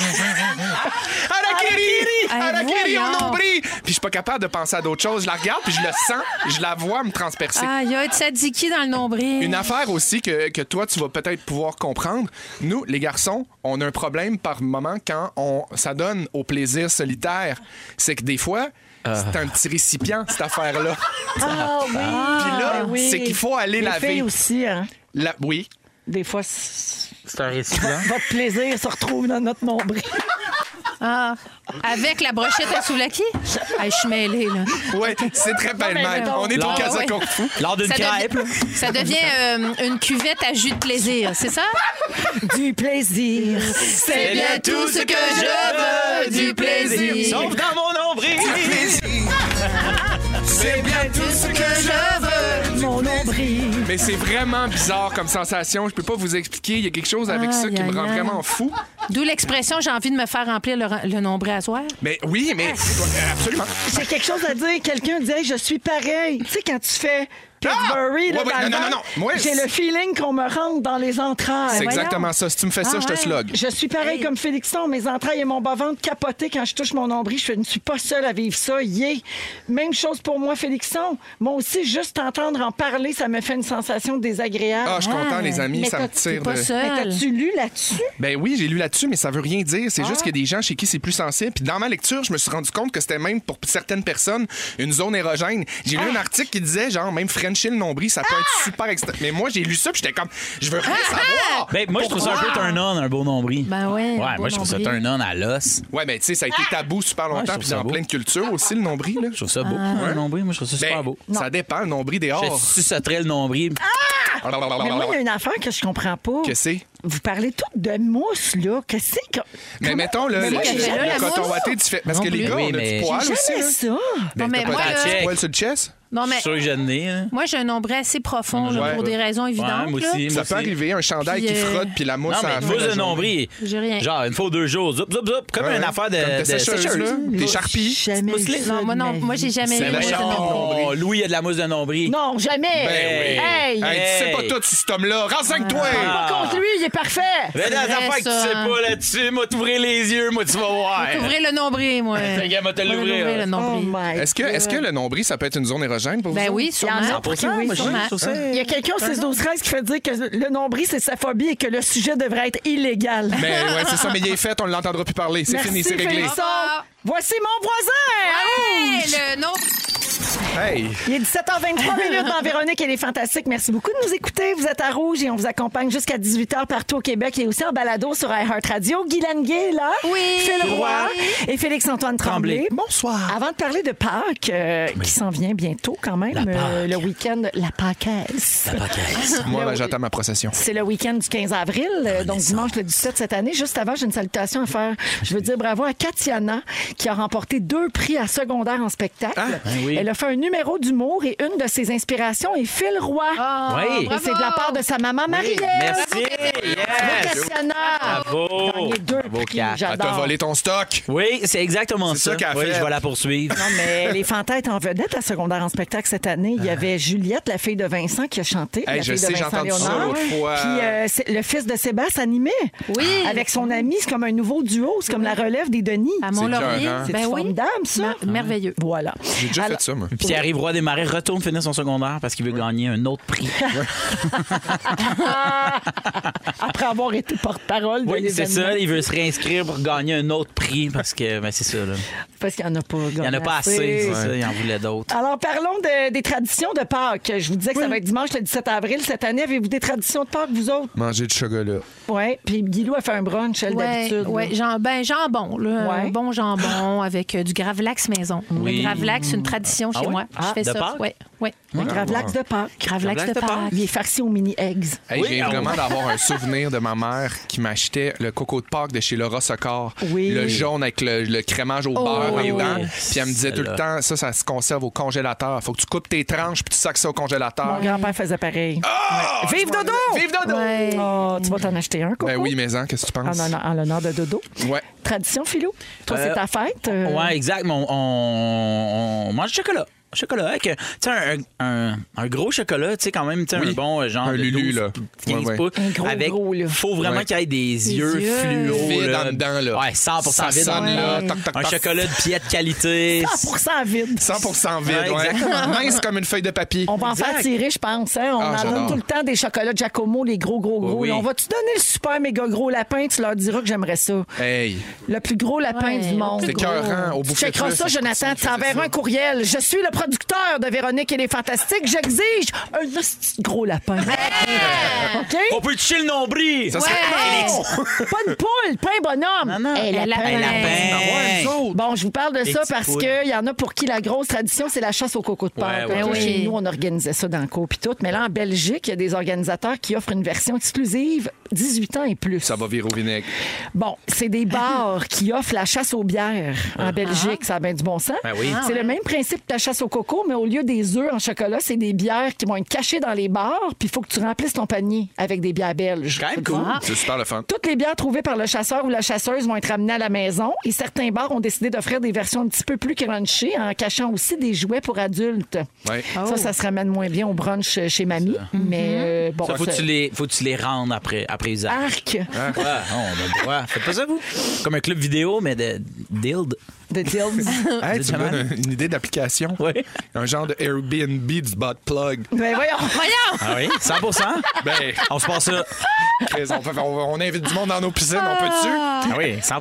Speaker 5: Harakiri! Harakiri
Speaker 7: voyons.
Speaker 5: au nombril! Puis je suis pas capable de penser à d'autres choses. Je la regarde, puis je le sens, je la vois me transpercer.
Speaker 7: Ah, il y a un tzatziki dans le nombril.
Speaker 5: Une affaire aussi que, que toi, tu vas peut-être pouvoir comprendre. Nous, les garçons, on a un problème par moment quand on ça donne au plaisir solitaire. C'est que des fois, c'est un petit récipient, cette affaire-là.
Speaker 6: Ah oui.
Speaker 5: Puis là,
Speaker 6: Ah, oui.
Speaker 5: c'est qu'il faut aller
Speaker 6: Les
Speaker 5: laver.
Speaker 6: filles aussi, hein.
Speaker 5: La- oui.
Speaker 6: Des fois, c'est-
Speaker 4: C'est un
Speaker 5: Hein?
Speaker 4: récipient.
Speaker 6: votre plaisir se retrouve dans notre nombril.
Speaker 7: Ah. Avec la brochette à souvlaki? Ah, je suis mêlée, là.
Speaker 5: Ouais, c'est très belle même.
Speaker 6: non.
Speaker 5: On est au
Speaker 4: Ah,
Speaker 5: casa
Speaker 7: ouais.
Speaker 5: Kung Fu.
Speaker 4: Lors d'une
Speaker 7: Ça
Speaker 4: crêpe.
Speaker 7: devient, ça devient, euh, une cuvette à jus de plaisir, c'est ça?
Speaker 6: Du plaisir.
Speaker 4: Eh
Speaker 7: C'est bien tout ce que je veux, du plaisir.
Speaker 4: Sauf dans mon nombril.
Speaker 5: C'est bien tout ce que je veux.
Speaker 6: Mon nombril.
Speaker 5: Mais c'est vraiment bizarre comme sensation. Je peux pas vous expliquer. Il y a quelque chose avec ça qui
Speaker 7: Aïe,
Speaker 5: me rend
Speaker 7: aïe, aïe.
Speaker 5: vraiment fou.
Speaker 7: D'où l'expression j'ai envie de me faire remplir le, le nombril à soir.
Speaker 5: Mais oui,
Speaker 7: Ah.
Speaker 5: mais euh, absolument.
Speaker 7: Ben
Speaker 6: J'ai quelque chose à dire. Quelqu'un dit Hey, je suis pareil. Tu sais, quand tu fais Pillsbury,
Speaker 5: Ah!
Speaker 6: là,
Speaker 5: Ouais, ouais,
Speaker 6: dans le
Speaker 5: non, non, non,
Speaker 6: ventre,
Speaker 5: non. Moi,
Speaker 6: j'ai
Speaker 5: c'est-
Speaker 6: le feeling qu'on me rentre dans les entrailles.
Speaker 5: C'est
Speaker 6: Ouais.
Speaker 5: exactement ça. Si tu me fais ça,
Speaker 7: Ah
Speaker 5: je te
Speaker 7: ouais.
Speaker 5: slog.
Speaker 6: Je suis pareil comme Félixon, mes entrailles et mon bas-ventre capotés quand je touche mon nombril. Je fais, ne suis pas seule à vivre ça. Yeah. Même chose pour moi, Félixon. Moi aussi, juste entendre en parler, ça me fait une sensation désagréable.
Speaker 5: Ah, je suis content, les amis, ça me
Speaker 7: T'es
Speaker 5: tire
Speaker 7: pas
Speaker 5: de.
Speaker 6: Mais
Speaker 7: seule.
Speaker 6: T'as-tu lu là-dessus?
Speaker 5: Ben oui, j'ai lu là-dessus, mais ça veut rien dire. C'est
Speaker 7: Ah.
Speaker 5: juste qu'il y a des gens chez qui c'est plus sensible. Puis dans ma lecture, je me suis rendu compte que c'était même pour certaines personnes une zone érogène. J'ai
Speaker 7: Ah.
Speaker 5: lu un article qui disait genre même Frenchie le nombril, ça peut être super extra. Mais moi, j'ai lu ça, puis j'étais comme, je veux rien
Speaker 7: Ah,
Speaker 5: savoir.
Speaker 4: Ben, moi, je trouve ça un peu turn on, un beau nombril.
Speaker 7: Ben ouais, un
Speaker 4: Ouais,
Speaker 7: beau
Speaker 4: moi, je trouve ça
Speaker 7: nombril.
Speaker 4: turn on à l'os.
Speaker 5: Ouais, mais tu sais, ça a été
Speaker 7: Ah.
Speaker 5: tabou super
Speaker 4: Ouais, je
Speaker 5: longtemps,
Speaker 4: trouve
Speaker 5: puis
Speaker 4: ça
Speaker 5: dans
Speaker 4: beau.
Speaker 5: plein de cultures aussi le nombril. Là.
Speaker 4: Je trouve ça beau.
Speaker 7: Ah.
Speaker 4: Un nombril, moi, je trouve ça
Speaker 5: Ben,
Speaker 4: super beau.
Speaker 5: Ça dépend, le nombril des
Speaker 4: Je
Speaker 5: hors.
Speaker 7: Ah,
Speaker 4: sucerais le nombril.
Speaker 6: Mais moi, il y a une affaire que je comprends pas.
Speaker 5: Que c'est?
Speaker 6: vous parlez toutes de mousse, là. Qu'est-ce que.
Speaker 5: Mais mettons, là,
Speaker 6: Comment-
Speaker 5: le,
Speaker 6: C'est qu'elle fait là, la
Speaker 5: le coton
Speaker 6: mousse?
Speaker 5: watté, tu fais. Parce
Speaker 4: Non
Speaker 5: que les
Speaker 4: plus.
Speaker 5: gars,
Speaker 4: Oui,
Speaker 5: on a
Speaker 4: mais-
Speaker 5: du poil
Speaker 6: J'ai
Speaker 5: aussi.
Speaker 6: jamais
Speaker 5: là.
Speaker 6: ça.
Speaker 5: Ben,
Speaker 7: mais
Speaker 5: t'as
Speaker 7: moi,
Speaker 5: pas
Speaker 7: là-
Speaker 5: de poil sur le chest?
Speaker 7: Non,
Speaker 4: Je
Speaker 7: mais
Speaker 4: suis sûr que je le n'ai, hein.
Speaker 7: moi, j'ai un ombrel assez profond là,
Speaker 5: Ouais.
Speaker 7: pour des raisons évidentes.
Speaker 4: Ouais, moi
Speaker 7: là.
Speaker 4: aussi, moi
Speaker 5: Ça peut
Speaker 4: aussi.
Speaker 5: arriver, un chandail
Speaker 7: Puis,
Speaker 5: qui
Speaker 7: euh,
Speaker 5: frotte, puis la mousse
Speaker 4: Non,
Speaker 5: à
Speaker 4: mais
Speaker 5: la
Speaker 4: une
Speaker 5: fin de
Speaker 4: fausse
Speaker 5: la
Speaker 4: de
Speaker 5: journée.
Speaker 4: nombril.
Speaker 7: J'ai rien.
Speaker 4: Genre, une faux deux jours. Zoup, zoup, zoup. Comme
Speaker 5: Ouais.
Speaker 4: une affaire de.
Speaker 5: Comme ta
Speaker 4: de
Speaker 5: sécheuse, là. T'es charpie.
Speaker 6: Jamais
Speaker 4: Mousseline.
Speaker 6: eu ça
Speaker 7: Non, moi,
Speaker 6: de
Speaker 7: non,
Speaker 6: ma
Speaker 7: moi,
Speaker 6: vie.
Speaker 7: j'ai jamais
Speaker 5: C'est
Speaker 7: eu
Speaker 5: la
Speaker 7: mousse de
Speaker 5: chance.
Speaker 7: nombril.
Speaker 4: Oh, Louis, il y a de la mousse de nombril.
Speaker 6: Non, jamais.
Speaker 5: Ben oui.
Speaker 6: Hey!
Speaker 5: Hey, tu sais pas tout sur cet homme-là. Renseigne-toi!
Speaker 6: Pas contre lui, il est parfait.
Speaker 4: Mais dans
Speaker 7: C'est
Speaker 4: les
Speaker 7: vrai,
Speaker 4: affaires que tu
Speaker 7: ça,
Speaker 4: sais
Speaker 7: hein.
Speaker 4: pas là-dessus, moi, t'ouvrir les yeux, moi, tu vas voir.
Speaker 7: Couvrez le nombril, moi.
Speaker 4: Fait que, elle va te
Speaker 7: Moi, le
Speaker 4: l'ouvrir.
Speaker 7: nombril, le
Speaker 6: Oh
Speaker 7: nombril.
Speaker 6: my
Speaker 5: Est-ce que, est que
Speaker 6: God.
Speaker 5: le nombril, ça peut être une zone érogène Oh. pour vous?
Speaker 7: Ben
Speaker 5: autres?
Speaker 7: oui,
Speaker 6: Il y en
Speaker 7: sûrement.
Speaker 6: a pour qui
Speaker 7: Oui,
Speaker 6: oui,
Speaker 7: sûrement.
Speaker 6: sûrement. Il y a quelqu'un au 16 12 13 qui fait dire que le nombril, c'est sa phobie et que le sujet devrait être illégal.
Speaker 5: Mais ouais, c'est ça, mais il est fait, on ne l'entendra plus parler. C'est
Speaker 6: Merci,
Speaker 5: fini, c'est réglé.
Speaker 6: Félixon.
Speaker 7: revoir.
Speaker 6: Voici mon voisin!
Speaker 7: Hey,
Speaker 6: Ah, Ouch!
Speaker 7: le nombril.
Speaker 5: Hey!
Speaker 6: Il est 17h23 minutes dans Véronique, elle est fantastique. Merci beaucoup de nous écouter. Vous êtes à Rouge et on vous accompagne jusqu'à 18h partout au Québec et aussi en balado sur iHeartRadio. Guy Gay, là.
Speaker 7: Oui.
Speaker 6: Phil Roy.
Speaker 7: Oui.
Speaker 6: Et Félix-Antoine Tremblay.
Speaker 4: Bonsoir.
Speaker 6: Avant de parler de Pâques, euh, qui s'en vient bientôt quand même,
Speaker 4: La Pâques.
Speaker 6: euh, le week-end, la Pâques.
Speaker 5: Moi, ben, j'attends ma procession.
Speaker 6: C'est le week-end du 15 avril, euh, donc dimanche le 17 cette année. Juste avant, j'ai une salutation à faire. Je veux dire bravo à Katiana, qui a remporté deux prix à secondaire en
Speaker 5: Ah,
Speaker 6: spectacle.
Speaker 5: ben
Speaker 4: oui.
Speaker 6: Elle a fait un numéro d'humour et une de ses inspirations est Phil Roy.
Speaker 7: Ah,
Speaker 4: Oui.
Speaker 6: Et c'est de la part de sa maman marie
Speaker 4: Merci. Yes.
Speaker 6: Katiana.
Speaker 4: Bravo.
Speaker 6: Gagné deux
Speaker 4: Bravo,
Speaker 6: prix,
Speaker 4: Kat.
Speaker 5: Elle t'a
Speaker 6: j'adore.
Speaker 5: volé ton stock!
Speaker 4: Oui, c'est exactement
Speaker 5: C'est ça
Speaker 4: ça.
Speaker 5: qu'elle a
Speaker 4: oui,
Speaker 5: fait.
Speaker 4: je vais la poursuivre.
Speaker 6: Non, mais les fantasmes en vedette à secondaire en spectacle cette année. Il y avait Juliette, la fille de Vincent, qui a chanté.
Speaker 5: Ah. Hey,
Speaker 6: la
Speaker 5: je
Speaker 6: fille
Speaker 5: sais,
Speaker 6: de
Speaker 5: j'ai
Speaker 6: Vincent
Speaker 5: entendu ça
Speaker 6: Léonard.
Speaker 5: l'autre fois.
Speaker 6: Puis euh, c'est- le fils de Sébastien animé.
Speaker 7: Oui.
Speaker 6: Avec son ami, c'est comme un nouveau duo. C'est comme la relève des Denis.
Speaker 7: À
Speaker 5: C'est
Speaker 7: Mont-Laurier.
Speaker 5: écœurant.
Speaker 6: C'est
Speaker 7: Ben oui.
Speaker 6: formidable, ça.
Speaker 7: Mer- Merveilleux.
Speaker 6: Voilà.
Speaker 5: J'ai déjà
Speaker 6: Alors-
Speaker 5: fait ça, moi.
Speaker 4: Puis arrive Roi des Marais, retourne finir son secondaire parce qu'il veut gagner un autre prix.
Speaker 6: Après avoir été porte-parole de
Speaker 4: Oui, c'est
Speaker 6: l'événement.
Speaker 4: ça. Il veut se réinscrire pour gagner un autre prris parce que ben, c'est ça. Là.
Speaker 6: Parce qu'il n'y en a pas.
Speaker 4: Il n'y en a pas assez. c'est ça, il en voulait d'autres.
Speaker 6: Alors, parlons de- des traditions de Pâques. Je vous disais que ça va être dimanche le 17 avril cette année. Avez-vous des traditions de Pâques, vous autres?
Speaker 5: Manger du chocolat.
Speaker 6: Oui. Puis Guilou a fait un brunch, elle,
Speaker 7: Ouais,
Speaker 6: d'habitude.
Speaker 7: ouais,
Speaker 6: là.
Speaker 7: jam- ben, jambon, là,
Speaker 6: Ouais.
Speaker 7: un bon jambon avec euh, du gravlax maison.
Speaker 4: Oui.
Speaker 7: Le gravlax, c'est une tradition chez
Speaker 4: Ah ouais?
Speaker 7: moi.
Speaker 4: Ah,
Speaker 7: je fais
Speaker 4: de
Speaker 7: ça.
Speaker 4: Pâques?
Speaker 7: Ouais, ouais.
Speaker 6: Le gravlax de Pâques.
Speaker 7: Gravlax
Speaker 4: Gravlax
Speaker 7: de
Speaker 4: de
Speaker 7: Pâques.
Speaker 6: Il est farci aux mini-eggs.
Speaker 5: Hey,
Speaker 4: Oui,
Speaker 5: j'ai
Speaker 4: ah oui.
Speaker 5: vraiment d'avoir un souvenir de ma mère qui m'achetait le coco de Pâques de chez Laura Socor.
Speaker 6: Oui.
Speaker 5: Le jaune avec le, le crémage au beurre
Speaker 4: oui,
Speaker 5: en dedans.
Speaker 4: oui.
Speaker 5: Puis elle me disait tout le temps, ça, ça se conserve au congélateur. Faut que tu coupes tes tranches puis tu sacs ça au congélateur.
Speaker 6: Mon grand-père faisait pareil.
Speaker 5: Ah!
Speaker 6: Vive Dodo!
Speaker 5: Vive Dodo!
Speaker 7: Ouais.
Speaker 6: Oh, tu vas t'en acheter un, Coco?
Speaker 5: Ben oui, mais en, qu'est-ce que tu
Speaker 6: En,
Speaker 5: penses?
Speaker 6: honneur- en l'honneur de Dodo.
Speaker 5: Ouais.
Speaker 6: Tradition, Philou? Toi,
Speaker 4: Euh,
Speaker 6: c'est ta fête? euh,
Speaker 4: Ouais, exact. mais on, on- on mange du chocolat. Chocolat avec euh, tu sais, un, un, un gros chocolat, tu sais, quand même, tu sais,
Speaker 5: Oui.
Speaker 4: un bon euh, genre.
Speaker 5: Un
Speaker 4: de
Speaker 5: Lulu,
Speaker 4: 12,
Speaker 5: là.
Speaker 4: 15
Speaker 5: Ouais, ouais.
Speaker 4: pouces,
Speaker 6: Un gros,
Speaker 4: avec,
Speaker 6: gros, là.
Speaker 4: faut vraiment
Speaker 5: Ouais.
Speaker 4: qu'il y ait des yeux
Speaker 7: yeux.
Speaker 4: fluo.
Speaker 5: Vide
Speaker 4: là.
Speaker 5: en dedans, là.
Speaker 4: Ouais, 100
Speaker 5: Ça
Speaker 4: vide.
Speaker 5: sonne,
Speaker 4: Ouais.
Speaker 5: là. Toc, toc,
Speaker 4: Un
Speaker 5: toc.
Speaker 4: chocolat de pied de qualité.
Speaker 6: 100% vide.
Speaker 5: 100 vide,
Speaker 4: Ouais,
Speaker 5: ouais.
Speaker 4: exactement.
Speaker 5: Mince comme une feuille de papier.
Speaker 6: On va en
Speaker 4: Exact.
Speaker 6: faire tirer, je pense. hein. On
Speaker 5: Ah,
Speaker 6: en donne
Speaker 5: j'adore.
Speaker 6: tout le temps des chocolats Giacomo, les gros, gros, gros.
Speaker 4: Oui, oui.
Speaker 6: là. On va-tu donner le super méga gros lapin? Tu leur diras que j'aimerais ça.
Speaker 5: Hey,
Speaker 6: Le plus gros lapin
Speaker 7: Ouais,
Speaker 6: du monde.
Speaker 5: c'est écœurant au bout
Speaker 6: Tu
Speaker 5: de
Speaker 6: checkeras ça, Jonathan. Tu enverras un courriel. Je suis le producteur de Véronique et les Fantastiques. J'exige un petit gros lapin. OK?
Speaker 4: On peut toucher le nombril.
Speaker 5: Ça serait-
Speaker 6: Non! pas une poule, pas un bonhomme.
Speaker 4: Non, non.
Speaker 6: Un lapin.
Speaker 7: Un lapin.
Speaker 4: Un
Speaker 5: Ouais, nous
Speaker 4: lapin.
Speaker 5: autres.
Speaker 6: Bon, je vous parle de
Speaker 4: ben, Des
Speaker 6: ça
Speaker 4: petites
Speaker 6: parce
Speaker 4: poules.
Speaker 6: qu'il y en a pour qui la grosse tradition, c'est la chasse aux cocos de Pâques.
Speaker 4: Ouais, ouais,
Speaker 6: Parce que
Speaker 7: ouais.
Speaker 6: Chez nous, on organisait ça dans le cours puis tout. Mais là, en Belgique, il y a des organisateurs qui offrent une version exclusive 18 ans et plus.
Speaker 5: Ça va virer au vinaigre.
Speaker 6: Bon, c'est des bars qui offrent la chasse aux bières en Belgique. Ça a bien du bon sens.
Speaker 4: Ben oui.
Speaker 6: C'est le même principe que la chasse au coco, mais au lieu des œufs en chocolat, c'est des bières qui vont être cachées dans les bars, puis il faut que tu remplisses ton panier avec des bières belges. Ah,
Speaker 4: Quand même cool.
Speaker 5: C'est super le fun.
Speaker 6: Toutes les bières trouvées par le chasseur ou la chasseuse vont être ramenées à la maison et certains bars ont décidé d'offrir des versions un petit peu plus crunchy en cachant aussi des jouets pour adultes.
Speaker 5: Ouais.
Speaker 6: Ça, ça se ramène moins bien au brunch chez mamie, mais euh, bon.
Speaker 4: Ça, faut que
Speaker 6: ça-
Speaker 4: tu les, faut que tu les rendes après, après usage.
Speaker 6: Arc
Speaker 4: Ah, quoi? Non, on a le droit. Faites pas ça, vous. Comme un club vidéo, mais de dilde.
Speaker 6: de Dills.
Speaker 5: Hey,
Speaker 4: Vous êtes
Speaker 5: tu me
Speaker 4: malade?
Speaker 5: donnes un- une idée d'application?
Speaker 4: Ouais.
Speaker 5: Un genre de Airbnb du bot plug.
Speaker 6: Ben voyons.
Speaker 4: Ah oui? 100
Speaker 5: Ben,
Speaker 4: On se passe ça.
Speaker 5: Chris, on, fait- on- on invite du monde dans nos piscines, on peut-tu?
Speaker 4: Ah oui, 100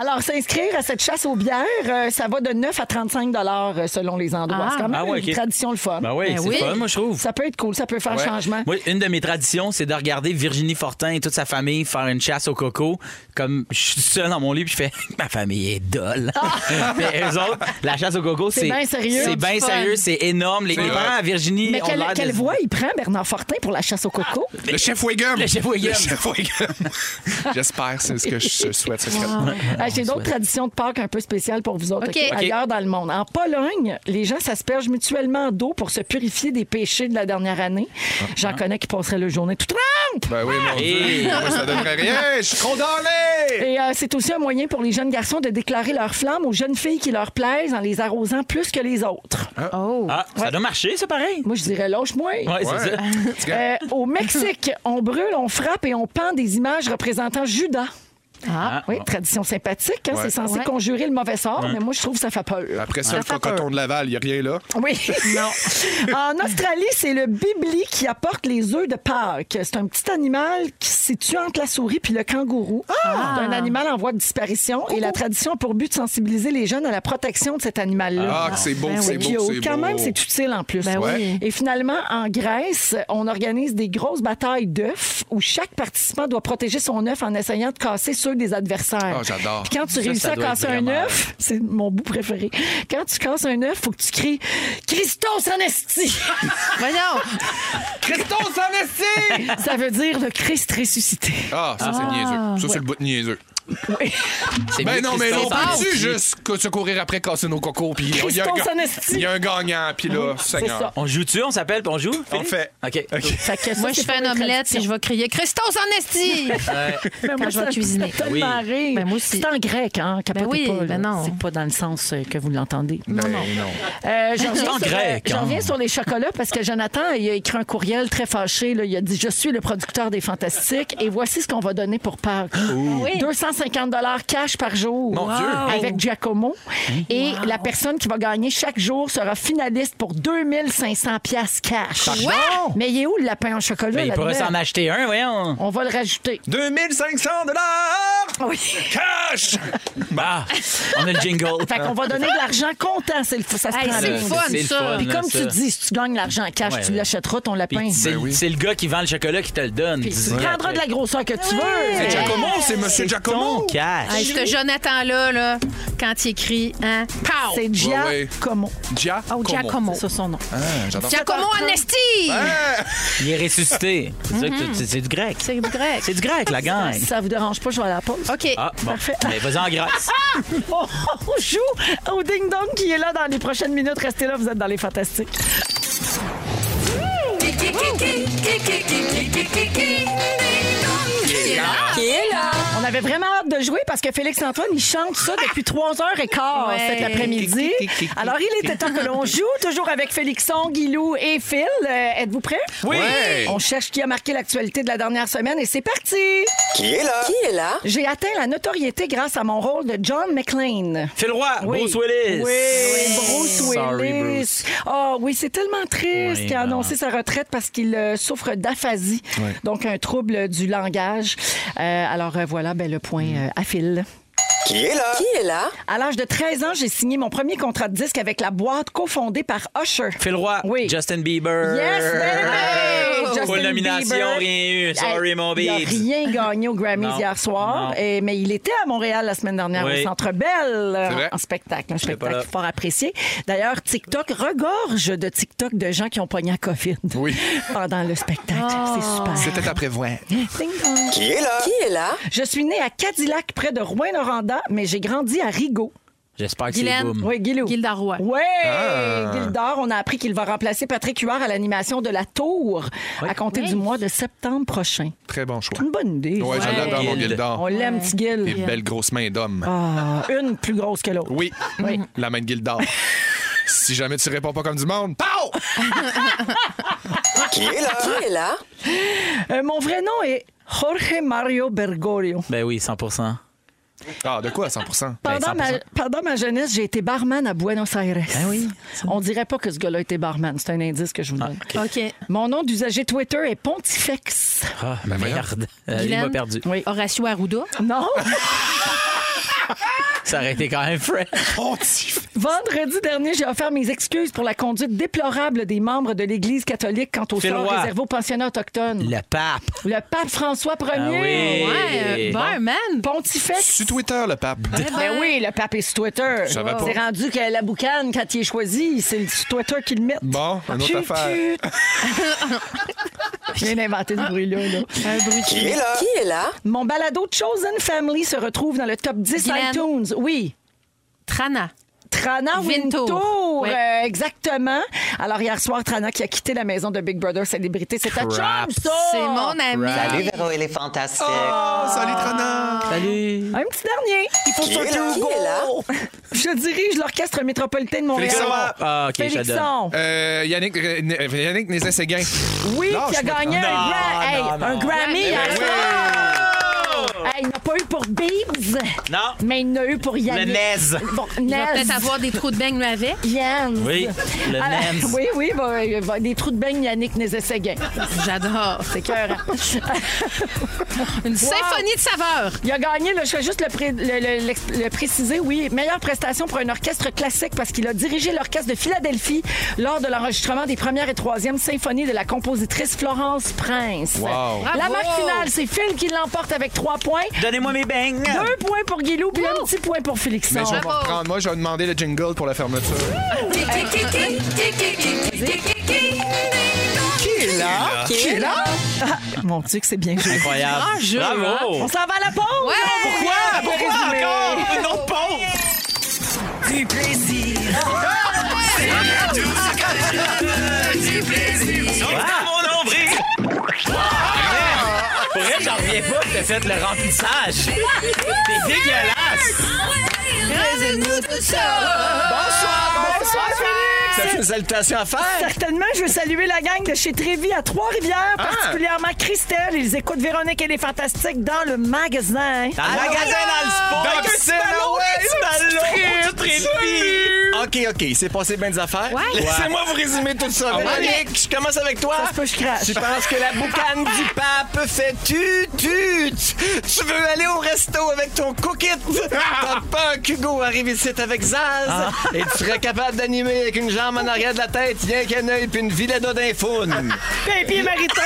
Speaker 6: Alors, s'inscrire à cette chasse aux bières, euh, ça va de 9 à 35 dollars euh, selon les endroits.
Speaker 7: Ah.
Speaker 6: C'est quand même
Speaker 4: Ah ouais,
Speaker 6: une
Speaker 4: ok.
Speaker 6: tradition le fun.
Speaker 4: Ben oui,
Speaker 7: Ben
Speaker 4: c'est
Speaker 7: oui.
Speaker 4: fun, moi, je trouve.
Speaker 6: Ça peut être cool, ça peut faire
Speaker 5: Ouais.
Speaker 6: changement.
Speaker 4: Moi, une de mes traditions, c'est de regarder Virginie Fortin et toute sa famille faire une chasse au coco. Comme je suis seul dans mon lit, puis je fais ma famille est dolle. Mais eux autres, la chasse au coco, c'est
Speaker 6: Ah! bien sérieux.
Speaker 4: C'est bien
Speaker 7: fun.
Speaker 4: sérieux, c'est énorme. Les les
Speaker 5: vrai.
Speaker 4: parents à Virginie
Speaker 6: Mais
Speaker 4: ont
Speaker 6: quelle,
Speaker 4: l'air de-
Speaker 6: quelle voix il prend, Bernard Fortin, pour la chasse au coco?
Speaker 5: Le chef Wiggum!
Speaker 4: Le chef Sheboygan.
Speaker 5: Le Sheboygan. J'espère, c'est ce que je souhaite secrètement.
Speaker 6: Wow. Ah, J'ai d'autres traditions de Pâques un peu spéciales pour vous autres
Speaker 7: OK.
Speaker 6: OK?
Speaker 7: OK.
Speaker 6: ailleurs dans le monde. En Pologne, les gens s'aspergent mutuellement d'eau pour se purifier des péchés de la dernière année. J'en connais qui passeraient le journée tout trempe.
Speaker 5: Ben oui, mon
Speaker 4: Hey.
Speaker 5: Dieu. Moi, ça donnerait rien. Je suis condamné.
Speaker 6: Et euh, c'est aussi un moyen pour les jeunes garçons de déclarer leur flamme aux jeunes filles qui leur plaisent en les arrosant plus que les autres.
Speaker 7: Oh.
Speaker 4: Ah, ça doit marcher, ça, pareil.
Speaker 6: Moi, je dirais lâche-moi.
Speaker 4: Ouais, c'est
Speaker 5: Ouais.
Speaker 4: ça.
Speaker 5: Tu gagnes.
Speaker 6: Euh, au Mexique, on brûle, on frappe et on pend des images représentant Judas.
Speaker 4: Ah,
Speaker 6: Oui,
Speaker 4: bon.
Speaker 6: tradition sympathique. hein,
Speaker 5: Ouais.
Speaker 6: C'est censé
Speaker 7: Ouais.
Speaker 6: conjurer le mauvais sort, mais moi, je trouve que Euh, ça fait peur.
Speaker 5: Après ça, le
Speaker 7: fait
Speaker 5: cocoton de Laval, il n'y a rien là.
Speaker 6: Oui. Non. en Australie, c'est le bibli qui apporte les œufs de Pâques. C'est un petit animal qui se situe entre la souris puis le kangourou.
Speaker 5: Ah!
Speaker 6: C'est un animal en voie de disparition et la tradition a pour but de sensibiliser les jeunes à la protection de cet animal-là.
Speaker 5: Ah, que c'est beau,
Speaker 7: ben
Speaker 5: c'est
Speaker 6: Et
Speaker 7: oui.
Speaker 5: beau, c'est beau.
Speaker 6: oh, quand même, c'est utile en plus.
Speaker 7: Ben oui.
Speaker 6: Et finalement, en Grèce, on organise des grosses batailles d'œufs où chaque participant doit protéger son œuf en essayant de casser ceux des adversaires.
Speaker 5: Ah, j'adore.
Speaker 6: Puis quand tu
Speaker 4: Ça,
Speaker 6: réussis
Speaker 4: ça
Speaker 6: à
Speaker 4: doit
Speaker 6: casser
Speaker 4: être
Speaker 6: un
Speaker 4: vraiment-
Speaker 6: œuf, c'est mon bout préféré. Quand tu casses un œuf, faut que tu cries Christos en esti.
Speaker 7: Voyons.
Speaker 5: Christos en esti!
Speaker 6: Ça veut dire le Christ ressuscité.
Speaker 5: Ah, ça, c'est niaiseux. Ça, c'est le bout de niaiseux.
Speaker 4: C'est mieux
Speaker 5: Ben non,
Speaker 4: que
Speaker 5: mais là,
Speaker 4: Eh Christophe.
Speaker 5: on peut-tu juste que- se courir après casser nos cocos? Puis Oh, il y, a un
Speaker 6: Christos
Speaker 5: ga-
Speaker 6: en esti.
Speaker 5: il y a un gagnant, puis là, Seigneur.
Speaker 6: ça.
Speaker 4: On joue-tu, on s'appelle, puis on joue?
Speaker 5: On fait.
Speaker 4: OK.
Speaker 5: OK.
Speaker 6: Fait que ça,
Speaker 7: Moi, je
Speaker 6: c'est
Speaker 7: fais
Speaker 6: pas
Speaker 7: une
Speaker 6: une
Speaker 7: omelette
Speaker 6: tradition.
Speaker 7: et je vais crier Christos en esti!
Speaker 4: Ouais.
Speaker 6: Mais Ben, moi,
Speaker 7: je
Speaker 6: ça
Speaker 7: vais
Speaker 6: me
Speaker 7: cuisiner.
Speaker 6: fait tellement rire.
Speaker 7: Ben, moi aussi.
Speaker 6: C'est en grec, hein? capotez
Speaker 7: oui,
Speaker 6: pas, là.
Speaker 7: ben non.
Speaker 6: C'est pas dans le sens euh, que vous l'entendez.
Speaker 5: Ben non.
Speaker 6: Euh, j'en reviens
Speaker 4: en
Speaker 6: sur,
Speaker 4: grec,
Speaker 6: euh, j'en
Speaker 4: hein.
Speaker 6: reviens sur les chocolats parce que Jonathan il a écrit un courriel très fâché. là. Il a dit Je suis le producteur des Fantastiques et voici ce qu'on va donner pour
Speaker 4: Ah
Speaker 6: Pâques.
Speaker 7: Ah
Speaker 6: 250 cash par jour
Speaker 5: Mon Dieu.
Speaker 6: avec Giacomo. Et la personne qui va gagner chaque jour sera finaliste pour 2500 piastres cash. Mais il est où le lapin en chocolat?
Speaker 4: Ben, il
Speaker 6: là-dedans?
Speaker 4: pourrait s'en acheter un, voyons.
Speaker 6: On va le rajouter.
Speaker 5: 2500
Speaker 6: Oui.
Speaker 5: cash!
Speaker 4: Bah, on a le jingle.
Speaker 6: Fait qu'on va donner de l'argent comptant. Ah, C'est le, ça se
Speaker 7: Hey,
Speaker 6: prend
Speaker 7: c'est
Speaker 6: là.
Speaker 7: le fun,
Speaker 4: Euh, C'est le
Speaker 7: ça.
Speaker 4: fun,
Speaker 6: Puis comme
Speaker 4: ça.
Speaker 6: tu dis, si tu gagnes l'argent cash,
Speaker 4: Ouais,
Speaker 6: tu
Speaker 4: ouais.
Speaker 6: l'achèteras ton lapin.
Speaker 4: Puis c'est
Speaker 5: Ben oui.
Speaker 4: c'est le gars qui vend le chocolat qui te le donne.
Speaker 6: Puis tu
Speaker 4: Direct.
Speaker 6: prendras de la grosseur que tu veux.
Speaker 5: C'est Giacomo, Euh, c'est Monsieur
Speaker 4: Ton
Speaker 5: Giacomo.
Speaker 6: Ah.
Speaker 4: cash.
Speaker 7: Hey, ce Jonathan-là, là, quand il écrit, hein, pow!
Speaker 6: C'est
Speaker 5: Ouais, ouais.
Speaker 6: Giacomo.
Speaker 5: Giacomo.
Speaker 7: Oh, Giacomo.
Speaker 6: C'est ça son nom.
Speaker 5: Ah, j'adore.
Speaker 7: Giacomo Anesti!
Speaker 4: Il est ressuscité. C'est ça que tu- c'est- c'est du grec.
Speaker 7: C'est du grec.
Speaker 4: C'est du grec, la gang.
Speaker 6: Si Mhm. Ah, ça vous dérange pas, je vais à la pause.
Speaker 7: OK.
Speaker 4: Ah, bon.
Speaker 6: Parfait.
Speaker 4: Mais vas-y en Grèce.
Speaker 6: On joue au ding-dong qui est là dans les prochaines minutes. Restez là, vous êtes dans les fantastiques.
Speaker 7: Ah,
Speaker 6: On avait vraiment hâte de jouer parce que Félix-Antoine, il chante ça depuis 3h15
Speaker 7: Ouais.
Speaker 6: cet après-midi. Alors, il était temps que l'on joue, toujours avec Félixon, Guilou et Phil. Euh, Êtes-vous prêts?
Speaker 5: Oui. Ouais.
Speaker 6: On cherche qui a marqué l'actualité de la dernière semaine et c'est parti!
Speaker 3: Qui est là?
Speaker 2: est là?
Speaker 6: J'ai atteint la notoriété grâce à mon rôle de John McClane.
Speaker 4: Phil Roy,
Speaker 6: Oui.
Speaker 4: Bruce Willis. Ah
Speaker 6: Oui, Bruce Willis.
Speaker 4: Sorry, Bruce.
Speaker 6: Ah oui, c'est tellement triste
Speaker 4: Oui,
Speaker 6: qu'il a annoncé sa retraite parce qu'il euh, souffre d'aphasie, donc un trouble du langage. Euh, alors euh, voilà, ben, le point
Speaker 4: Mm.
Speaker 6: euh, à Phil.
Speaker 3: Qui est là?
Speaker 2: est là?
Speaker 6: À l'âge de 13 ans, j'ai signé mon premier contrat de disque avec la boîte cofondée par Usher.
Speaker 4: Phil Roy,
Speaker 6: Oui.
Speaker 4: Justin Bieber.
Speaker 6: Yes, baby!
Speaker 4: Full
Speaker 6: Justin
Speaker 4: nomination,
Speaker 6: Bieber.
Speaker 4: rien eu. Sorry,
Speaker 6: Hey,
Speaker 4: mon
Speaker 6: Il a
Speaker 4: beat.
Speaker 6: rien gagné aux Grammys
Speaker 4: Non,
Speaker 6: hier soir,
Speaker 4: non.
Speaker 6: et- mais il était à Montréal la semaine dernière
Speaker 4: Oui.
Speaker 6: au Centre Bell euh,
Speaker 5: C'est vrai.
Speaker 6: en spectacle. Un
Speaker 4: pas
Speaker 6: spectacle
Speaker 4: là.
Speaker 6: fort apprécié. D'ailleurs, TikTok regorge de TikTok de gens qui ont pogné la COVID
Speaker 5: Oui.
Speaker 6: pendant le spectacle.
Speaker 4: Ah.
Speaker 6: C'est super.
Speaker 5: C'était après voix.
Speaker 6: Ding-dong.
Speaker 3: Qui est là?
Speaker 2: est là?
Speaker 6: Je suis née à Cadillac, près de Rouen-Noranda, mais j'ai grandi à Rigaud.
Speaker 4: J'espère que c'est
Speaker 7: Guylaine.
Speaker 5: Hmm.
Speaker 4: boum.
Speaker 6: Oui, Guilou.
Speaker 7: Gilda Roy.
Speaker 6: Oui,
Speaker 5: Ah.
Speaker 6: Gildor, on a appris qu'il va remplacer Patrick Huard à l'animation de La Tour à compter du mois de septembre prochain.
Speaker 5: Très bon choix.
Speaker 6: Une bonne idée.
Speaker 5: Ouais,
Speaker 6: ça.
Speaker 5: je l'adore, mon
Speaker 4: Guild.
Speaker 5: Guild
Speaker 6: On
Speaker 5: d'or.
Speaker 6: l'aime, petit Gil.
Speaker 5: Des belles grosses mains d'homme.
Speaker 6: Ah, une plus grosse que l'autre.
Speaker 5: Oui. La main de Guild d'or. Si jamais tu réponds pas comme du monde, pow!
Speaker 3: Qui est là?
Speaker 2: est là?
Speaker 6: Euh, mon vrai nom est Jorge Mario Bergoglio.
Speaker 4: Ben oui, 100
Speaker 5: Ah, de quoi, 100
Speaker 6: Pendant,
Speaker 4: Ben, 100%.
Speaker 6: ma, pendant ma jeunesse, j'ai été barman à Buenos Aires.
Speaker 4: Ben oui.
Speaker 6: On dirait pas que ce gars-là était barman. C'est un indice que je vous donne.
Speaker 7: OK.
Speaker 6: Mon nom d'usager Twitter est Pontifex.
Speaker 4: Ah,
Speaker 5: Ben
Speaker 4: merde. Euh, il
Speaker 7: Guylaine.
Speaker 4: m'a perdu.
Speaker 6: Oui.
Speaker 7: Horacio Arruda.
Speaker 6: Non?
Speaker 4: Ça aurait été quand même fresh.
Speaker 5: Oh, Pontifex.
Speaker 6: Vendredi dernier, j'ai offert mes excuses pour la conduite déplorable des membres de l'Église catholique quant au
Speaker 4: Phil
Speaker 6: sort
Speaker 4: Roy.
Speaker 6: réservé aux pensionnats autochtones.
Speaker 4: Le pape.
Speaker 6: Le, pape François Ier.
Speaker 4: oui.
Speaker 7: Ouais, euh,
Speaker 4: Bon.
Speaker 7: ben, man.
Speaker 6: Pontifex.
Speaker 5: Sur Twitter, le pape.
Speaker 6: Ben oui, le pape est sur Twitter.
Speaker 5: Je savais pas.
Speaker 6: C'est rendu que la boucane, quand il est choisi, c'est sur Twitter qu'il met.
Speaker 5: Bon, une autre affaire.
Speaker 6: Je viens d'inventer
Speaker 7: Ah.
Speaker 6: ce bruit-là. là.
Speaker 3: Qui est là?
Speaker 6: Mon balado Chosen Family se retrouve dans le top 10
Speaker 7: Guylaine.
Speaker 6: iTunes. Oui.
Speaker 7: Trana.
Speaker 6: Trana
Speaker 7: Vintour.
Speaker 6: Wintour.
Speaker 7: Ouais.
Speaker 6: euh, exactement. Alors, hier soir, Trana qui a quitté la maison de Big Brother Célébrité, c'est ta chum, ça!
Speaker 4: Crap.
Speaker 7: C'est mon ami.
Speaker 10: Salut, Véro, il est fantastique.
Speaker 5: Oh, salut, Trana!
Speaker 6: Ah.
Speaker 4: Salut.
Speaker 6: Un petit dernier. Il faut
Speaker 10: Qui est là? Qui est là?
Speaker 6: Je dirige l'Orchestre métropolitain de Montréal.
Speaker 5: Félixon.
Speaker 4: Ah, ok, je donne.
Speaker 6: Félixon.
Speaker 5: Euh, Yannick, euh, Yannick Nézet-Séguin.
Speaker 6: Oui,
Speaker 5: Lâche
Speaker 6: qui a
Speaker 5: moi,
Speaker 6: gagné un,
Speaker 4: Trana.
Speaker 6: grand- hey,
Speaker 4: Non, non,
Speaker 6: un
Speaker 4: non.
Speaker 6: Grammy.
Speaker 7: Ouais,
Speaker 6: hier
Speaker 5: ouais.
Speaker 6: soir. Hey, il n'a pas eu pour Bibbs,
Speaker 4: Non.
Speaker 6: mais il n'a eu pour
Speaker 4: Le
Speaker 6: Yannick.
Speaker 4: naze.
Speaker 6: Bon,
Speaker 7: Il va
Speaker 6: Nez.
Speaker 7: peut-être avoir des trous de beigne lui, avec.
Speaker 6: Yann.
Speaker 4: Oui, le
Speaker 6: Ah,
Speaker 4: naze.
Speaker 6: Oui, oui, bah, euh, bah, des trous de beigne, Yannick Nézet-Séguin.
Speaker 7: J'adore.
Speaker 6: C'est cœur. hein.
Speaker 7: Une symphonie de saveurs.
Speaker 6: Il a gagné, là, je vais juste le, pré- le- le- l'ex- le préciser, oui, meilleure prestation pour un orchestre classique parce qu'il a dirigé l'orchestre de Philadelphie lors de l'enregistrement des premières et troisième symphonies de la compositrice Florence Prince.
Speaker 5: Wow.
Speaker 6: La
Speaker 7: Bravo.
Speaker 6: marque finale, c'est Phil qui l'emporte avec trois points.
Speaker 4: Donnez-moi mes beignes.
Speaker 6: Deux points pour Guilou, puis un petit point pour Félixon.
Speaker 5: Mais je vais
Speaker 7: Bravo.
Speaker 5: prendre. Moi, je vais demander le jingle pour la fermeture. Qui est là? Qui est là?
Speaker 6: Mon Dieu, que c'est bien joué.
Speaker 4: Incroyable. Bravo.
Speaker 5: hein.
Speaker 6: On s'en va à la pause!
Speaker 7: Ouais.
Speaker 6: Pourquoi? Pourquoi encore?
Speaker 4: Une autre pause. Ah! Pour vrai, j'en reviens pas que t'as fait le remplissage. C'est dégueulasse.
Speaker 5: Bonsoir, bonsoir, Félix!
Speaker 4: T'as une salutation à faire.
Speaker 6: Certainement, je veux saluer la gang de chez Trévy à Trois-Rivières, particulièrement Christelle. Ils écoutent Véronique et les Fantastiques dans le magasin.
Speaker 4: Dans le magasin, dans le sport.
Speaker 5: Dans le salon,
Speaker 4: salon,
Speaker 12: OK, OK, c'est passé bien des affaires.
Speaker 7: Ouais.
Speaker 12: Laissez-moi vous résumer tout ça. Véronique, je commence avec toi.
Speaker 6: Ça se peut, je crache.
Speaker 12: Tu penses que la boucane du pape fait tu tu Tu veux aller au resto avec ton coquette? T'as peur qu'Hugo arrive ici avec Zaz? Et tu serais capable d'animer avec une jambe en arrière de la tête, rien qu'un œil puis une vilada d'infaune.
Speaker 6: Pimpy et Mariton.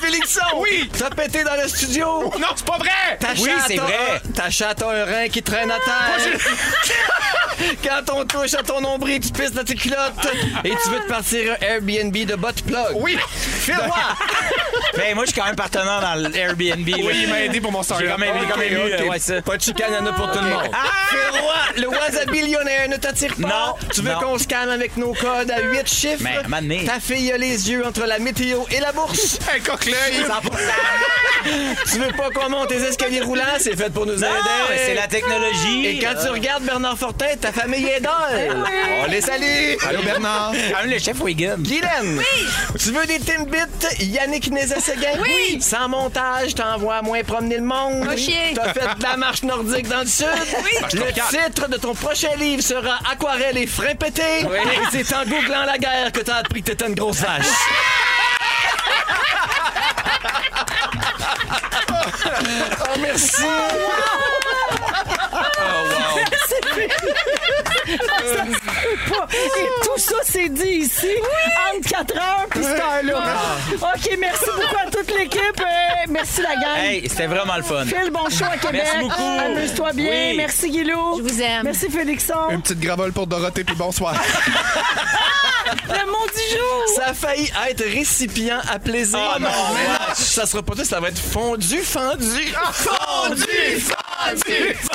Speaker 12: Félixon! Oui! T'as pété dans le studio!
Speaker 5: Non, c'est pas vrai!
Speaker 12: Ta
Speaker 4: Oui,
Speaker 12: chatte
Speaker 4: c'est
Speaker 12: a-
Speaker 4: vrai.
Speaker 12: Ta chatte a un rein qui traîne à terre. Quand on touche à ton nombril, tu pisses dans tes culottes. Et tu veux te partir un Airbnb de bot plug.
Speaker 5: Oui!
Speaker 12: Fais moi
Speaker 4: Ben, moi, je suis quand même partenaire dans l'Airbnb.
Speaker 5: Oui, il m'a aidé pour mon
Speaker 4: J'ai
Speaker 5: startup.
Speaker 4: quand même, j'ai quand même
Speaker 5: Ok,
Speaker 4: eu,
Speaker 5: ok.
Speaker 4: euh, ouais, ça.
Speaker 12: Ah, Pas de chicane, y'en a pour tout le monde. Fais roi, Ah! le wasabillionnaire ne t'attire pas.
Speaker 4: Non,
Speaker 12: Tu veux
Speaker 4: non.
Speaker 12: qu'on se calme avec nos codes à 8 chiffres?
Speaker 4: Mais, à un moment donné.
Speaker 12: Ta fille a les yeux entre la météo et la bourse.
Speaker 5: Un coquelin!
Speaker 12: tu veux pas qu'on monte tes escaliers roulants? C'est fait pour nous
Speaker 4: Non, mais
Speaker 12: aider.
Speaker 4: c'est la Euh. technologie.
Speaker 12: Et quand tu regardes Bernard Fortin, ta famille est d'or. On les salue.
Speaker 5: Allô, Bernard!
Speaker 4: Quand même, le chef Wigan.
Speaker 12: Guylaine, tu veux des Timbits, Yannick Nézet-Séguin? Oui! Sans montage, t'envoies à moins promener le monde.
Speaker 7: Va chier.
Speaker 12: T'as fait de la marche nordique dans le sud.
Speaker 5: Marche
Speaker 12: Le
Speaker 5: tropicale.
Speaker 12: titre de ton prochain livre sera Aquarelle et freins pétés. Et c'est en googlant la guerre que t'as appris que t'étais une grosse vache. oh, merci! Oh,
Speaker 6: pas. Et tout ça, c'est dit ici entre 4 heures puis cette heure-là. OK, merci beaucoup à toute l'équipe. Euh, merci la gang.
Speaker 4: Hey, c'était vraiment le fun.
Speaker 6: Phil, bon show à Québec.
Speaker 4: Merci beaucoup.
Speaker 6: Amuse-toi bien.
Speaker 4: Oui.
Speaker 6: Merci Guilou.
Speaker 7: Je vous aime.
Speaker 6: Merci Félixon.
Speaker 5: Une petite gravole pour Dorothée, puis bonsoir.
Speaker 6: Le mot du jour.
Speaker 12: Ça a failli être récipient à plaisir.
Speaker 4: Oh non,
Speaker 12: Mais non, ça sera pas tout, ça va être fondu, fendu. fondu, fondu,